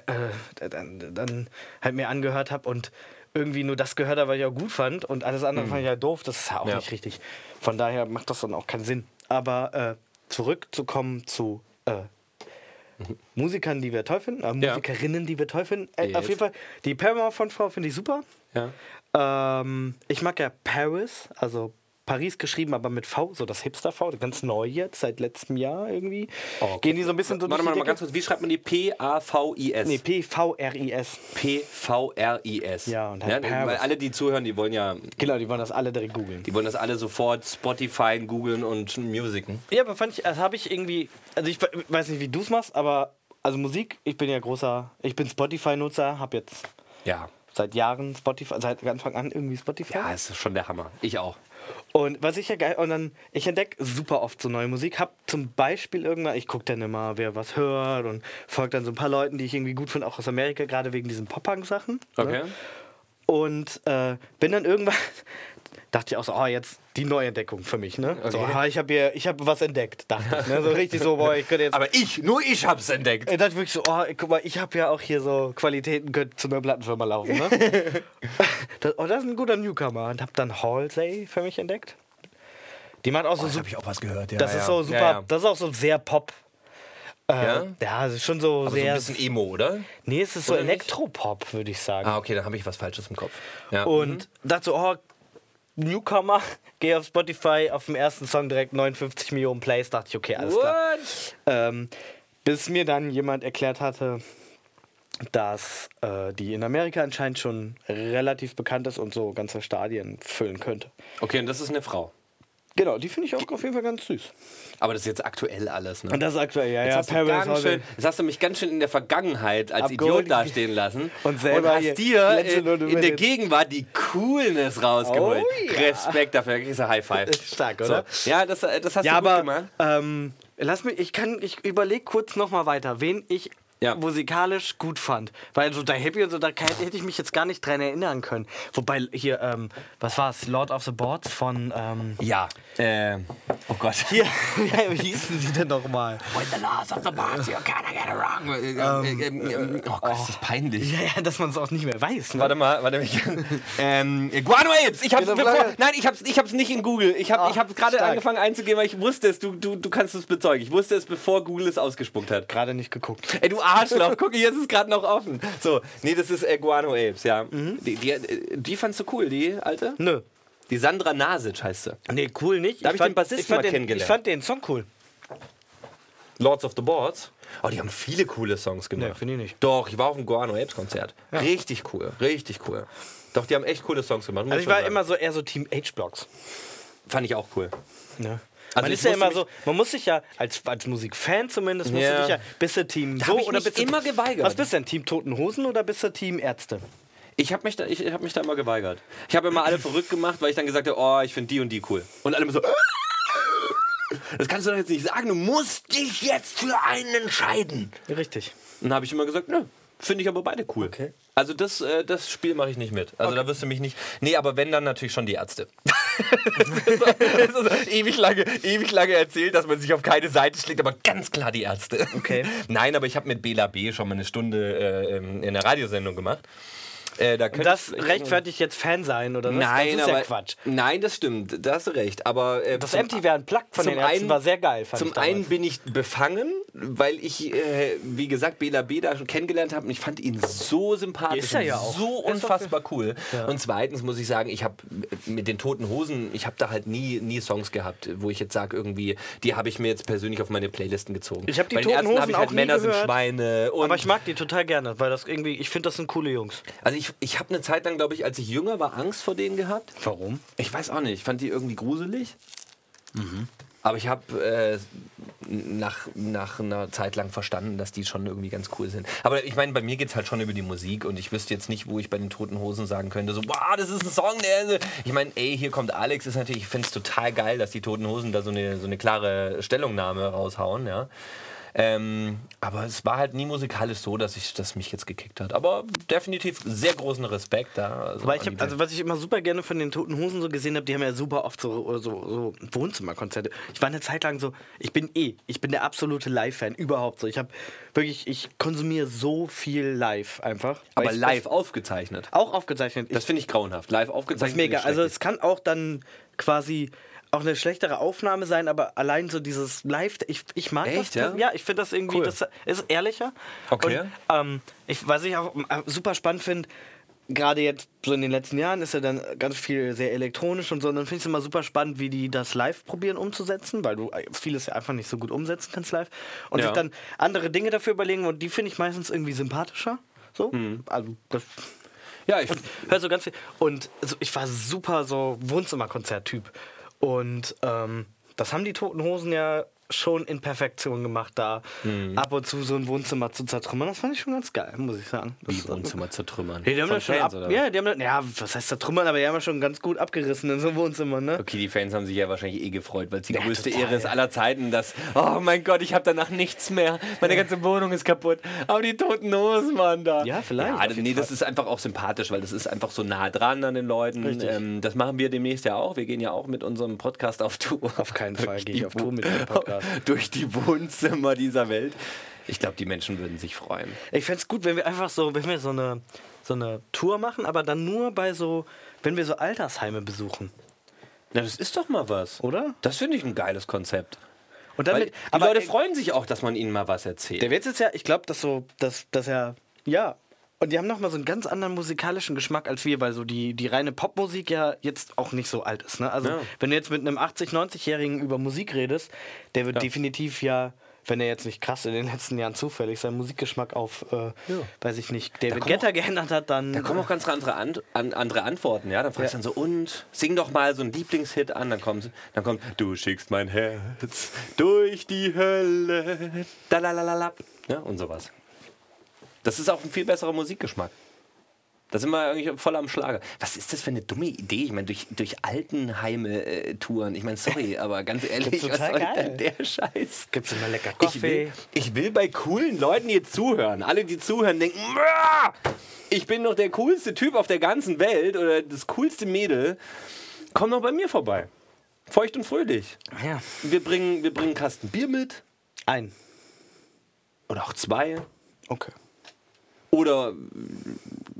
Speaker 3: äh, dann, dann halt mir angehört habe und irgendwie nur das gehört habe, was ich auch gut fand und alles andere fand ich ja doof, das ist ja auch
Speaker 2: Mhm. Ja.
Speaker 3: nicht richtig. Von daher macht das dann auch keinen Sinn. Aber äh, zurückzukommen zu äh, Musikern, die wir toll finden, äh,
Speaker 2: Mhm. Ja.
Speaker 3: Musikerinnen, die wir toll finden. Äh,
Speaker 2: Yes.
Speaker 3: Auf jeden Fall, die Paramore von Frau finde ich super.
Speaker 2: Ja.
Speaker 3: Ähm, ich mag ja Paris, also Paris geschrieben, aber mit V, so das Hipster-V, ganz neu jetzt, seit letztem Jahr irgendwie. Gehen die so ein bisschen so
Speaker 2: Warte mal,
Speaker 3: durch die
Speaker 2: mal
Speaker 3: Decke?
Speaker 2: ganz kurz, wie schreibt man die? P-A-V-I-S.
Speaker 3: Nee, P-V-R-I-S.
Speaker 2: P-V-R-I-S.
Speaker 3: Ja, und
Speaker 2: ja,
Speaker 3: halt Paris.
Speaker 2: Weil alle, die zuhören, die wollen ja,
Speaker 3: Genau, die wollen das alle direkt googeln.
Speaker 2: die wollen das alle sofort Spotify, googeln und musiken.
Speaker 3: Ja, aber fand ich, das habe ich irgendwie, also ich we- weiß nicht, wie du es machst, aber also Musik, ich bin ja großer, ich bin Spotify-Nutzer, habe jetzt
Speaker 2: Ja.
Speaker 3: seit Jahren Spotify, seit Anfang an irgendwie Spotify.
Speaker 2: Ja, es ist schon der Hammer. Ich auch.
Speaker 3: Und was ich ja geil, und dann, ich entdecke super oft so neue Musik. Hab zum Beispiel irgendwann, ich gucke dann immer, wer was hört und folge dann so ein paar Leuten, die ich irgendwie gut finde, auch aus Amerika, gerade wegen diesen Pop-Punk-Sachen.
Speaker 2: Okay.
Speaker 3: Ne? Und äh, bin dann irgendwann, dachte ich auch so, oh, jetzt die Neuentdeckung für mich, ne? So,
Speaker 2: Okay.
Speaker 3: aha, ich habe hier, ich habe was entdeckt, dachte ich, ne? So richtig so, boah, ich könnte jetzt.
Speaker 2: Aber ich, nur ich hab's entdeckt.
Speaker 3: Ich dachte wirklich so, oh, guck mal, ich habe ja auch hier so Qualitäten, könnte zu einer Plattenfirma laufen, ne? das, oh, das ist ein guter Newcomer. Und habe dann Halsey für mich entdeckt. Die macht auch so super.
Speaker 2: Oh, ich auch was gehört, ja.
Speaker 3: Das ist so super,
Speaker 2: Ja, ja.
Speaker 3: das ist auch so sehr Pop. Äh, ja?
Speaker 2: Ja?
Speaker 3: ja, es ist schon so
Speaker 2: Aber so ein
Speaker 3: sehr.
Speaker 2: bisschen Emo, oder?
Speaker 3: nee, es ist so
Speaker 2: oder nicht?
Speaker 3: Elektropop, würde ich sagen.
Speaker 2: Ah, okay, dann habe ich was Falsches im Kopf. Ja. Mhm.
Speaker 3: Und dachte so, oh, Newcomer, gehe auf Spotify, auf dem ersten Song direkt 59 Millionen Plays, dachte ich, okay, alles klar.
Speaker 2: What?
Speaker 3: Ähm, bis mir dann jemand erklärt hatte, dass äh, die in Amerika anscheinend schon relativ bekannt ist und so ganze Stadien füllen könnte.
Speaker 2: Okay, und das ist eine Frau.
Speaker 3: Genau, die finde ich auch auf jeden Fall ganz süß.
Speaker 2: Aber das ist jetzt aktuell alles, ne?
Speaker 3: Und das ist aktuell, ja,
Speaker 2: Jetzt
Speaker 3: ja,
Speaker 2: hast du ganz
Speaker 3: Halsey.
Speaker 2: schön, jetzt hast du mich ganz schön in der Vergangenheit als
Speaker 3: Abgeholt.
Speaker 2: Idiot dastehen lassen.
Speaker 3: Und selber
Speaker 2: und
Speaker 3: hier
Speaker 2: hast dir äh,
Speaker 3: glänzend
Speaker 2: in,
Speaker 3: und
Speaker 2: in der
Speaker 3: überlebt.
Speaker 2: Gegenwart die Coolness rausgeholt.
Speaker 3: Oh ja.
Speaker 2: Respekt dafür, kriegst du High Five.
Speaker 3: Stark, oder?
Speaker 2: So. Ja, das, äh, das hast du
Speaker 3: Ja,
Speaker 2: gut
Speaker 3: aber
Speaker 2: gemacht.
Speaker 3: ähm, lass mich, ich kann, ich überlege kurz nochmal weiter, wen ich
Speaker 2: Ja.
Speaker 3: musikalisch gut fand. Weil so da Happy und so, da kann, hätte ich mich jetzt gar nicht dran erinnern können. Wobei hier, ähm, was war's? Lord of the Boards von, ähm,
Speaker 2: Ja. Äh, oh Gott.
Speaker 3: hier, wie hießen sie denn nochmal?
Speaker 1: With the laws of the box, you cannot Oh, get around.
Speaker 2: Ähm, ähm, ähm, oh Gott, ist das peinlich.
Speaker 3: Ja, ja, dass man es auch nicht mehr weiß. Ne?
Speaker 2: Warte mal, warte mal. ähm, Guano Apes! Ich hab's
Speaker 3: Genau,
Speaker 2: bevor,
Speaker 3: Flagge.
Speaker 2: nein, ich hab's, ich hab's nicht in Google. Ich hab,
Speaker 3: Ah,
Speaker 2: ich hab's gerade
Speaker 3: stark.
Speaker 2: angefangen einzugehen, weil ich wusste es. Du, du, du kannst es bezeugen. Ich wusste es, bevor Google es ausgespuckt hat.
Speaker 3: Gerade nicht geguckt.
Speaker 2: Ey, du Arschloch, guck, hier ist es gerade noch offen. So, nee, das ist äh, Guano Apes, ja. Die, die, äh, die fandst du cool, die alte?
Speaker 3: Mhm. Nö.
Speaker 2: Die Sandra Nasic heißt sie.
Speaker 3: Nee, cool nicht.
Speaker 2: Da hab ich den Bassisten
Speaker 3: fand
Speaker 2: mal
Speaker 3: den,
Speaker 2: kennengelernt.
Speaker 3: Ich fand den Song cool.
Speaker 2: Lords of the Boards. Oh, die haben viele coole Songs gemacht.
Speaker 3: Nee, finde ich nicht.
Speaker 2: Doch, ich war auf dem Guano Apes Konzert. Richtig cool, richtig cool. Doch, die haben echt coole Songs gemacht. muss
Speaker 3: Also ich
Speaker 2: schon
Speaker 3: war
Speaker 2: sagen.
Speaker 3: immer so eher so Team H-Blocks.
Speaker 2: Fand ich auch cool.
Speaker 3: Ne?
Speaker 2: Also
Speaker 3: man
Speaker 2: ich
Speaker 3: ist ja
Speaker 2: musste
Speaker 3: immer
Speaker 2: mich-
Speaker 3: so, man muss sich ja als, als Musikfan zumindest, musst
Speaker 2: Ja.
Speaker 3: du dich ja, bist du Team
Speaker 2: Da
Speaker 3: so
Speaker 2: hab ich
Speaker 3: oder
Speaker 2: mich
Speaker 3: bist du
Speaker 2: immer geweigert.
Speaker 3: Was bist du denn, Team Toten Hosen oder bist du Team Ärzte?
Speaker 2: Ich habe mich, da- ich hab mich da immer geweigert. Ich habe immer alle verrückt gemacht, weil ich dann gesagt habe, oh, ich finde die und die cool. Und alle immer so, das kannst du doch jetzt nicht sagen, du musst dich jetzt für einen entscheiden.
Speaker 3: Richtig.
Speaker 2: Und dann habe ich immer gesagt, nö, finde ich aber beide cool.
Speaker 3: Okay.
Speaker 2: Also das, äh, das Spiel mache ich nicht mit. Also da wirst du mich nicht. Nee, aber wenn, dann natürlich schon die Ärzte. das ist, das ist ewig, lange, ewig lange erzählt, dass man sich auf keine Seite schlägt, aber ganz klar die Ärzte.
Speaker 3: Okay.
Speaker 2: Nein, aber ich habe mit Bela B schon mal eine Stunde äh, in in der Radiosendung gemacht. Äh, da könnte
Speaker 3: Das
Speaker 2: ich vielleicht-
Speaker 3: rechtfertigt jetzt Fan sein oder was?
Speaker 2: Nein,
Speaker 3: das ist
Speaker 2: aber,
Speaker 3: ja Quatsch.
Speaker 2: Nein, das stimmt, da hast du recht. Aber äh,
Speaker 3: Das
Speaker 2: zum-
Speaker 3: MTV ein Plug von den Ärzten war sehr geil, fand
Speaker 2: zum
Speaker 3: ich damals.
Speaker 2: einen bin ich befangen, weil ich, äh, wie gesagt, Bela B. da schon kennengelernt habe und ich fand ihn so sympathisch,
Speaker 3: Ist er ja
Speaker 2: und
Speaker 3: auch.
Speaker 2: so
Speaker 3: Er ist doch-
Speaker 2: unfassbar cool. Und zweitens muss ich sagen, ich habe mit den Toten Hosen, ich habe da halt nie, nie Songs gehabt, wo ich jetzt sage, irgendwie, die habe ich mir jetzt persönlich auf meine Playlisten gezogen.
Speaker 3: Ich hab die
Speaker 2: Bei den
Speaker 3: Toten
Speaker 2: Ärzten
Speaker 3: Hosen
Speaker 2: hab ich
Speaker 3: auch
Speaker 2: halt
Speaker 3: nie
Speaker 2: Männer sind
Speaker 3: gehört.
Speaker 2: Schweine. Und
Speaker 3: Aber ich mag die total gerne, weil das irgendwie, ich finde, das sind coole Jungs.
Speaker 2: also ich, ich habe eine Zeit lang, glaube ich, als ich jünger war, Angst vor denen gehabt.
Speaker 3: Warum?
Speaker 2: Ich weiß auch nicht, ich fand die irgendwie gruselig. Aber ich habe äh, nach, nach einer Zeit lang verstanden, dass die schon irgendwie ganz cool sind. Aber ich meine, bei mir geht es halt schon über die Musik und ich wüsste jetzt nicht, wo ich bei den Toten Hosen sagen könnte, so, wow, das ist ein Song, der... Ich meine, ey, hier kommt Alex, ist natürlich, ich finde es total geil, dass die Toten Hosen da so eine, so eine klare Stellungnahme raushauen, ja. Ähm, aber es war halt nie musikalisch so, dass ich das mich jetzt gekickt hat. Aber definitiv sehr großen Respekt da. also
Speaker 3: Weil
Speaker 2: an
Speaker 3: ich
Speaker 2: die
Speaker 3: hab,
Speaker 2: Band.
Speaker 3: also was ich immer super gerne von den Toten Hosen so gesehen habe, die haben ja super oft so, so, so Wohnzimmerkonzerte. Ich war eine Zeit lang so, ich bin eh, ich bin der absolute Live-Fan überhaupt so. Ich habe wirklich, ich konsumiere so viel live einfach.
Speaker 2: aber
Speaker 3: Weil ich-
Speaker 2: live aufgezeichnet.
Speaker 3: auch aufgezeichnet. Ich,
Speaker 2: Das finde ich grauenhaft. Live
Speaker 3: das ist
Speaker 2: aufgezeichnet.
Speaker 3: mega.
Speaker 2: finde ich
Speaker 3: Also es kann auch dann quasi auch eine schlechtere Aufnahme sein, aber allein so dieses Live, ich, ich mag
Speaker 2: Echt,
Speaker 3: das.
Speaker 2: ja?
Speaker 3: Ja, ich finde das irgendwie,
Speaker 2: Cool.
Speaker 3: das ist ehrlicher.
Speaker 2: Okay.
Speaker 3: Und, ähm, ich, was ich auch äh, super spannend finde, gerade jetzt so in den letzten Jahren ist ja dann ganz viel sehr elektronisch und so. Und dann finde ich es immer super spannend, wie die das live probieren umzusetzen, weil du äh, vieles ja einfach nicht so gut umsetzen kannst live. Und
Speaker 2: Ja.
Speaker 3: sich dann andere Dinge dafür überlegen und die finde ich meistens irgendwie sympathischer. So.
Speaker 2: Mhm.
Speaker 3: Also das
Speaker 2: schlecht. Ja, ich,
Speaker 3: hör so ganz viel. Und so, ich war super so Wohnzimmerkonzerttyp. Und ähm, das haben die Toten Hosen ja schon in Perfektion gemacht, da ab und zu so ein Wohnzimmer zu zertrümmern. Das fand ich schon ganz geil, muss ich sagen. Das
Speaker 2: die
Speaker 3: ist-
Speaker 2: Wohnzimmer zertrümmern.
Speaker 3: Nee, die haben
Speaker 2: Von
Speaker 3: das schon
Speaker 2: Fans,
Speaker 3: ab,
Speaker 2: oder was?
Speaker 3: ja, die haben das, ja, was heißt zertrümmern, aber die haben das schon ganz gut abgerissen in so einem Wohnzimmer, ne?
Speaker 2: Okay, die Fans haben sich ja wahrscheinlich eh gefreut, weil es die
Speaker 3: Ja,
Speaker 2: größte
Speaker 3: total.
Speaker 2: Ehre ist aller Zeiten, dass, oh mein Gott, ich habe danach nichts mehr. Meine ganze Wohnung ist kaputt. Aber die toten Hosen waren da.
Speaker 3: Ja, vielleicht,
Speaker 2: Ja,
Speaker 3: auf jeden
Speaker 2: nee, das ist einfach auch sympathisch, weil das ist einfach so nah dran an den Leuten.
Speaker 3: Richtig.
Speaker 2: Ähm, das machen wir demnächst ja auch. Wir gehen ja auch mit unserem Podcast auf Tour.
Speaker 3: Auf keinen Fall
Speaker 2: Durch
Speaker 3: gehe ich
Speaker 2: die
Speaker 3: auf Tour
Speaker 2: Wo-
Speaker 3: mit dem Podcast.
Speaker 2: Durch die Wohnzimmer dieser Welt. Ich glaube, die Menschen würden sich freuen.
Speaker 3: Ich fände es gut, wenn wir einfach so, wenn wir so eine, so eine Tour machen, aber dann nur bei so, wenn wir so Altersheime besuchen,
Speaker 2: Na, das ist doch mal was.
Speaker 3: oder?
Speaker 2: Das finde ich ein geiles Konzept.
Speaker 3: Und dann
Speaker 2: Weil
Speaker 3: mit-
Speaker 2: die Leute
Speaker 3: äh,
Speaker 2: freuen sich auch, dass man ihnen mal was erzählt.
Speaker 3: Der Witz ist ja, ich glaube, dass so, dass, dass er, ja. Und die haben nochmal so einen ganz anderen musikalischen Geschmack als wir, weil so die, die reine Popmusik ja jetzt auch nicht so alt ist. Ne? Also,
Speaker 2: Ja.
Speaker 3: wenn du jetzt mit einem 80-, 90-Jährigen über Musik redest, der wird definitiv ja, wenn er jetzt nicht krass in den letzten Jahren zufällig seinen Musikgeschmack auf, äh, weiß ich nicht, David
Speaker 2: kommen
Speaker 3: Getter geändert hat, dann.
Speaker 2: da kommen auch ganz andere, Ant an, andere Antworten, ja. Dann fragst du
Speaker 3: Ja.
Speaker 2: dann so, und sing doch mal so einen Lieblingshit an. Dann kommt, dann kommt du schickst mein Herz durch die Hölle. Dalalalala. Ja, Ne? und sowas. Das ist auch ein viel besserer Musikgeschmack. Da sind wir eigentlich voll am Schlager. Was ist das für eine dumme Idee? Ich meine, durch, durch Altenheime äh, touren. Ich meine, sorry, aber ganz ehrlich, was
Speaker 3: total
Speaker 2: soll
Speaker 3: geil.
Speaker 2: denn der Scheiß?
Speaker 3: gibt's immer lecker
Speaker 2: Ich will, ich will bei coolen Leuten hier zuhören. Alle, die zuhören, denken, "Mua! ich bin doch der coolste Typ auf der ganzen Welt oder das coolste Mädel. Komm doch bei mir vorbei. Feucht und fröhlich.
Speaker 3: Ja.
Speaker 2: Wir bringen, wir bringen einen Kasten Bier mit
Speaker 3: Ein.
Speaker 2: oder auch zwei
Speaker 3: Okay.
Speaker 2: oder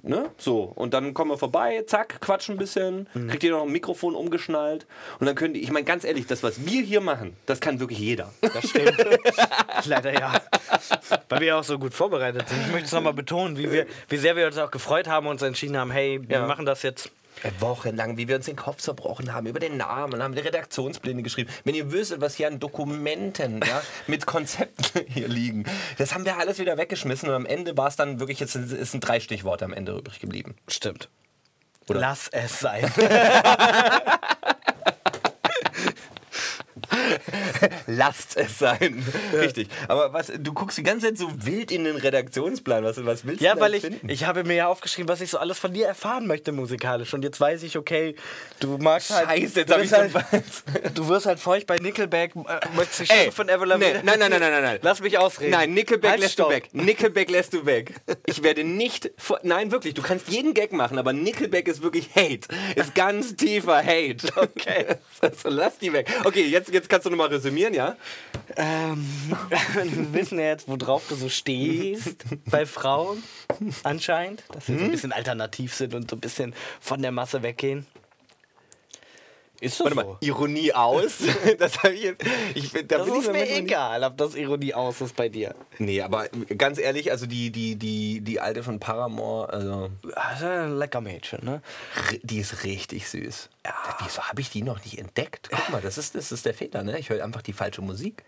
Speaker 2: ne, so. Und dann kommen wir vorbei, zack, quatschen ein bisschen, kriegt ihr noch ein Mikrofon umgeschnallt und dann könnt ihr, ich meine ganz ehrlich, das, was wir hier machen, das kann wirklich jeder.
Speaker 3: Das stimmt. Leider ja. Weil wir ja auch so gut vorbereitet sind. Ich möchte es nochmal betonen, wie, wir, wie sehr wir uns auch gefreut haben und uns entschieden haben, hey, wir
Speaker 2: Ja.
Speaker 3: machen das jetzt.
Speaker 2: Äh, Wochenlang, wie wir uns den Kopf zerbrochen haben über den Namen, haben die Redaktionspläne geschrieben. Wenn ihr wüsstet, was hier an Dokumenten ja, mit Konzepten hier liegen, das haben wir alles wieder weggeschmissen und am Ende war es dann wirklich, jetzt sind, es sind drei Stichworte am Ende übrig geblieben.
Speaker 3: Stimmt.
Speaker 2: Oder?
Speaker 3: Lass es sein.
Speaker 2: Lasst es sein. Richtig. Aber was, du guckst die ganze Zeit so wild in den Redaktionsplan. Was, was willst du
Speaker 3: Ja,
Speaker 2: denn
Speaker 3: weil ich,
Speaker 2: finden?
Speaker 3: ich habe mir ja aufgeschrieben, was ich so alles von dir erfahren möchte musikalisch. Und jetzt weiß ich, okay, du magst halt...
Speaker 2: Scheiße, jetzt
Speaker 3: du
Speaker 2: hab
Speaker 3: bist
Speaker 2: ich so-
Speaker 3: halt, Du wirst halt feucht bei Nickelback, äh, möchtest dich
Speaker 2: Ey,
Speaker 3: schon von Avril
Speaker 2: nee,
Speaker 3: Lavigne-
Speaker 2: nein, nein, nein, nein, nein, nein.
Speaker 3: Lass mich ausreden.
Speaker 2: Nein, Nickelback
Speaker 3: Halt,
Speaker 2: lässt
Speaker 3: stopp.
Speaker 2: du weg. Nickelback lässt du weg. Ich werde nicht. Vor Nein, wirklich, du kannst jeden Gag machen, aber Nickelback ist wirklich Hate. Ist ganz tiefer Hate. Okay. Also lass die weg. Okay, jetzt, jetzt kannst du nochmal resümieren, ja?
Speaker 3: Ähm, wir wissen ja jetzt, worauf du so stehst bei Frauen anscheinend, dass
Speaker 2: Hm?
Speaker 3: sie so ein bisschen alternativ sind und so ein bisschen von der Masse weggehen. Ist das
Speaker 2: Warte mal, Ironie aus. Das habe ich jetzt. Ich, bin- da
Speaker 3: Das
Speaker 2: bin ich
Speaker 3: ist mir
Speaker 2: nicht-
Speaker 3: egal, ob das Ironie aus ist bei dir.
Speaker 2: Nee, aber ganz ehrlich, also die, die, die, die alte von Paramore, also
Speaker 3: Also, lecker Mädchen, ne?
Speaker 2: ri- die ist richtig süß. Wieso habe ich die noch nicht entdeckt? Guck mal, das ist, das ist der Fehler, ne? Ich höre einfach die falsche Musik.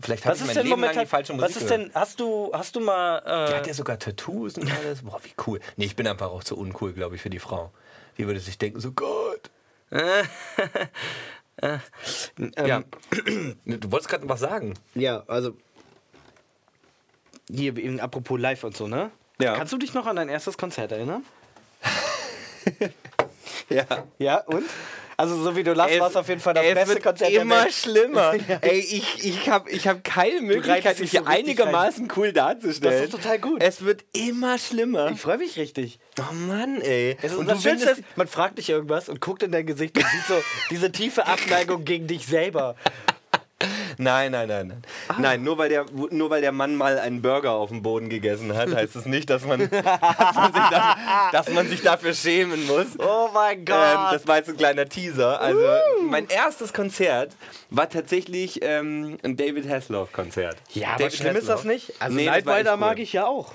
Speaker 2: Vielleicht habe
Speaker 3: Was
Speaker 2: ich mein
Speaker 3: ist denn
Speaker 2: Leben lang
Speaker 3: momentan?
Speaker 2: die falsche Musik
Speaker 3: Was ist
Speaker 2: gehört.
Speaker 3: denn? Hast du, hast du mal?
Speaker 2: Die
Speaker 3: Äh,
Speaker 2: hat ja sogar Tattoos und alles. Boah, wie cool. Nee, ich bin einfach auch zu uncool, glaube ich, für die Frau. Die würde sich denken, so Gott.
Speaker 3: ähm,
Speaker 2: ja. Ne, Du wolltest gerade noch was sagen.
Speaker 3: Ja, also. Hier, eben, apropos live und so, ne?
Speaker 2: Ja.
Speaker 3: Kannst du dich noch an dein erstes Konzert erinnern?
Speaker 2: Ja.
Speaker 3: Ja, und? Also, so wie du lachst, war es auf jeden Fall das
Speaker 2: es
Speaker 3: beste
Speaker 2: wird
Speaker 3: Konzert der
Speaker 2: immer
Speaker 3: Welt.
Speaker 2: schlimmer. Ey, ich, ich habe ich hab keine Möglichkeit,
Speaker 3: reitest
Speaker 2: mich
Speaker 3: dich so
Speaker 2: hier
Speaker 3: richtig
Speaker 2: einigermaßen cool darzustellen.
Speaker 3: Das ist doch total gut.
Speaker 2: Es wird immer schlimmer.
Speaker 3: Ich freue mich richtig.
Speaker 2: Oh Mann, ey.
Speaker 3: Es ist
Speaker 2: Und
Speaker 3: das
Speaker 2: du
Speaker 3: Schönste
Speaker 2: findest,
Speaker 3: ist, man fragt dich irgendwas und guckt in dein Gesicht und sieht so diese tiefe Abneigung gegen dich selber.
Speaker 2: Nein, nein, nein. Nein, nein nur, weil der, nur weil der Mann mal einen Burger auf dem Boden gegessen hat, heißt es nicht, dass man, dass, man sich dafür, dass man sich dafür schämen muss.
Speaker 3: Oh mein
Speaker 2: Ähm,
Speaker 3: Gott.
Speaker 2: das war jetzt ein kleiner Teaser. Also, mein erstes Konzert war tatsächlich ähm, ein David Hasselhoff-Konzert. David Hasselhoff.
Speaker 3: Also,
Speaker 2: Nee,
Speaker 3: nee,
Speaker 2: das
Speaker 3: Night
Speaker 2: war echt
Speaker 3: Rider
Speaker 2: cool.
Speaker 3: mag ich ja auch.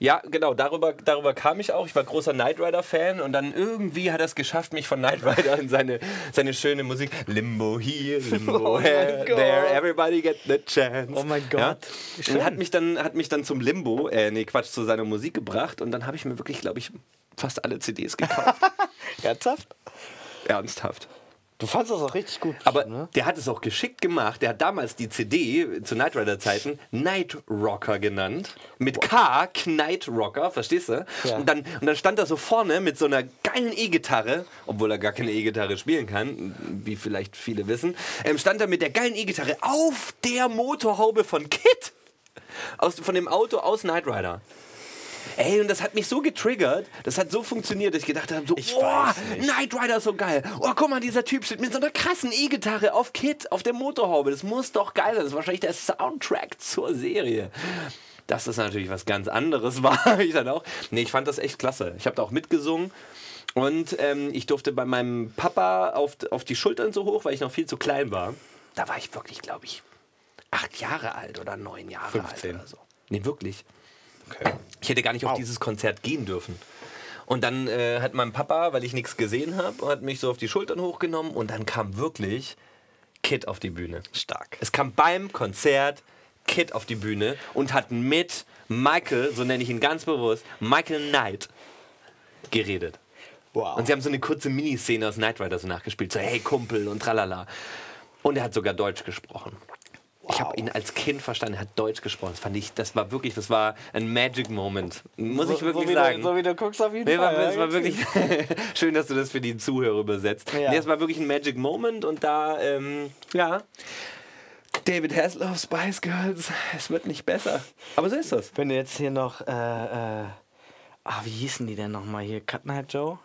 Speaker 2: Ja, genau, darüber, darüber kam ich auch. Ich war großer Knight Rider-Fan und dann irgendwie hat er es geschafft, mich von Knight Rider in seine, seine schöne Musik. Limbo here, Limbo
Speaker 3: Oh mein
Speaker 2: here,
Speaker 3: Gott.
Speaker 2: there, everybody get the chance.
Speaker 3: Oh mein Gott.
Speaker 2: Ja? Und hat mich, dann, hat mich dann zum Limbo, äh, nee, Quatsch, zu seiner Musik gebracht und dann habe ich mir wirklich, glaube ich, fast alle CDs gekauft.
Speaker 3: Ernsthaft?
Speaker 2: Ernsthaft.
Speaker 3: Du fandst das auch richtig gut.
Speaker 2: Aber
Speaker 3: bestimmt, ne?
Speaker 2: der hat es auch geschickt gemacht. Der hat damals die CD zu Knight Rider Zeiten Night Rocker genannt. Mit K, Knight Rocker, verstehst du?
Speaker 3: Ja.
Speaker 2: Und, dann, und dann stand er so vorne mit so einer geilen E-Gitarre, obwohl er gar keine E-Gitarre spielen kann, wie vielleicht viele wissen, ähm, stand er mit der geilen E-Gitarre auf der Motorhaube von Kit. Aus, von dem Auto aus Knight Rider. Ey, und das hat mich so getriggert, das hat so funktioniert, dass ich gedacht habe, so,
Speaker 3: Ich
Speaker 2: oh,
Speaker 3: weiß nicht.
Speaker 2: Knight Rider ist so geil. Oh, guck mal, dieser Typ steht mit so einer krassen E-Gitarre auf Kit, auf der Motorhaube. Das muss doch geil sein. Das ist wahrscheinlich der Soundtrack zur Serie. Dass das natürlich was ganz anderes war, ich dann auch. Nee, ich fand das echt klasse. Ich habe da auch mitgesungen. Und ähm, ich durfte bei meinem Papa auf, auf die Schultern so hoch, weil ich noch viel zu klein war. Da war ich wirklich, glaube ich, acht Jahre alt oder neun Jahre
Speaker 3: 15.
Speaker 2: alt oder so. Nee, wirklich. Ich hätte gar nicht auf dieses Konzert gehen dürfen. Und dann äh, hat mein Papa, weil ich nichts gesehen habe, hat mich so auf die Schultern hochgenommen und dann kam wirklich Kid auf die Bühne.
Speaker 3: stark.
Speaker 2: Es kam beim Konzert Kid auf die Bühne und hat mit Michael, so nenne ich ihn ganz bewusst, Michael Knight geredet.
Speaker 3: Wow.
Speaker 2: Und sie haben so eine kurze Miniszene aus Knight Rider so nachgespielt, so hey Kumpel und tralala. Und er hat sogar Deutsch gesprochen. Ich habe ihn als Kind verstanden, er hat Deutsch gesprochen. Das fand ich, das war wirklich, das war ein Magic Moment. Muss ich wirklich
Speaker 3: so wie
Speaker 2: sagen.
Speaker 3: Du, so wie du guckst auf jeden
Speaker 2: Nee, war,
Speaker 3: Fall.
Speaker 2: es
Speaker 3: ja,
Speaker 2: war
Speaker 3: jetzt-
Speaker 2: wirklich schön, dass du das für die Zuhörer übersetzt.
Speaker 3: Ja.
Speaker 2: Nee, es war wirklich ein Magic Moment und da, ähm, ja. David Hasselhoff, Spice Girls, es wird nicht besser. Aber so ist das.
Speaker 3: Wenn du jetzt hier noch, äh, äh, ah, wie hießen die denn nochmal hier? Cut Night Joe?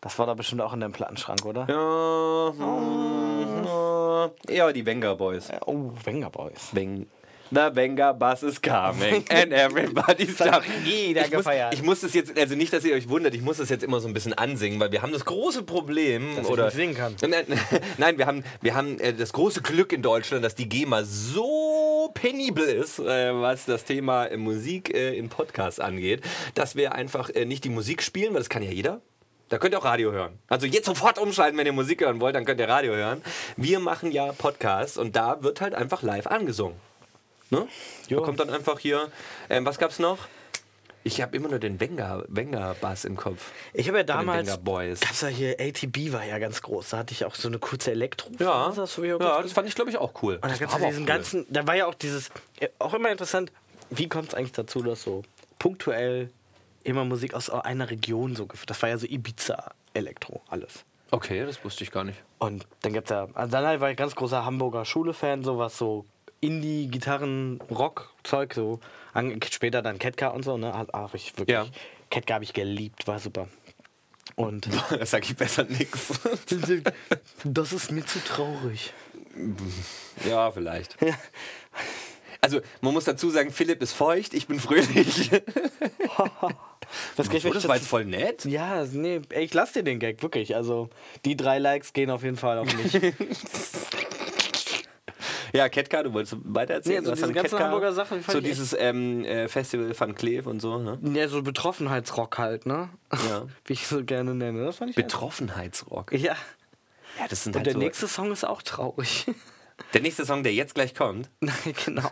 Speaker 3: Das war da bestimmt auch in deinem Plattenschrank, oder?
Speaker 2: Ja, hm, ja die Venga Boys.
Speaker 3: Oh, Wenger Boys.
Speaker 2: Bing. The Benga Bus is coming and everybody's
Speaker 3: Das hat
Speaker 2: up.
Speaker 3: jeder
Speaker 2: ich muss,
Speaker 3: gefeiert.
Speaker 2: ich muss das jetzt, also nicht, dass ihr euch wundert, ich muss das jetzt immer so ein bisschen ansingen, weil wir haben das große Problem.
Speaker 3: Dass ich
Speaker 2: oder,
Speaker 3: nicht singen kann.
Speaker 2: Nein, nein wir haben, wir haben äh, das große Glück in Deutschland, dass die GEMA so penibel ist, äh, was das Thema äh, Musik äh, in Podcasts angeht, dass wir einfach äh, nicht die Musik spielen, weil das kann ja jeder. Da könnt ihr auch Radio hören. Also jetzt sofort umschalten, wenn ihr Musik hören wollt, dann könnt ihr Radio hören. Wir machen ja Podcasts und da wird halt einfach live angesungen. Ne? Da kommt dann einfach hier, ähm, was gab's noch? Ich habe immer nur den Wenger- Wenger-Bass im Kopf.
Speaker 3: Ich habe ja
Speaker 2: den
Speaker 3: damals.
Speaker 2: Wenger Boys.
Speaker 3: Gab's ja hier, ATB war ja ganz groß. Da hatte ich auch so eine kurze Elektro.
Speaker 2: Ja,
Speaker 3: das, hab ich
Speaker 2: ja,
Speaker 3: auch ganz
Speaker 2: das fand ich, glaube ich, auch cool.
Speaker 3: Und da
Speaker 2: Das war
Speaker 3: gab es
Speaker 2: aber
Speaker 3: ja
Speaker 2: auch
Speaker 3: diesen
Speaker 2: cool.
Speaker 3: ganzen, da war ja auch dieses, äh, auch immer interessant, wie kommt es eigentlich dazu, dass so punktuell immer Musik aus einer Region so geführt Das war ja so Ibiza, Elektro, alles.
Speaker 2: Okay, das wusste ich gar nicht.
Speaker 3: Und dann gibt's ja, also dann halt war ich ganz großer Hamburger Schule-Fan, sowas so Indie, Gitarren, Rock, Zeug, so. An, später dann Ketka und so, ne? Habe ich wirklich.
Speaker 2: Ja.
Speaker 3: Ketka habe ich geliebt, war super. Und
Speaker 2: Das sage ich besser nix.
Speaker 3: das ist mir zu traurig.
Speaker 2: ja, vielleicht. Also, man muss dazu sagen, Philipp ist feucht, ich bin fröhlich.
Speaker 3: Das, krieg ich,
Speaker 2: Oh,
Speaker 3: wenn ich
Speaker 2: das
Speaker 3: dazu-
Speaker 2: war jetzt voll nett.
Speaker 3: Ja, nee, ey, ich lass dir den Gag, wirklich. Also, die drei Likes gehen auf jeden Fall auf mich. nee,
Speaker 2: Ja, Ketka, du wolltest weitererzählen.
Speaker 3: Nee, so
Speaker 2: was
Speaker 3: diese
Speaker 2: an
Speaker 3: ganzen
Speaker 2: Ketka?
Speaker 3: Hamburger Sachen, die fand
Speaker 2: So
Speaker 3: ich echt-
Speaker 2: dieses ähm, äh, Festival Van Cleef und so, ne?
Speaker 3: so Betroffenheitsrock halt, ne?
Speaker 2: Ja.
Speaker 3: Wie ich so gerne nenne. Das fand ich.
Speaker 2: Betroffenheitsrock.
Speaker 3: ja.
Speaker 2: Ja, das sind
Speaker 3: Und
Speaker 2: halt
Speaker 3: der
Speaker 2: so.
Speaker 3: nächste Song ist auch traurig.
Speaker 2: der nächste Song, der jetzt gleich kommt.
Speaker 3: Nein, genau.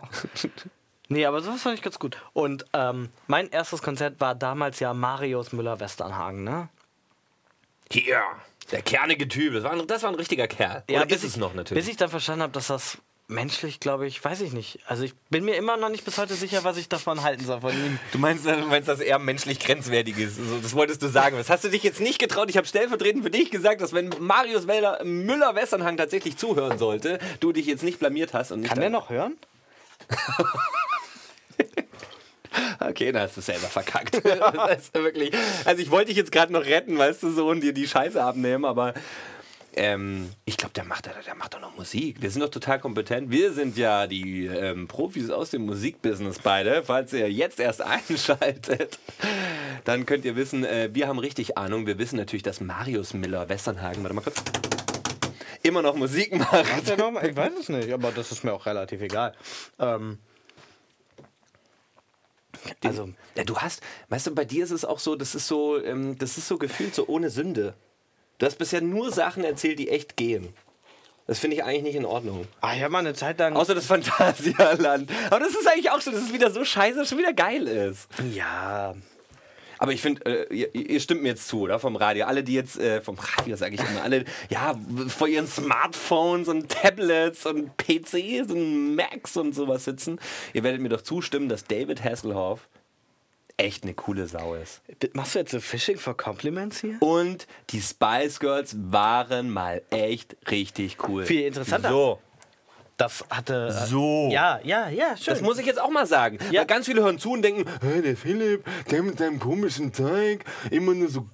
Speaker 3: Nee, aber sowas fand ich ganz gut. Und ähm, mein erstes Konzert war damals ja Marius Müller-Westernhagen, ne?
Speaker 2: Hier, der kernige Typ. Das war ein, das war ein richtiger Kerl.
Speaker 3: Ja,
Speaker 2: Oder
Speaker 3: bis
Speaker 2: ist es
Speaker 3: ich-
Speaker 2: noch natürlich.
Speaker 3: Bis ich dann verstanden habe, dass das menschlich, glaube ich, weiß ich nicht. Also ich bin mir immer noch nicht bis heute sicher, was ich davon halten soll von ihm.
Speaker 2: Du meinst, du meinst, dass er menschlich grenzwertig ist. So, das wolltest du sagen. Das hast du dich jetzt nicht getraut. Ich habe stellvertretend für dich gesagt, dass wenn Marius Wälder- Müller-Westernhang tatsächlich zuhören sollte, du dich jetzt nicht blamiert hast. Und nicht
Speaker 3: Kann der noch hören?
Speaker 2: Okay, da hast du selber verkackt. das ist wirklich, also ich wollte dich jetzt gerade noch retten, weißt du, so und dir die Scheiße abnehmen, aber ähm, ich glaube, der macht, der macht doch noch Musik. Wir sind doch total kompetent. Wir sind ja die ähm, Profis aus dem Musikbusiness beide. Falls ihr jetzt erst einschaltet, dann könnt ihr wissen, äh, wir haben richtig Ahnung. Wir wissen natürlich, dass Marius Miller Westernhagen, warte mal kurz, immer noch Musik macht.
Speaker 3: Ja, noch mal- Ich weiß es nicht, aber das ist mir auch relativ egal. Ähm, also,
Speaker 2: Um, Ja, du hast, weißt du, bei dir ist es auch so, das ist so, ähm, das ist so gefühlt so ohne Sünde. Du hast bisher nur Sachen erzählt, die echt gehen. Das finde ich eigentlich nicht in Ordnung.
Speaker 3: ah, ich habe mal eine Zeit lang.
Speaker 2: Außer das Phantasialand. Aber das ist eigentlich auch so, dass es wieder so scheiße, dass es schon wieder geil ist.
Speaker 3: ja,
Speaker 2: Aber ich finde, äh, ihr, ihr stimmt mir jetzt zu, oder? Vom Radio. Alle, die jetzt, äh, vom Radio sage ich immer, alle, ja, w- vor ihren Smartphones und Tablets und PCs und Macs und sowas sitzen. Ihr werdet mir doch zustimmen, dass David Hasselhoff echt eine coole Sau ist.
Speaker 3: machst du jetzt so Fishing for Compliments hier?
Speaker 2: Und die Spice Girls waren mal echt richtig cool.
Speaker 3: Viel interessanter.
Speaker 2: So,
Speaker 3: Das hatte. äh,
Speaker 2: so.
Speaker 3: Ja, ja, ja, schön.
Speaker 2: Das muss ich jetzt auch mal sagen.
Speaker 3: Ja.
Speaker 2: Weil ganz viele hören zu und denken,
Speaker 5: Hey, der Philipp, der mit seinem komischen Zeug, immer nur so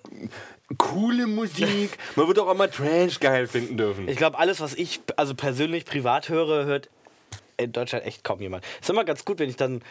Speaker 5: coole Musik.
Speaker 2: man wird doch auch mal Trash geil finden dürfen.
Speaker 3: Ich glaube, alles, was ich also persönlich privat höre, hört in Deutschland echt kaum jemand. Ist immer ganz gut, wenn ich dann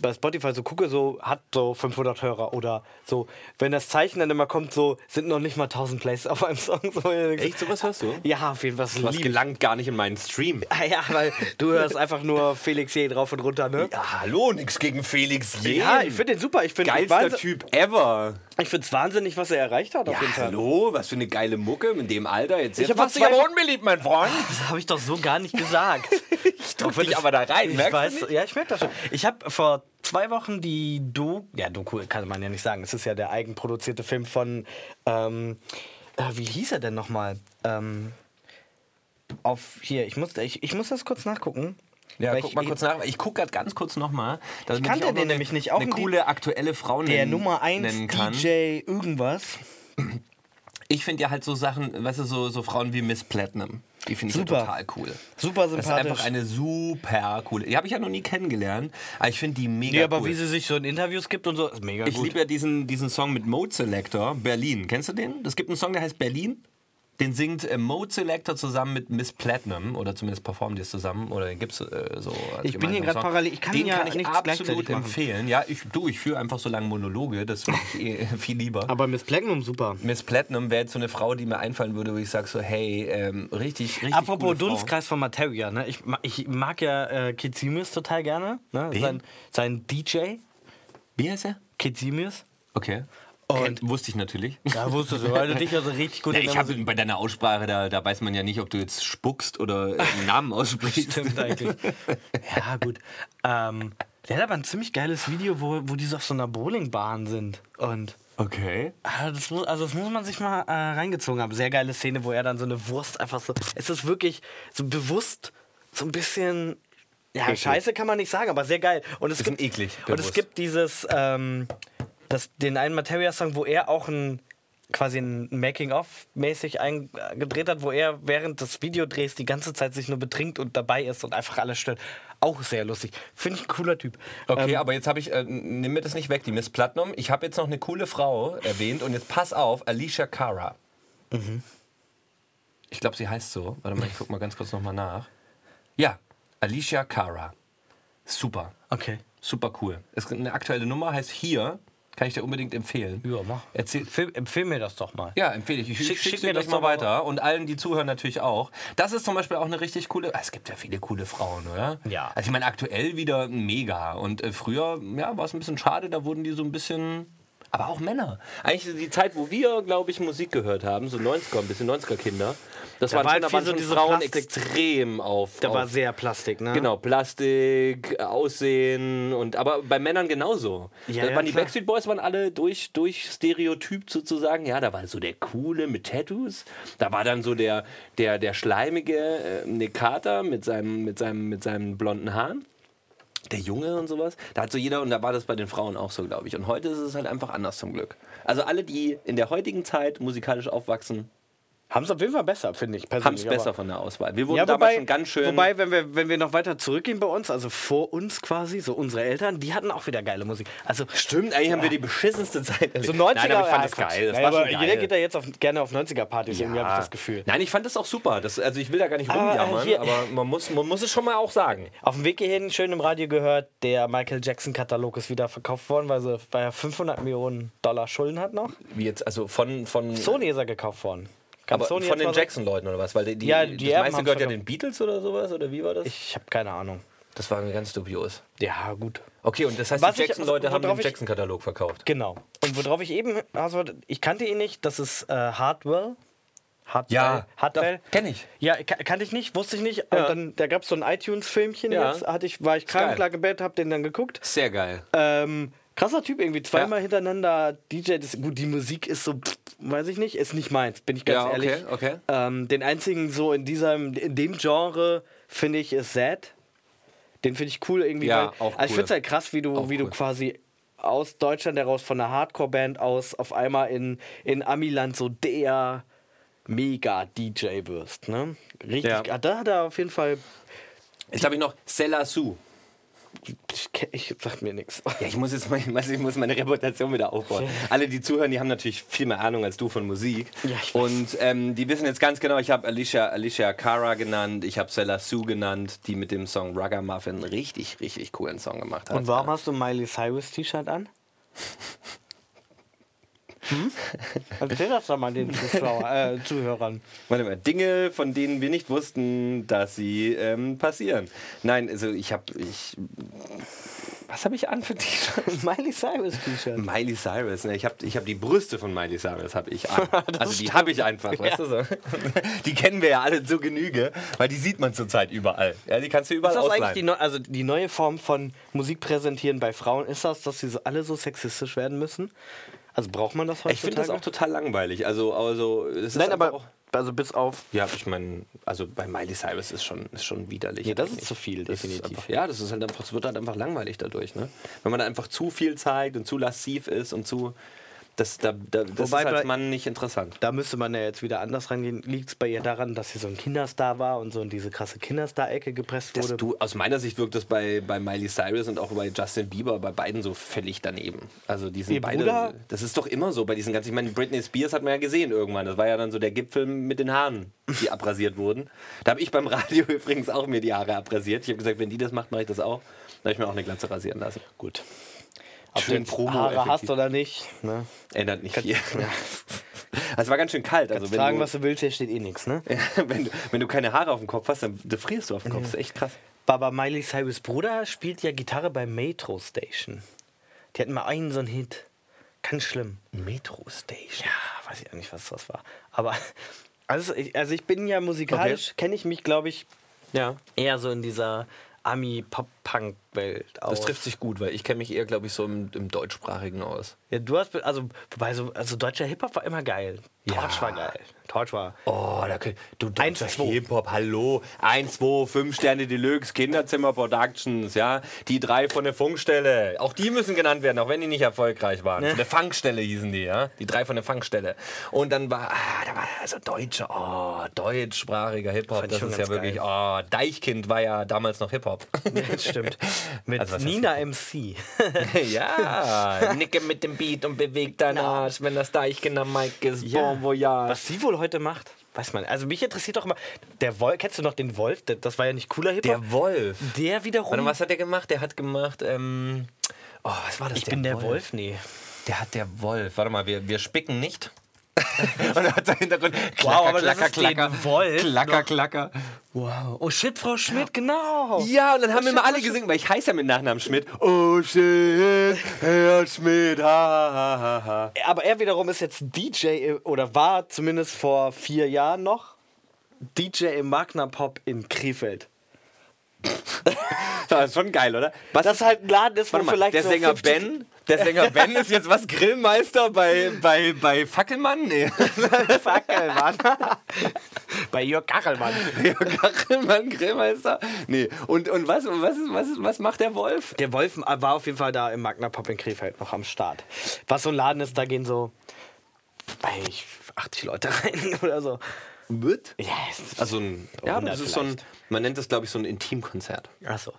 Speaker 3: bei Spotify so gucke, so hat so 500 Hörer oder so. Wenn das Zeichen dann immer kommt, so sind noch nicht mal 1000 Plays auf einem Song. So,
Speaker 2: Echt, sowas hörst du?
Speaker 3: Ja, auf jeden Fall. das
Speaker 2: Was
Speaker 3: lieb.
Speaker 2: gelangt gar nicht in meinen Stream.
Speaker 3: Ah ja, weil du hörst einfach nur Felix Jähn rauf und runter, ne?
Speaker 2: Ja, hallo, nix gegen Felix Jähn.
Speaker 3: Ja, ich finde den super. Ich finde
Speaker 2: Geilster Typ ever.
Speaker 3: Ich finde es wahnsinnig, was er erreicht hat, auf
Speaker 2: Ja,
Speaker 3: jeden Fall.
Speaker 2: hallo, was für eine geile Mucke mit dem Alter. Jetzt, jetzt
Speaker 3: hab
Speaker 2: machst du
Speaker 3: vor
Speaker 2: dich
Speaker 3: zwei-
Speaker 2: aber unbeliebt, mein Freund.
Speaker 3: Das habe ich doch so gar nicht gesagt. ich
Speaker 2: drück dich aber da rein,
Speaker 3: ich
Speaker 2: merkst du
Speaker 3: weiß,
Speaker 2: nicht?
Speaker 3: Ja, ich merke das schon. Ich habe vor zwei Wochen die Doku, ja, Doku kann man ja nicht sagen. Es ist ja der eigenproduzierte Film von, ähm, äh, wie hieß er denn nochmal? Ähm, auf, hier, ich muss, ich, ich muss das kurz nachgucken.
Speaker 2: Ja,
Speaker 3: Weil
Speaker 2: guck
Speaker 3: ich- eh
Speaker 2: mal kurz nach. Ich guck gerade ganz kurz nochmal. Ich
Speaker 3: kannte
Speaker 2: auch noch
Speaker 3: den
Speaker 2: eine-
Speaker 3: nämlich nicht. Auch
Speaker 2: eine
Speaker 3: ein Di-
Speaker 2: coole aktuelle Frau
Speaker 3: Der
Speaker 2: nennen-
Speaker 3: Nummer
Speaker 2: nennen
Speaker 3: 1
Speaker 2: kann.
Speaker 3: DJ irgendwas.
Speaker 2: Ich finde ja halt so Sachen, weißt du, so, so Frauen wie Miss Platinum. Die finde ich ja
Speaker 3: Super.
Speaker 2: total cool.
Speaker 3: Super
Speaker 2: Das ist
Speaker 3: sympathisch.
Speaker 2: einfach eine super coole. Die habe ich ja noch nie kennengelernt, aber ich finde die mega
Speaker 3: Ja, aber
Speaker 2: cool.
Speaker 3: wie sie sich so in Interviews gibt und so, ist mega
Speaker 2: ich
Speaker 3: gut.
Speaker 2: liebe ja diesen, diesen Song mit Mode Selector, Berlin. Kennst du den? Es gibt einen Song, der heißt Berlin. Den singt äh, Mode Selector zusammen mit Miss Platinum oder zumindest performen die es zusammen oder gibt's äh, so. als
Speaker 3: Ich bin hier
Speaker 2: gemeinsamen
Speaker 3: grad
Speaker 2: Song.
Speaker 3: parallel- ich kann
Speaker 2: den
Speaker 3: ja
Speaker 2: kann ich
Speaker 3: nichts
Speaker 2: absolut
Speaker 3: gleichzeitig machen.
Speaker 2: empfehlen. Ja, ich, du, ich führe einfach so lange Monologe, das finde ich eh viel lieber.
Speaker 3: aber Miss Platinum super.
Speaker 2: Miss Platinum wäre jetzt so eine Frau, die mir einfallen würde, wo ich sage so, hey, ähm, richtig, richtig
Speaker 3: Apropos
Speaker 2: coole Frau.
Speaker 3: Dunstkreis von Materia, ne? ich, ma- ich mag ja äh, Kizimius total gerne, ne? sein, sein DJ
Speaker 2: Wie heißt er?
Speaker 3: Kizimius.
Speaker 2: Okay.
Speaker 3: Und-
Speaker 2: Kennt- wusste ich natürlich.
Speaker 3: Da wusstest du, weil du dich also richtig gut
Speaker 2: Ja,
Speaker 3: in
Speaker 2: ich
Speaker 3: der
Speaker 2: habe bei deiner Aussprache, da, da weiß man ja nicht, ob du jetzt spuckst oder einen Namen aussprichst.
Speaker 3: Musik- Stimmt eigentlich. Ja, gut. Ähm, Der hat aber ein ziemlich geiles Video, wo, wo die so auf so einer Bowlingbahn sind. Und
Speaker 5: Okay.
Speaker 3: Ah, Das muss, also das muss man sich mal äh, reingezogen haben. Sehr geile Szene, wo er dann so eine Wurst einfach so. Es ist wirklich so bewusst so ein bisschen. Ja, scheiße kann man nicht sagen, aber sehr geil. Und es
Speaker 2: Bisschen
Speaker 3: gibt
Speaker 2: eklig,
Speaker 3: Und es
Speaker 2: bewusst.
Speaker 3: gibt dieses ähm, das, den einen Materia-Song, wo er auch ein quasi ein Making-of-mäßig ein- äh, gedreht hat, wo er während des Videodrehs die ganze Zeit sich nur betrinkt und dabei ist und einfach alles stört. Auch sehr lustig. Finde ich ein cooler Typ. Ähm,
Speaker 2: Okay, aber jetzt habe ich, äh, nimm mir das nicht weg, die Miss Platinum. Ich habe jetzt noch eine coole Frau erwähnt und jetzt pass auf, Alicia Cara. Mhm. Ich glaube, sie heißt so. Warte mal, ich guck mal ganz kurz nochmal nach. Ja, Alicia Cara. Super,
Speaker 3: Okay.
Speaker 2: super cool. Es gibt eine aktuelle Nummer, heißt hier, kann ich dir unbedingt empfehlen.
Speaker 3: Ja, mach.
Speaker 2: Erzähl,
Speaker 3: Empfehl, empfehl mir das doch mal.
Speaker 2: ja, empfehle ich. Ich schick,
Speaker 3: Schick- schick
Speaker 2: dir
Speaker 3: mir
Speaker 2: das
Speaker 3: das
Speaker 2: mal
Speaker 3: doch mal.
Speaker 2: weiter. Und allen, die zuhören, natürlich auch. Das ist zum Beispiel auch eine richtig coole. Ah, Es gibt ja viele coole Frauen, oder?
Speaker 3: Ja.
Speaker 2: Also ich meine, aktuell wieder mega. Und äh, früher, ja, war es ein bisschen schade, da wurden die so ein bisschen. Aber auch Männer. Eigentlich die Zeit, wo wir, glaube ich, Musik gehört haben, so 90er, ein bisschen 90er Kinder. Das
Speaker 3: Da
Speaker 2: waren, schon,
Speaker 3: war halt
Speaker 2: da waren
Speaker 3: viel so
Speaker 2: schon
Speaker 3: diese
Speaker 2: Frauen
Speaker 3: Plastik-
Speaker 2: extrem auf.
Speaker 3: Da
Speaker 2: auf
Speaker 3: war sehr Plastik, ne?
Speaker 2: Genau, Plastik, äh, Aussehen und aber bei Männern genauso.
Speaker 3: Ja,
Speaker 2: da
Speaker 3: ja,
Speaker 2: waren die
Speaker 3: klar.
Speaker 2: Backstreet Boys waren alle durch, durch Stereotyp sozusagen. Ja, da war so der coole mit Tattoos, da war dann so der, der, der schleimige äh, Nick Carter mit seinem, mit seinem, mit seinem blonden Haaren. Der Junge und sowas. Da hat so jeder, und da war das bei den Frauen auch so, glaube ich. Und heute ist es halt einfach anders zum Glück. Also alle, die in der heutigen Zeit musikalisch aufwachsen,
Speaker 3: Haben es auf jeden Fall besser, finde ich.
Speaker 2: haben es
Speaker 3: persönlich,
Speaker 2: besser
Speaker 3: aber-
Speaker 2: von der Auswahl. Wir wurden
Speaker 3: Ja,
Speaker 2: damals
Speaker 3: wobei,
Speaker 2: schon ganz schön.
Speaker 3: wobei wenn, wir, wenn wir noch weiter zurückgehen bei uns, also vor uns quasi, so unsere Eltern, die hatten auch wieder geile Musik. Also
Speaker 2: Stimmt, eigentlich haben wir die beschissenste Zeit. erlebt.
Speaker 3: so 90er
Speaker 2: Nein, aber ich fand
Speaker 3: ja,
Speaker 2: das
Speaker 3: Quatsch.
Speaker 2: geil. Das
Speaker 3: Nein,
Speaker 2: war
Speaker 3: aber
Speaker 2: schon geil.
Speaker 3: jeder geht da jetzt auf, gerne auf 90er-Partys, irgendwie habe ich das Gefühl.
Speaker 2: Nein, ich fand das auch super. Das, also ich will da gar nicht
Speaker 3: Aber, äh,
Speaker 2: rumjammern,
Speaker 3: hier-
Speaker 2: aber man muss, man muss es schon mal auch sagen.
Speaker 3: Auf dem Weg hierhin schön im Radio gehört, der Michael Jackson-Katalog ist wieder verkauft worden, weil, sie, weil er 500 Millionen Dollar Schulden hat noch.
Speaker 2: Wie jetzt, also von, von,
Speaker 3: Sony ist er gekauft worden. Kann
Speaker 2: aber
Speaker 3: Sony
Speaker 2: von
Speaker 3: jetzt
Speaker 2: den
Speaker 3: mal sagen?
Speaker 2: Jackson-Leuten oder was? Weil die, die,
Speaker 3: Ja, die
Speaker 2: das
Speaker 3: Erben
Speaker 2: meiste
Speaker 3: haben's
Speaker 2: gehört ja
Speaker 3: verkauft.
Speaker 2: den Beatles oder sowas, oder wie war das?
Speaker 3: Ich habe keine Ahnung.
Speaker 2: das war mir ganz dubios.
Speaker 3: Ja, gut.
Speaker 2: Okay, und das heißt,
Speaker 3: Was
Speaker 2: die
Speaker 3: ich-
Speaker 2: Jackson-Leute haben
Speaker 3: worauf
Speaker 2: den
Speaker 3: ich-
Speaker 2: Jackson-Katalog verkauft.
Speaker 3: Genau. Und worauf ich eben, also ich kannte ihn nicht, das ist äh, Hardwell. Hardwell.
Speaker 2: Ja,
Speaker 3: Hardwell.
Speaker 2: doch, kenn ich.
Speaker 3: Ja, ka- kannte ich nicht, wusste ich nicht.
Speaker 2: Ja.
Speaker 3: Und dann, da gab es so ein iTunes-Filmchen
Speaker 2: Ja.
Speaker 3: jetzt, hatte ich, war ich
Speaker 2: geil.
Speaker 3: krank, lag im Bett, hab den dann geguckt.
Speaker 2: Sehr geil.
Speaker 3: Ähm, krasser Typ irgendwie, zweimal
Speaker 2: Ja.
Speaker 3: hintereinander DJ. Das, gut, die Musik ist so, pff, weiß ich nicht, ist nicht meins, bin ich ganz
Speaker 2: Ja, okay,
Speaker 3: ehrlich.
Speaker 2: okay.
Speaker 3: Ähm, den einzigen so in diesem, in dem Genre finde ich ist Sad. Den finde ich cool irgendwie.
Speaker 2: Ja,
Speaker 3: weil,
Speaker 2: auch
Speaker 3: also ich
Speaker 2: cool.
Speaker 3: finde es halt krass, wie du,
Speaker 2: Auch
Speaker 3: wie du
Speaker 2: cool.
Speaker 3: quasi aus Deutschland heraus von einer Hardcore-Band aus auf einmal in, in Amiland so der Mega-DJ wirst. Ne? Richtig.
Speaker 2: Ja.
Speaker 3: Ah, Da hat er auf jeden Fall. Äh,
Speaker 2: Jetzt habe ich noch Sella Su.
Speaker 3: Ich, ich sag mir nichts.
Speaker 2: Ja, ich muss jetzt mein, weiß ich muss meine Reputation wieder aufbauen. Alle, die zuhören, die haben natürlich viel mehr Ahnung als du von Musik.
Speaker 3: Ja, ich weiß.
Speaker 2: Und ähm, die wissen jetzt ganz genau, ich habe Alicia, Alicia Cara genannt, ich habe Sella Sue genannt, die mit dem Song Ragamuffin einen richtig, richtig coolen Song gemacht hat.
Speaker 3: Und warum hast du ein Miley Cyrus T-Shirt an? Hm? Erzähl das doch mal den Zuschauer, äh, Zuhörern.
Speaker 2: Warte mal, Dinge, von denen wir nicht wussten, dass sie ähm, passieren. Nein, also ich habe... Ich, was habe ich an für T-Shirts?
Speaker 3: Miley Cyrus T-Shirt.
Speaker 2: Miley Cyrus, ne? ich habe ich hab die Brüste von Miley Cyrus, habe ich an. Also die habe ich einfach, weißt du so. Die kennen wir ja alle zu Genüge, weil die sieht man zurzeit überall. Ja, die kannst du überall
Speaker 3: Ist das eigentlich die,
Speaker 2: ausleihen.
Speaker 3: neu, also die neue Form von Musik präsentieren bei Frauen? Ist das, dass sie so alle so sexistisch werden müssen? Also braucht man das heutzutage?
Speaker 2: Ich finde das auch total langweilig. Also, also es ist
Speaker 3: Nein,
Speaker 2: einfach
Speaker 3: aber
Speaker 2: auch,
Speaker 3: also bis auf
Speaker 2: ja, ich meine, also bei Miley Cyrus ist schon, ist schon widerlich.
Speaker 3: Ja, das
Speaker 2: eigentlich.
Speaker 3: ist zu viel,
Speaker 2: Das ist
Speaker 3: definitiv.
Speaker 2: einfach, ja, das ist halt einfach, es wird halt einfach langweilig dadurch, ne? Wenn man da einfach zu viel zeigt und zu lassiv ist und zu, das, da, da, das
Speaker 3: Wobei
Speaker 2: ist als
Speaker 3: bei-
Speaker 2: Mann nicht interessant.
Speaker 3: da müsste man ja jetzt wieder anders rangehen. Liegt es bei ihr daran, dass sie so ein Kinderstar war und so in diese krasse Kinderstar-Ecke gepresst
Speaker 2: Das,
Speaker 3: wurde?
Speaker 2: du, aus meiner Sicht wirkt das bei, bei Miley Cyrus und auch bei Justin Bieber bei beiden so völlig daneben. Also die sind
Speaker 3: Ihr
Speaker 2: beide.
Speaker 3: Bruder?
Speaker 2: Das ist doch immer so bei diesen ganzen. Ich meine, Britney Spears hat man ja gesehen irgendwann. Das war ja dann so der Gipfel mit den Haaren, die abrasiert wurden. Da habe ich beim Radio übrigens auch mir die Haare abrasiert. Ich habe gesagt, wenn die das macht, mache ich das auch. Da habe ich mir auch eine Glatze rasieren lassen.
Speaker 3: Gut. Ob
Speaker 2: Schön
Speaker 3: du jetzt
Speaker 2: Promo
Speaker 3: Haare
Speaker 2: effektiv.
Speaker 3: hast oder nicht, ne?
Speaker 2: Ändert nicht viel. Also es war ganz schön kalt. Also wenn,
Speaker 3: Fragen,
Speaker 2: du,
Speaker 3: was du willst, hier steht eh nichts, ne?
Speaker 2: wenn, du, wenn du keine Haare auf dem Kopf hast, dann frierst du auf dem Kopf. Das ist echt krass.
Speaker 3: Baba Miley Cyrus Bruder spielt ja Gitarre bei Metro Station. Die hatten mal einen so einen Hit. Ganz schlimm.
Speaker 2: Metro Station.
Speaker 3: Ja, weiß ich auch nicht, was das war. Aber also ich, also ich bin ja musikalisch, kenne ich mich, glaube ich,
Speaker 2: Ja.
Speaker 3: eher so in dieser Ami-Pop-Punk-Welt aus.
Speaker 6: Das trifft sich gut, weil ich kenne mich eher, glaube ich, so im, im deutschsprachigen aus.
Speaker 3: Ja, du hast, also, wobei, so, also deutscher Hip-Hop war immer geil. Torch war geil. Torch war.
Speaker 2: Oh, da könnt, du
Speaker 3: Eins,
Speaker 2: deutscher
Speaker 3: zwei.
Speaker 2: Hip-Hop, hallo. 1, 2, 5 Sterne Deluxe, Kinderzimmer Productions, ja. Die drei von der Funkstelle. Auch die müssen genannt werden, auch wenn die nicht erfolgreich
Speaker 3: Ne.
Speaker 2: waren. Von der Funkstelle hießen die, ja. Die drei von der Funkstelle. Und dann war, ah, da war also deutsche, oh, deutschsprachiger Hip-Hop.
Speaker 3: Fand ich
Speaker 2: Das
Speaker 3: schon
Speaker 2: ist ja
Speaker 3: ganz
Speaker 2: wirklich, oh, Deichkind war ja damals noch Hip-Hop.
Speaker 3: Das stimmt. Mit
Speaker 2: Also, was heißt
Speaker 3: Nina MC.
Speaker 2: ja, nicke mit dem Beat und beweg deinen Arsch, wenn das Deichkind am Mike ist.
Speaker 3: Ja.
Speaker 2: Bon voyage.
Speaker 3: Was sie wohl heute macht, weiß man. Also, mich interessiert doch immer. Der Wolf, kennst du noch den Wolf? Der- Das war ja nicht cooler Hip-Hop.
Speaker 2: Der Wolf.
Speaker 3: Der wiederum.
Speaker 2: Warte, was hat der gemacht? Der hat gemacht, ähm. Oh, was war das?
Speaker 3: ich bin der Wolf? Nee.
Speaker 2: Der hat der Wolf. Warte mal, wir, wir spicken nicht. Und er hat da Hintergrund. Klacker,
Speaker 3: aber das
Speaker 2: klacker,
Speaker 3: ist den
Speaker 2: klacker.
Speaker 3: Wolf
Speaker 2: klacker, klacker.
Speaker 3: Wow. Oh shit, Frau Schmidt, genau.
Speaker 2: Ja, und dann haben immer alle gesungen, weil ich heiße ja mit Nachnamen Schmidt.
Speaker 5: Oh shit, Herr Schmidt, ha, ha, ha, ha.
Speaker 3: Aber er wiederum ist jetzt DJ oder war zumindest vor vier Jahren noch DJ im Magna Pop in Krefeld.
Speaker 2: Das ist schon geil, oder?
Speaker 3: Was? Das ist halt ein Laden ist, wo
Speaker 2: Warte mal,
Speaker 3: vielleicht
Speaker 2: der
Speaker 3: so
Speaker 2: Sänger
Speaker 3: 50
Speaker 2: Ben. Der Sänger Ben ist jetzt was? Grillmeister bei, bei, bei Fackelmann? Nee.
Speaker 3: Fackelmann. Bei Jörg Kachelmann.
Speaker 2: Grillmann, Grillmeister? Nee. Und, und was, was, ist, was, ist, was macht der Wolf?
Speaker 3: Der Wolf äh, war auf jeden Fall da im Magna Pop in Krefeld noch am Start. Was so ein Laden ist, da gehen so weiß ich, 80 Leute rein oder so.
Speaker 2: Wird?
Speaker 3: Ja, es-
Speaker 2: Also ein, ja, das ist so ein, man nennt das glaube ich so ein Intimkonzert.
Speaker 3: Ach so.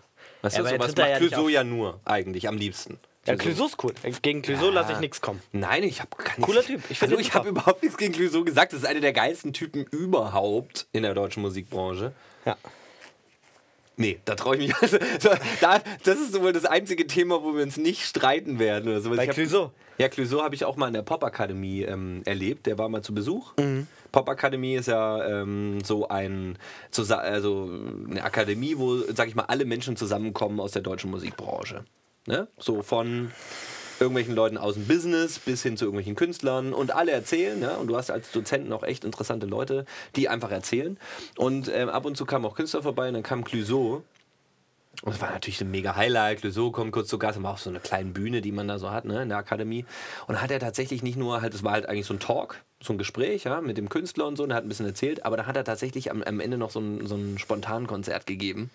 Speaker 2: Weißt
Speaker 3: Ja,
Speaker 2: du,
Speaker 3: aber
Speaker 2: sowas
Speaker 3: jetzt tritt er
Speaker 2: macht
Speaker 3: ja nicht
Speaker 2: Clouseau ja nur eigentlich am liebsten.
Speaker 3: Ja, Clouseau ist cool. Gegen Clouseau lasse ich nichts kommen.
Speaker 2: Nein, ich habe gar nichts.
Speaker 3: Cooler Typ. Ich
Speaker 2: Ich,
Speaker 3: find
Speaker 2: also,
Speaker 3: ihn
Speaker 2: ich
Speaker 3: super.
Speaker 2: habe überhaupt nichts gegen Clouseau gesagt. Das ist einer der geilsten Typen überhaupt in der deutschen Musikbranche.
Speaker 3: Ja.
Speaker 2: Nee, da traue ich mich. Also, da, das ist wohl das einzige Thema, wo wir uns nicht streiten werden. Oder so.
Speaker 3: Bei
Speaker 2: Ich hab-
Speaker 3: Clouseau?
Speaker 2: Ja, Clouseau habe ich auch mal in der Popakademie ähm, erlebt. Der war mal zu Besuch.
Speaker 3: Mhm.
Speaker 2: Popakademie ist ja ähm, so ein, zusa- also eine Akademie, wo, sag ich mal, alle Menschen zusammenkommen aus der deutschen Musikbranche. Ne? So von irgendwelchen Leuten aus dem Business bis hin zu irgendwelchen Künstlern und alle erzählen. Ne? Und du hast als Dozenten auch echt interessante Leute, die einfach erzählen. Und ähm, ab und zu kamen auch Künstler vorbei und dann kam Clouseau und es war natürlich ein mega Highlight. Clouseau kommt kurz zu Gast, haben auch so eine kleine Bühne, die man da so hat, ne, in der Akademie. Und da hat er tatsächlich nicht nur halt, es war halt eigentlich so ein Talk, so ein Gespräch, ja, mit dem Künstler und so, und er hat ein bisschen erzählt, aber da hat er tatsächlich am, am Ende noch so ein, so ein spontanen Konzert gegeben.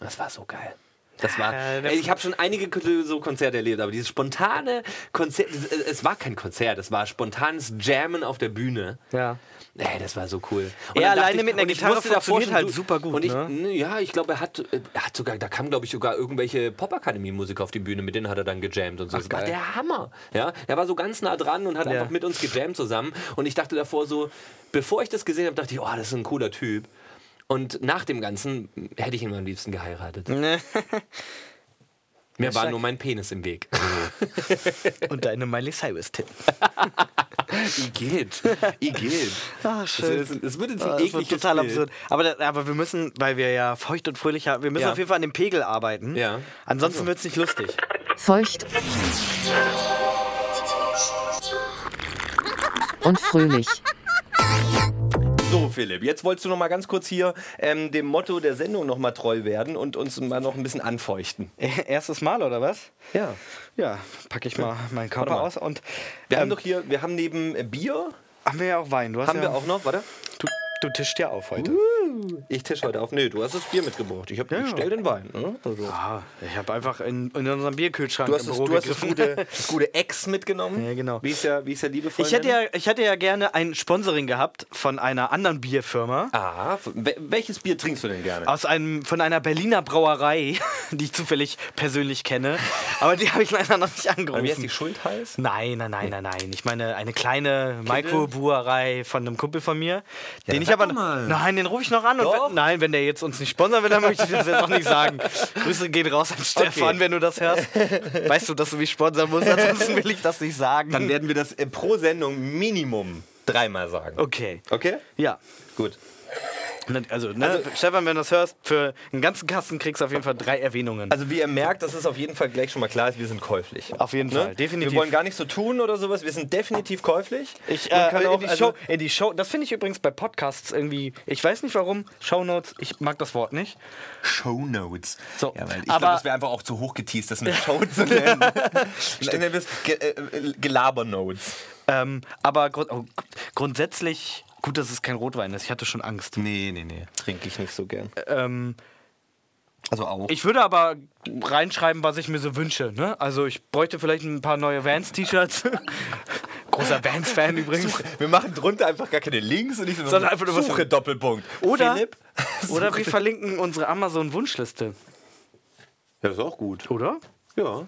Speaker 2: Das war so geil. Das war,
Speaker 3: Mhm. Ja, das-
Speaker 2: ey, ich habe schon einige so Konzerte erlebt, aber dieses spontane Konzert, es- es war kein Konzert, es war spontanes Jammen auf der Bühne.
Speaker 3: Ja.
Speaker 2: Ey, das war so cool. Und
Speaker 3: Er
Speaker 2: dann dachte
Speaker 3: alleine mit einer
Speaker 2: und
Speaker 3: Gitarre
Speaker 2: musste
Speaker 3: funktioniert
Speaker 2: davor
Speaker 3: halt
Speaker 2: schon-
Speaker 3: super gut,
Speaker 2: Und ich,
Speaker 3: ne?
Speaker 2: N- Ja, ich glaube, er hat, er hat sogar, da kamen, glaube ich, sogar irgendwelche Popakademie-Musiker auf die Bühne, mit denen hat er dann gejammt und so. das war
Speaker 3: geil.
Speaker 2: der Hammer. Ja, er war so ganz nah dran und hat einfach mit uns gejammt zusammen. Und ich dachte davor so, bevor ich das gesehen habe, dachte ich, oh, das ist ein cooler Typ. Und nach dem Ganzen hätte ich ihn am liebsten geheiratet. Mir war nur mein Penis im Weg.
Speaker 3: Oh. Und deine Miley Cyrus-Tipp.
Speaker 2: Igitt. Igitt.
Speaker 3: Ah, schön.
Speaker 2: Es, es, es wird jetzt ein
Speaker 3: Ah, Das wird
Speaker 2: ekliges
Speaker 3: total
Speaker 2: Bild.
Speaker 3: absurd. Aber, da- aber wir müssen, weil wir ja feucht und fröhlich haben, wir müssen
Speaker 2: Ja.
Speaker 3: auf jeden Fall an dem Pegel arbeiten.
Speaker 2: Ja.
Speaker 3: Ansonsten wird's nicht lustig.
Speaker 4: feucht und fröhlich.
Speaker 2: So, Philipp, jetzt wolltest du noch mal ganz kurz hier ähm, dem Motto der Sendung noch mal treu werden und uns mal noch ein bisschen anfeuchten.
Speaker 3: Erstes Mal, oder was?
Speaker 2: Ja.
Speaker 3: Ja, packe ich mal meinen Körper
Speaker 2: mal.
Speaker 3: aus und.
Speaker 2: Wir haben
Speaker 3: ähm,
Speaker 2: doch hier, wir haben neben äh, Bier,
Speaker 3: Haben wir ja auch Wein. Du hast
Speaker 2: haben
Speaker 3: ja,
Speaker 2: wir auch noch, warte,
Speaker 3: Du, du tischst ja auf heute.
Speaker 2: ich tisch heute auf. Nee, du hast das Bier mitgebracht. Ich, hab, ich stell den Wein. Ne? Also.
Speaker 3: Ah, ich habe einfach in, in unserem Bierkühlschrank
Speaker 2: Du hast,
Speaker 3: im
Speaker 2: das,
Speaker 3: Büro
Speaker 2: du hast das,
Speaker 3: gegriffen.
Speaker 2: gute, das gute Ex mitgenommen.
Speaker 3: Ja, genau.
Speaker 2: Wie es ja, wie es ja liebevoll
Speaker 3: ich hätte
Speaker 2: nennt.
Speaker 3: ja, ich hätte ja gerne ein Sponsoring gehabt von einer anderen Bierfirma.
Speaker 2: Ah, wel- welches Bier trinkst du denn gerne?
Speaker 3: Aus einem, von einer Berliner Brauerei, die ich zufällig persönlich kenne. Aber die habe ich leider noch nicht
Speaker 2: Bei mir ist die
Speaker 3: angerufen.
Speaker 2: Schuld heiß.
Speaker 3: Nein, nein, nein, nein, nein. Ich meine eine kleine Microbruerei von einem Kumpel von mir, den ich
Speaker 2: sag
Speaker 3: aber
Speaker 2: doch mal.
Speaker 3: nein, den rufe ich noch an und
Speaker 2: Doch.
Speaker 3: wenn, nein, wenn der jetzt uns nicht sponsern will, dann möchte ich das jetzt auch nicht sagen. Grüße gehen raus an Stefan, wenn du das hörst. Weißt du, dass du mich sponsern musst, ansonsten will ich das nicht sagen.
Speaker 2: Dann werden wir das äh, pro Sendung Minimum dreimal sagen.
Speaker 3: okay.
Speaker 2: Okay?
Speaker 3: Ja.
Speaker 2: Gut.
Speaker 3: Also, ne, Stefan, wenn du das hörst, für einen ganzen Kasten kriegst du auf jeden Fall drei Erwähnungen.
Speaker 2: Also wie ihr merkt, das ist auf jeden Fall gleich schon mal klar, wir sind käuflich. Ne?
Speaker 3: Auf jeden Fall, definitiv.
Speaker 2: Wir wollen gar nicht so tun oder sowas, wir sind definitiv käuflich.
Speaker 3: Ich
Speaker 2: Man
Speaker 3: äh,
Speaker 2: kann
Speaker 3: in,
Speaker 2: auch,
Speaker 3: die
Speaker 2: also-
Speaker 3: Show, in die Show, das finde ich übrigens bei Podcasts irgendwie, ich weiß nicht warum, Shownotes, ich mag das Wort nicht.
Speaker 2: Shownotes.
Speaker 3: So,
Speaker 2: ja, weil ich
Speaker 3: aber-
Speaker 2: glaube, das wäre einfach auch zu hoch geteased, das eine Show zu nennen. Nennen wir es Ge äh, Gelabernotes.
Speaker 3: Ähm, aber grund, oh, grundsätzlich, gut, dass es kein Rotwein ist, ich hatte schon Angst.
Speaker 2: Nee, nee, nee. Trinke ich nicht so gern.
Speaker 3: Ähm,
Speaker 2: Also auch.
Speaker 3: ich würde aber reinschreiben, was ich mir so wünsche. Ne? Also ich bräuchte vielleicht ein paar neue Vans-T-Shirts. Großer Vans-Fan übrigens.
Speaker 2: wir machen drunter einfach gar keine Links und ich
Speaker 3: Sondern einfach nur was-
Speaker 2: suche Doppelpunkt.
Speaker 3: Oder-
Speaker 2: Philipp.
Speaker 3: Oder wir verlinken unsere Amazon-Wunschliste,
Speaker 5: Ja, ist auch gut.
Speaker 3: oder?
Speaker 5: Ja.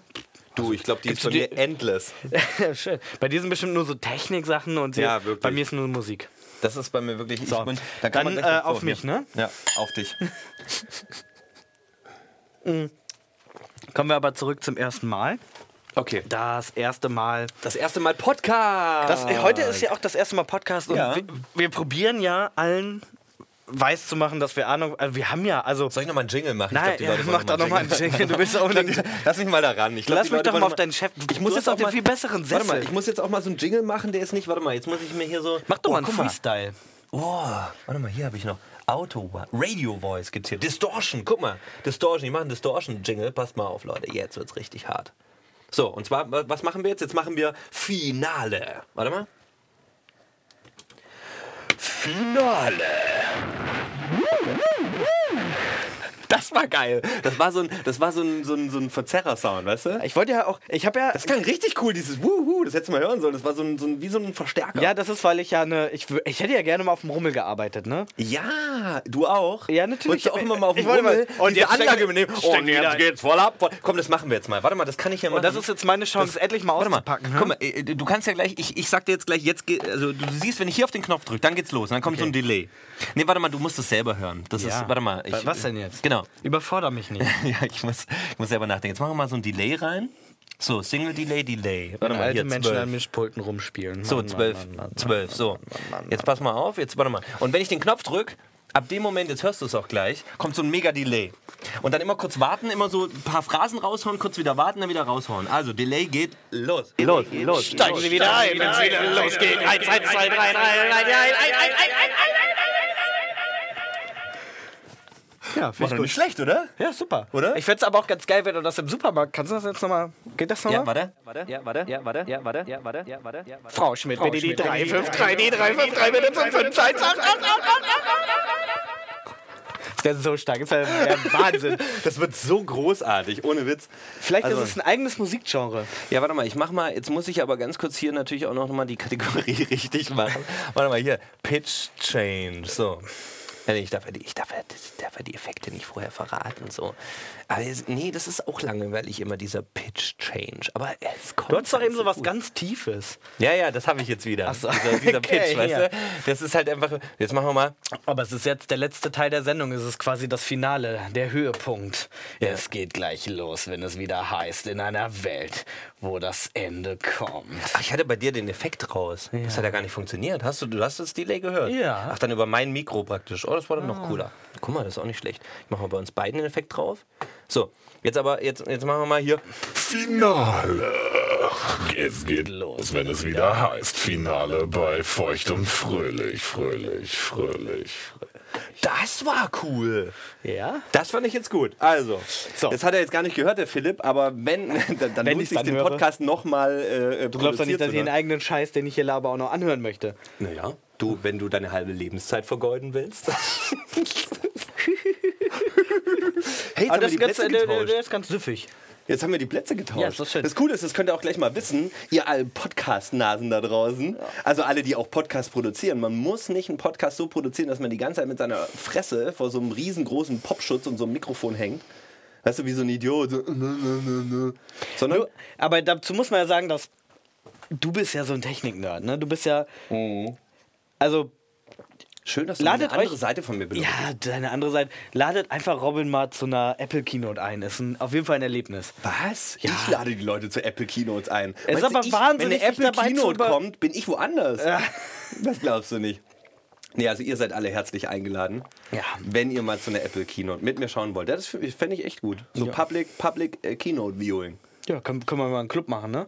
Speaker 2: Du, ich glaube, die ist
Speaker 3: du
Speaker 2: von dir
Speaker 3: dir-
Speaker 2: endless.
Speaker 3: Ja, schön. Bei dir sind bestimmt nur so Techniksachen und so.
Speaker 2: Ja, wirklich.
Speaker 3: bei mir ist nur Musik.
Speaker 2: Das ist bei mir wirklich.
Speaker 3: So,
Speaker 2: ich bin,
Speaker 3: dann,
Speaker 2: man gleich
Speaker 3: äh,
Speaker 2: noch-
Speaker 3: auf mich,
Speaker 2: ja.
Speaker 3: ne?
Speaker 2: Ja, auf dich.
Speaker 3: Kommen wir aber zurück zum ersten Mal.
Speaker 2: Okay.
Speaker 3: Das erste Mal.
Speaker 2: Das erste Mal Podcast.
Speaker 3: Das, äh, Heute ist ja auch das erste Mal Podcast und
Speaker 2: Ja.
Speaker 3: wir, wir probieren ja allen weiß zu machen, dass wir Ahnung. Also wir haben ja, also.
Speaker 2: Soll ich nochmal einen Jingle machen?
Speaker 3: Nein,
Speaker 2: ich
Speaker 3: ja, mach doch nochmal einen Jingle. Du bist auch nicht.
Speaker 2: Lass mich mal da ran. Ich glaub,
Speaker 3: Lass
Speaker 2: die
Speaker 3: mich
Speaker 2: Leute
Speaker 3: doch mal
Speaker 2: wollen
Speaker 3: auf deinen Chef-
Speaker 2: Ich
Speaker 3: Du
Speaker 2: muss
Speaker 3: hast
Speaker 2: jetzt
Speaker 3: doch
Speaker 2: auf den
Speaker 3: den viel besseren
Speaker 2: Warte mal,
Speaker 3: Sessel.
Speaker 2: ich muss jetzt auch mal so einen Jingle machen, der ist nicht. Warte mal, jetzt muss ich mir hier so.
Speaker 3: Mach doch
Speaker 2: oh,
Speaker 3: mal einen
Speaker 2: guck mal.
Speaker 3: Freestyle.
Speaker 2: Oh, warte mal, hier habe ich noch Auto Radio Voice gibt's hier. Distortion, guck mal. Distortion, ich mache einen Distortion Jingle. Passt mal auf, Leute. Jetzt wird's richtig hart. So, und zwar wa- was machen wir jetzt? Jetzt machen wir Finale. Warte mal. Finale. Das war geil. Das war so ein, das war so ein, so ein, so ein Verzerrer-Sound, weißt du?
Speaker 3: Ich wollte ja auch. Ich habe ja.
Speaker 2: Das klang richtig cool, dieses Wuhu, das hättest du mal hören sollen. Das war so ein, so ein wie so ein Verstärker.
Speaker 3: ja, das ist, weil ich ja eine. Ich, wür- ich hätte ja gerne mal auf dem Rummel gearbeitet, ne?
Speaker 2: Ja, du auch.
Speaker 3: Ja, natürlich.
Speaker 2: Wolltest du auch immer mal auf
Speaker 3: Ich
Speaker 2: den
Speaker 3: wollte mal-
Speaker 2: Rummel
Speaker 3: und
Speaker 2: diese
Speaker 3: jetzt stecken-
Speaker 2: Anlage übernehmen? Oh,
Speaker 3: stecken
Speaker 2: nee,
Speaker 3: wieder-
Speaker 2: jetzt geht's voll ab. Voll. Komm, das machen wir jetzt mal. Warte mal, das kann ich ja machen.
Speaker 3: Und das ist jetzt meine Chance, endlich mal
Speaker 2: Warte mal,
Speaker 3: auszupacken. ne?
Speaker 2: guck mal, äh, du kannst ja gleich, ich, ich sag dir jetzt gleich, jetzt, ge- also du siehst, wenn ich hier auf den Knopf drücke, dann geht's los, dann kommt so ein Delay. Nee, warte mal, du musst das selber hören. Das
Speaker 3: Ja.
Speaker 2: ist, warte mal. Ich,
Speaker 3: Was denn jetzt?
Speaker 2: Genau.
Speaker 3: Überforder mich nicht.
Speaker 2: Ja, ich muss, ich muss selber nachdenken. Jetzt machen wir mal so ein Delay rein. So, Single Delay, Delay. Warte
Speaker 3: Wenn
Speaker 2: mal,
Speaker 3: alte
Speaker 2: hier,
Speaker 3: Menschen
Speaker 2: 12.
Speaker 3: an Mischpulten rumspielen.
Speaker 2: So,
Speaker 3: Mann,
Speaker 2: zwölf.
Speaker 3: Mann, Mann, Mann,
Speaker 2: Zwölf, so. Jetzt pass mal auf, jetzt warte mal. Und wenn ich den Knopf drücke, ab dem Moment, jetzt hörst du es auch gleich, kommt so ein mega Delay. Und dann immer kurz warten, immer so ein paar Phrasen raushauen, kurz wieder warten, dann wieder raushauen. Also, Delay geht los.
Speaker 3: Los, los. Steigen Sie wieder ein, wenn es wieder losgeht. Eins, eins, zwei, drei, drei, drei, Ja,
Speaker 2: War doch
Speaker 3: finde ich gut.
Speaker 2: nicht schlecht, oder?
Speaker 3: Ja, super.
Speaker 2: Oder?
Speaker 3: Ich fände es aber auch ganz geil, wenn du das im Supermarkt kannst. Du das jetzt nochmal? Geht das nochmal?
Speaker 2: Ja, warte.
Speaker 3: Frau Schmidt, bitte die 3, 5, 3, die 3, 5, 3, bitte zum 5, 1, 8, 8, 8, Ist der so stark? Ist der, der Wahnsinn.
Speaker 2: Das wird so großartig, ohne Witz.
Speaker 3: Vielleicht
Speaker 2: Also-
Speaker 3: ist es ein eigenes Musikgenre.
Speaker 2: Ja, warte mal, ich mach mal, jetzt muss ich aber ganz kurz hier natürlich auch noch mal die Kategorie richtig machen. Warte mal, hier, Pitch Change, so. Ja, nee, Ich darf, ja die- ich, darf, ja- ich darf ja die Effekte nicht vorher verraten. So. Aber es, nee, das ist auch langweilig, immer dieser Pitch-Change. Aber es kommt.
Speaker 3: Du hattest doch eben so
Speaker 2: ganz
Speaker 3: was ganz Tiefes.
Speaker 2: Ja, ja, das habe ich jetzt wieder.
Speaker 3: so.
Speaker 2: Dieser, dieser
Speaker 3: Okay,
Speaker 2: Pitch, weißt
Speaker 3: ja.
Speaker 2: du? Das ist halt einfach. Jetzt machen wir mal.
Speaker 3: Aber es ist jetzt der letzte Teil der Sendung. Es ist quasi das Finale, der Höhepunkt. Es geht gleich los, wenn es wieder heißt, in einer Welt, wo das Ende kommt.
Speaker 2: Ach, ich hatte bei dir den Effekt raus. Das hat ja gar nicht funktioniert. Hast du, du hast das Delay gehört?
Speaker 3: Ja. Ah.
Speaker 2: Ach, dann über mein Mikro praktisch. Oh, das war dann noch cooler. Guck mal, das ist auch nicht schlecht. Ich mache mal bei uns beiden den Effekt drauf. So, jetzt aber, jetzt, jetzt machen wir mal hier.
Speaker 5: Finale. Es geht los, wenn es wieder heißt. Finale bei Feucht und Fröhlich, Fröhlich, Fröhlich.
Speaker 2: Das war cool.
Speaker 3: Ja?
Speaker 2: Das fand ich jetzt gut. Also,
Speaker 3: So.
Speaker 2: das hat er jetzt gar nicht gehört, der Philipp, aber wenn, dann, dann
Speaker 3: Wenn
Speaker 2: muss
Speaker 3: ich's
Speaker 2: ich
Speaker 3: dann
Speaker 2: den
Speaker 3: höre.
Speaker 2: Podcast nochmal. Äh,
Speaker 3: Du glaubst doch nicht, dass ich den eigenen Scheiß, den ich hier laber, auch noch anhören möchte.
Speaker 2: Naja, du, wenn du deine halbe Lebenszeit vergeuden willst. hey, jetzt haben, wir die Plätze getauscht.
Speaker 3: ist ganz süffig.
Speaker 2: jetzt haben wir die Plätze getauscht.
Speaker 3: Ja, ist doch schön.
Speaker 2: Das Coole ist, das könnt ihr auch gleich mal wissen, ihr allen Podcast-Nasen da draußen, also alle, die auch Podcasts produzieren. Man muss nicht einen Podcast so produzieren, dass man die ganze Zeit mit seiner Fresse vor so einem riesengroßen Popschutz und so einem Mikrofon hängt. Weißt du, wie so ein Idiot. So,
Speaker 3: Hm?
Speaker 2: Sondern,
Speaker 3: Aber dazu muss man ja sagen, dass du bist ja so ein Technik-Nerd, ne? Du bist ja... Also,
Speaker 2: schön, dass du
Speaker 3: Ladet
Speaker 2: eine andere
Speaker 3: euch-
Speaker 2: Seite von mir belobst.
Speaker 3: ja, deine andere Seite. Ladet einfach Robin mal zu einer Apple-Keynote ein. Ist ein, auf jeden Fall ein Erlebnis.
Speaker 2: Was? Ich lade die Leute zu Apple Keynotes ein. Es
Speaker 3: aber wahnsinnig,
Speaker 2: Wenn eine
Speaker 3: sich
Speaker 2: Apple
Speaker 3: dabei zu
Speaker 2: Keynote
Speaker 3: über-
Speaker 2: kommt, bin ich woanders. Das glaubst du nicht. Nee, also ihr seid alle herzlich eingeladen.
Speaker 3: Ja.
Speaker 2: Wenn ihr mal zu einer Apple Keynote mit mir schauen wollt. Das fände ich echt gut. So
Speaker 3: Ja.
Speaker 2: Public, Public äh, Keynote Viewing.
Speaker 3: Ja, können, können wir mal einen Club machen, ne?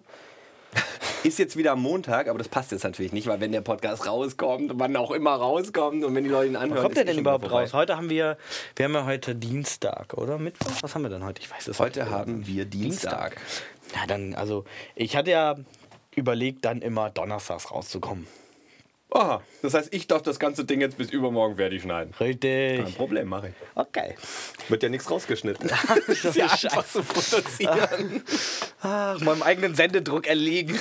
Speaker 2: Ist jetzt wieder am Montag, aber das passt jetzt natürlich nicht, weil wenn der Podcast rauskommt, wann auch immer rauskommt und wenn die Leute ihn anhören.
Speaker 3: Wann kommt
Speaker 2: ist
Speaker 3: der
Speaker 2: eh
Speaker 3: denn
Speaker 2: schon
Speaker 3: überhaupt
Speaker 2: vorbei.
Speaker 3: raus? Heute haben wir, wir haben ja heute Dienstag, oder? Mittwoch? Was haben wir denn heute? Ich weiß es
Speaker 2: Heute
Speaker 3: nicht.
Speaker 2: haben wir Dienstag.
Speaker 3: Na dann, also ich hatte ja überlegt, dann immer donnerstags rauszukommen.
Speaker 2: Aha, das heißt, ich darf das ganze Ding jetzt bis übermorgen fertig schneiden. Kein
Speaker 3: Richtig.
Speaker 2: Problem, mache ich.
Speaker 3: Okay.
Speaker 2: Wird ja nichts rausgeschnitten. das ist ja einfach zu produzieren.
Speaker 3: Ach, meinem eigenen Sendedruck erlegen.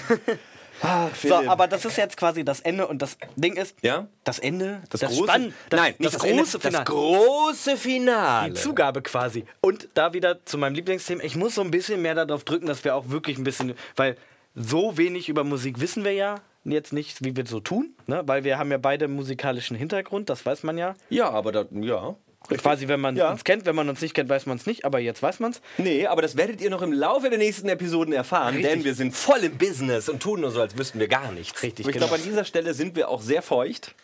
Speaker 2: Ach,
Speaker 3: So, aber das ist jetzt quasi das Ende und das Ding ist,
Speaker 2: Ja?
Speaker 3: das Ende,
Speaker 2: das, große,
Speaker 3: Spann- das,
Speaker 2: nein, nicht
Speaker 3: das, große Finale.
Speaker 2: das große Finale.
Speaker 3: die Zugabe quasi. Und da wieder zu meinem Lieblingsthema, ich muss so ein bisschen mehr darauf drücken, dass wir auch wirklich ein bisschen, weil so wenig über Musik wissen wir ja jetzt nicht, wie wir so tun, ne? weil wir haben ja beide musikalischen Hintergrund, das weiß man ja.
Speaker 2: Ja, aber da, ja.
Speaker 3: Quasi, wenn man
Speaker 2: Ja.
Speaker 3: uns kennt, wenn man uns nicht kennt, weiß man es nicht, aber jetzt weiß man es.
Speaker 2: Nee, aber das werdet ihr noch im Laufe der nächsten Episoden erfahren, denn wir sind voll im Business und tun nur so, als wüssten wir gar nichts.
Speaker 3: Richtig,
Speaker 2: Und ich
Speaker 3: genau.
Speaker 2: glaube, an dieser Stelle sind wir auch sehr feucht.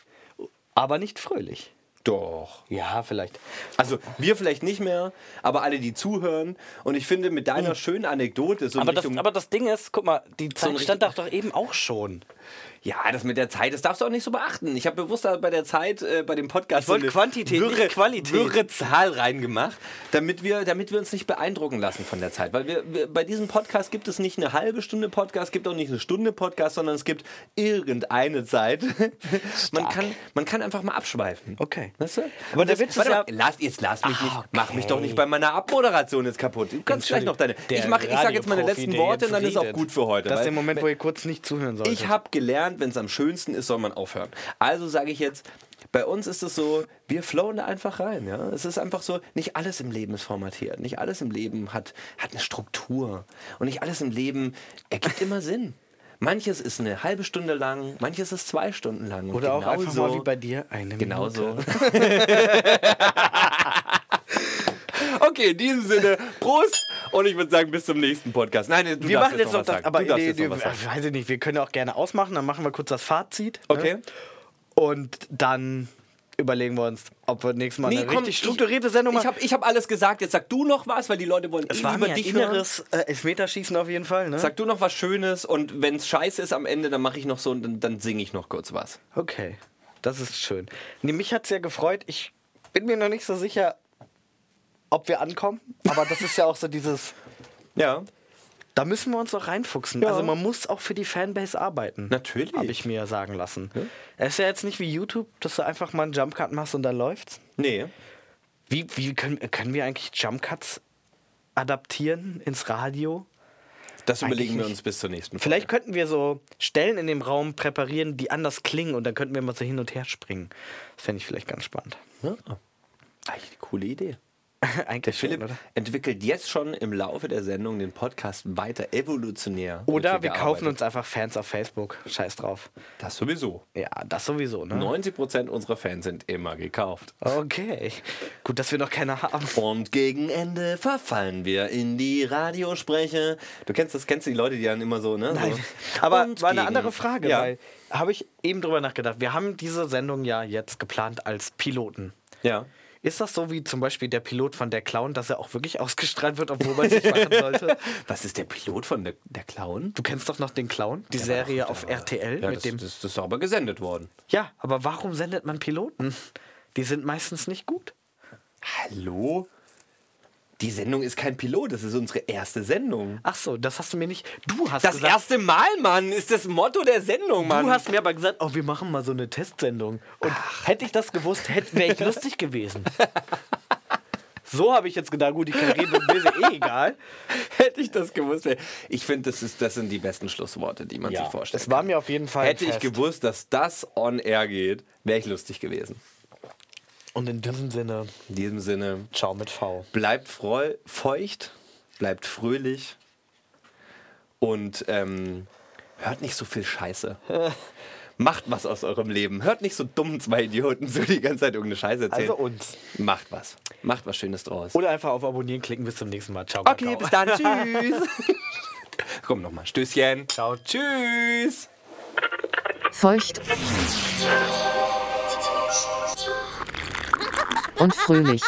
Speaker 3: Aber nicht fröhlich.
Speaker 2: Doch.
Speaker 3: Ja, vielleicht.
Speaker 2: Also wir vielleicht nicht mehr, aber alle, die zuhören. Und ich finde, mit deiner schönen Anekdote so in
Speaker 3: Aber das,
Speaker 2: Richtung,
Speaker 3: aber das Ding ist, guck mal, die Zeit
Speaker 2: ein
Speaker 3: stand doch, doch eben auch schon.
Speaker 2: Ja, das mit der Zeit, das darfst du auch nicht so beachten. Ich habe bewusst da bei der Zeit, äh, bei dem Podcast,
Speaker 3: Ich wollte
Speaker 2: so eine
Speaker 3: Quantität, nicht Qualität.
Speaker 2: wirre Zahl reingemacht, damit wir, damit wir uns nicht beeindrucken lassen von der Zeit. Weil wir, wir, bei diesem Podcast gibt es nicht eine halbe Stunde Podcast, gibt auch nicht eine Stunde Podcast, sondern es gibt irgendeine Zeit. man, kann, man kann einfach mal abschweifen.
Speaker 3: Okay.
Speaker 2: Weißt du?
Speaker 3: Aber
Speaker 2: Und
Speaker 3: der
Speaker 2: das-
Speaker 3: Witz ist
Speaker 2: warte
Speaker 3: ja- Ah,
Speaker 2: mal, lass, jetzt lass mich nicht,
Speaker 3: okay.
Speaker 2: mach mich doch nicht bei meiner Abmoderation jetzt kaputt. Du kannst gleich noch deine.
Speaker 3: Der
Speaker 2: Ich, mach, ich sag jetzt meine
Speaker 3: Radioprofi,
Speaker 2: letzten
Speaker 3: der
Speaker 2: Worte
Speaker 3: jetzt
Speaker 2: und dann ist auch
Speaker 3: redet.
Speaker 2: gut für heute.
Speaker 3: Das ist
Speaker 2: weil-
Speaker 3: der Moment, wo ihr kurz nicht zuhören solltet.
Speaker 2: ich habe gelernt, wenn es am schönsten ist, soll man aufhören. Also sage ich jetzt, bei uns ist es so, wir flowen da einfach rein. Ja? Es ist einfach so, nicht alles im Leben ist formatiert. Nicht alles im Leben hat, hat eine Struktur. Und nicht alles im Leben ergibt immer Sinn. Manches ist eine halbe Stunde lang, manches ist zwei Stunden lang. Und
Speaker 3: Oder auch einfach
Speaker 2: genauso-
Speaker 3: mal wie bei dir eine
Speaker 2: Genauso.
Speaker 3: Minute.
Speaker 2: okay, in diesem Sinne, Prost und ich würde sagen, bis zum nächsten Podcast. Nein, du
Speaker 3: Wir
Speaker 2: darfst
Speaker 3: machen jetzt
Speaker 2: noch
Speaker 3: noch
Speaker 2: was
Speaker 3: das,
Speaker 2: sagen.
Speaker 3: aber
Speaker 2: du darfst
Speaker 3: nee,
Speaker 2: jetzt
Speaker 3: nee,
Speaker 2: noch was sagen.
Speaker 3: weiß ich nicht, wir können auch gerne ausmachen, dann machen wir kurz das Fazit.
Speaker 2: Okay.
Speaker 3: Ne? Und dann überlegen wir uns, ob wir nächstes Mal
Speaker 2: Nee,
Speaker 3: eine
Speaker 2: komm,
Speaker 3: richtig strukturierte
Speaker 2: ich,
Speaker 3: Sendung
Speaker 2: Ich
Speaker 3: machen.
Speaker 2: habe ich hab eh alles gesagt, jetzt sag du noch was, weil die Leute wollen eh über dich hören.
Speaker 3: äh, Elfmeterschießen auf jeden Fall, ne?
Speaker 2: Sag du noch was Schönes und wenn es scheiße ist am Ende, dann mache ich noch so und dann, dann singe ich noch kurz was.
Speaker 3: Okay, das ist schön. Nee, mich hat es ja gefreut. Ich bin mir noch nicht so sicher, ob wir ankommen. Aber das ist ja auch so dieses,
Speaker 2: Ja.
Speaker 3: da müssen wir uns auch reinfuchsen. Also man muss auch für die Fanbase arbeiten.
Speaker 2: Natürlich.
Speaker 3: Habe ich mir sagen lassen. Es ist ja jetzt nicht wie YouTube, dass du einfach mal einen Jumpcut machst und dann läuft's.
Speaker 2: Nee.
Speaker 3: Wie, wie können, können wir eigentlich Jumpcuts adaptieren ins Radio?
Speaker 2: Das überlegen
Speaker 3: Eigentlich
Speaker 2: wir
Speaker 3: nicht.
Speaker 2: uns bis zur nächsten Folge.
Speaker 3: Vielleicht könnten wir so Stellen in dem Raum präparieren, die anders klingen und dann könnten wir mal so hin und her springen. Das fände ich vielleicht ganz spannend.
Speaker 2: Ne? Ah. Eigentlich eine coole Idee.
Speaker 3: Eigentlich
Speaker 2: Der
Speaker 3: schon,
Speaker 2: Philipp
Speaker 3: oder?
Speaker 2: entwickelt jetzt schon im Laufe der Sendung den Podcast weiter evolutionär.
Speaker 3: Oder
Speaker 2: wird hier
Speaker 3: wir kaufen
Speaker 2: gearbeitet.
Speaker 3: uns einfach Fans auf Facebook. Scheiß drauf.
Speaker 2: Das sowieso.
Speaker 3: Ja, das sowieso, ne?
Speaker 2: 90% unserer Fans sind immer gekauft.
Speaker 3: Okay. Gut, dass wir noch keine haben.
Speaker 2: Und gegen Ende verfallen wir in die Radiospreche. Du kennst das, kennst du die Leute, die dann immer so, ne? So.
Speaker 3: Aber
Speaker 2: Und
Speaker 3: war eine
Speaker 2: gegen-
Speaker 3: andere Frage,
Speaker 2: Ja.
Speaker 3: weil habe ich eben drüber nachgedacht. Wir haben diese Sendung ja jetzt geplant als Piloten.
Speaker 2: ja.
Speaker 3: Ist das so wie zum Beispiel der Pilot von Der Clown, dass er auch wirklich ausgestrahlt wird, obwohl man es nicht machen sollte?
Speaker 2: Was ist der Pilot von der, der Clown?
Speaker 3: Du kennst doch noch den Clown, die Serie auf RTL
Speaker 2: Ja,
Speaker 3: mit
Speaker 2: das,
Speaker 3: dem.
Speaker 2: das, das ist aber gesendet worden.
Speaker 3: Ja, aber warum sendet man Piloten? Die sind meistens nicht gut.
Speaker 2: Hallo? Die Sendung ist kein Pilot, das ist unsere erste Sendung.
Speaker 3: Ach so, das hast du mir nicht. Du hast
Speaker 2: Das
Speaker 3: gesagt,
Speaker 2: erste Mal, Mann, ist das Motto der Sendung, Mann.
Speaker 3: Du hast mir aber gesagt, oh, wir machen mal so eine Testsendung. Und hätte ich das gewusst, wäre ich lustig gewesen. So habe ich jetzt gedacht, gut, ich kann reden und mir ist ja eh egal.
Speaker 2: hätte ich das gewusst. wär- Ich finde, das, ist- das sind die besten Schlussworte, die man sich vorstellt.
Speaker 3: Es war mir auf jeden Fall. ein
Speaker 2: Hätte ich
Speaker 3: Fest.
Speaker 2: gewusst, dass das on air geht, wäre ich lustig gewesen.
Speaker 3: Und in diesem Sinne,
Speaker 2: In diesem Sinne,
Speaker 3: ciao mit V.
Speaker 2: bleibt freu feucht, bleibt fröhlich und ähm, hört nicht so viel Scheiße. Macht was aus eurem Leben. Hört nicht so dummen zwei Idioten so die ganze Zeit irgendeine Scheiße erzählen.
Speaker 3: Also uns.
Speaker 2: Macht was. Macht was Schönes draus.
Speaker 3: Oder einfach auf Abonnieren klicken. Bis zum nächsten Mal. Ciao.
Speaker 2: okay,
Speaker 3: Kakao.
Speaker 2: bis dann. Tschüss. Komm nochmal. Stößchen.
Speaker 3: Ciao. Tschüss.
Speaker 2: Tschüss.
Speaker 4: feucht. und fröhlich.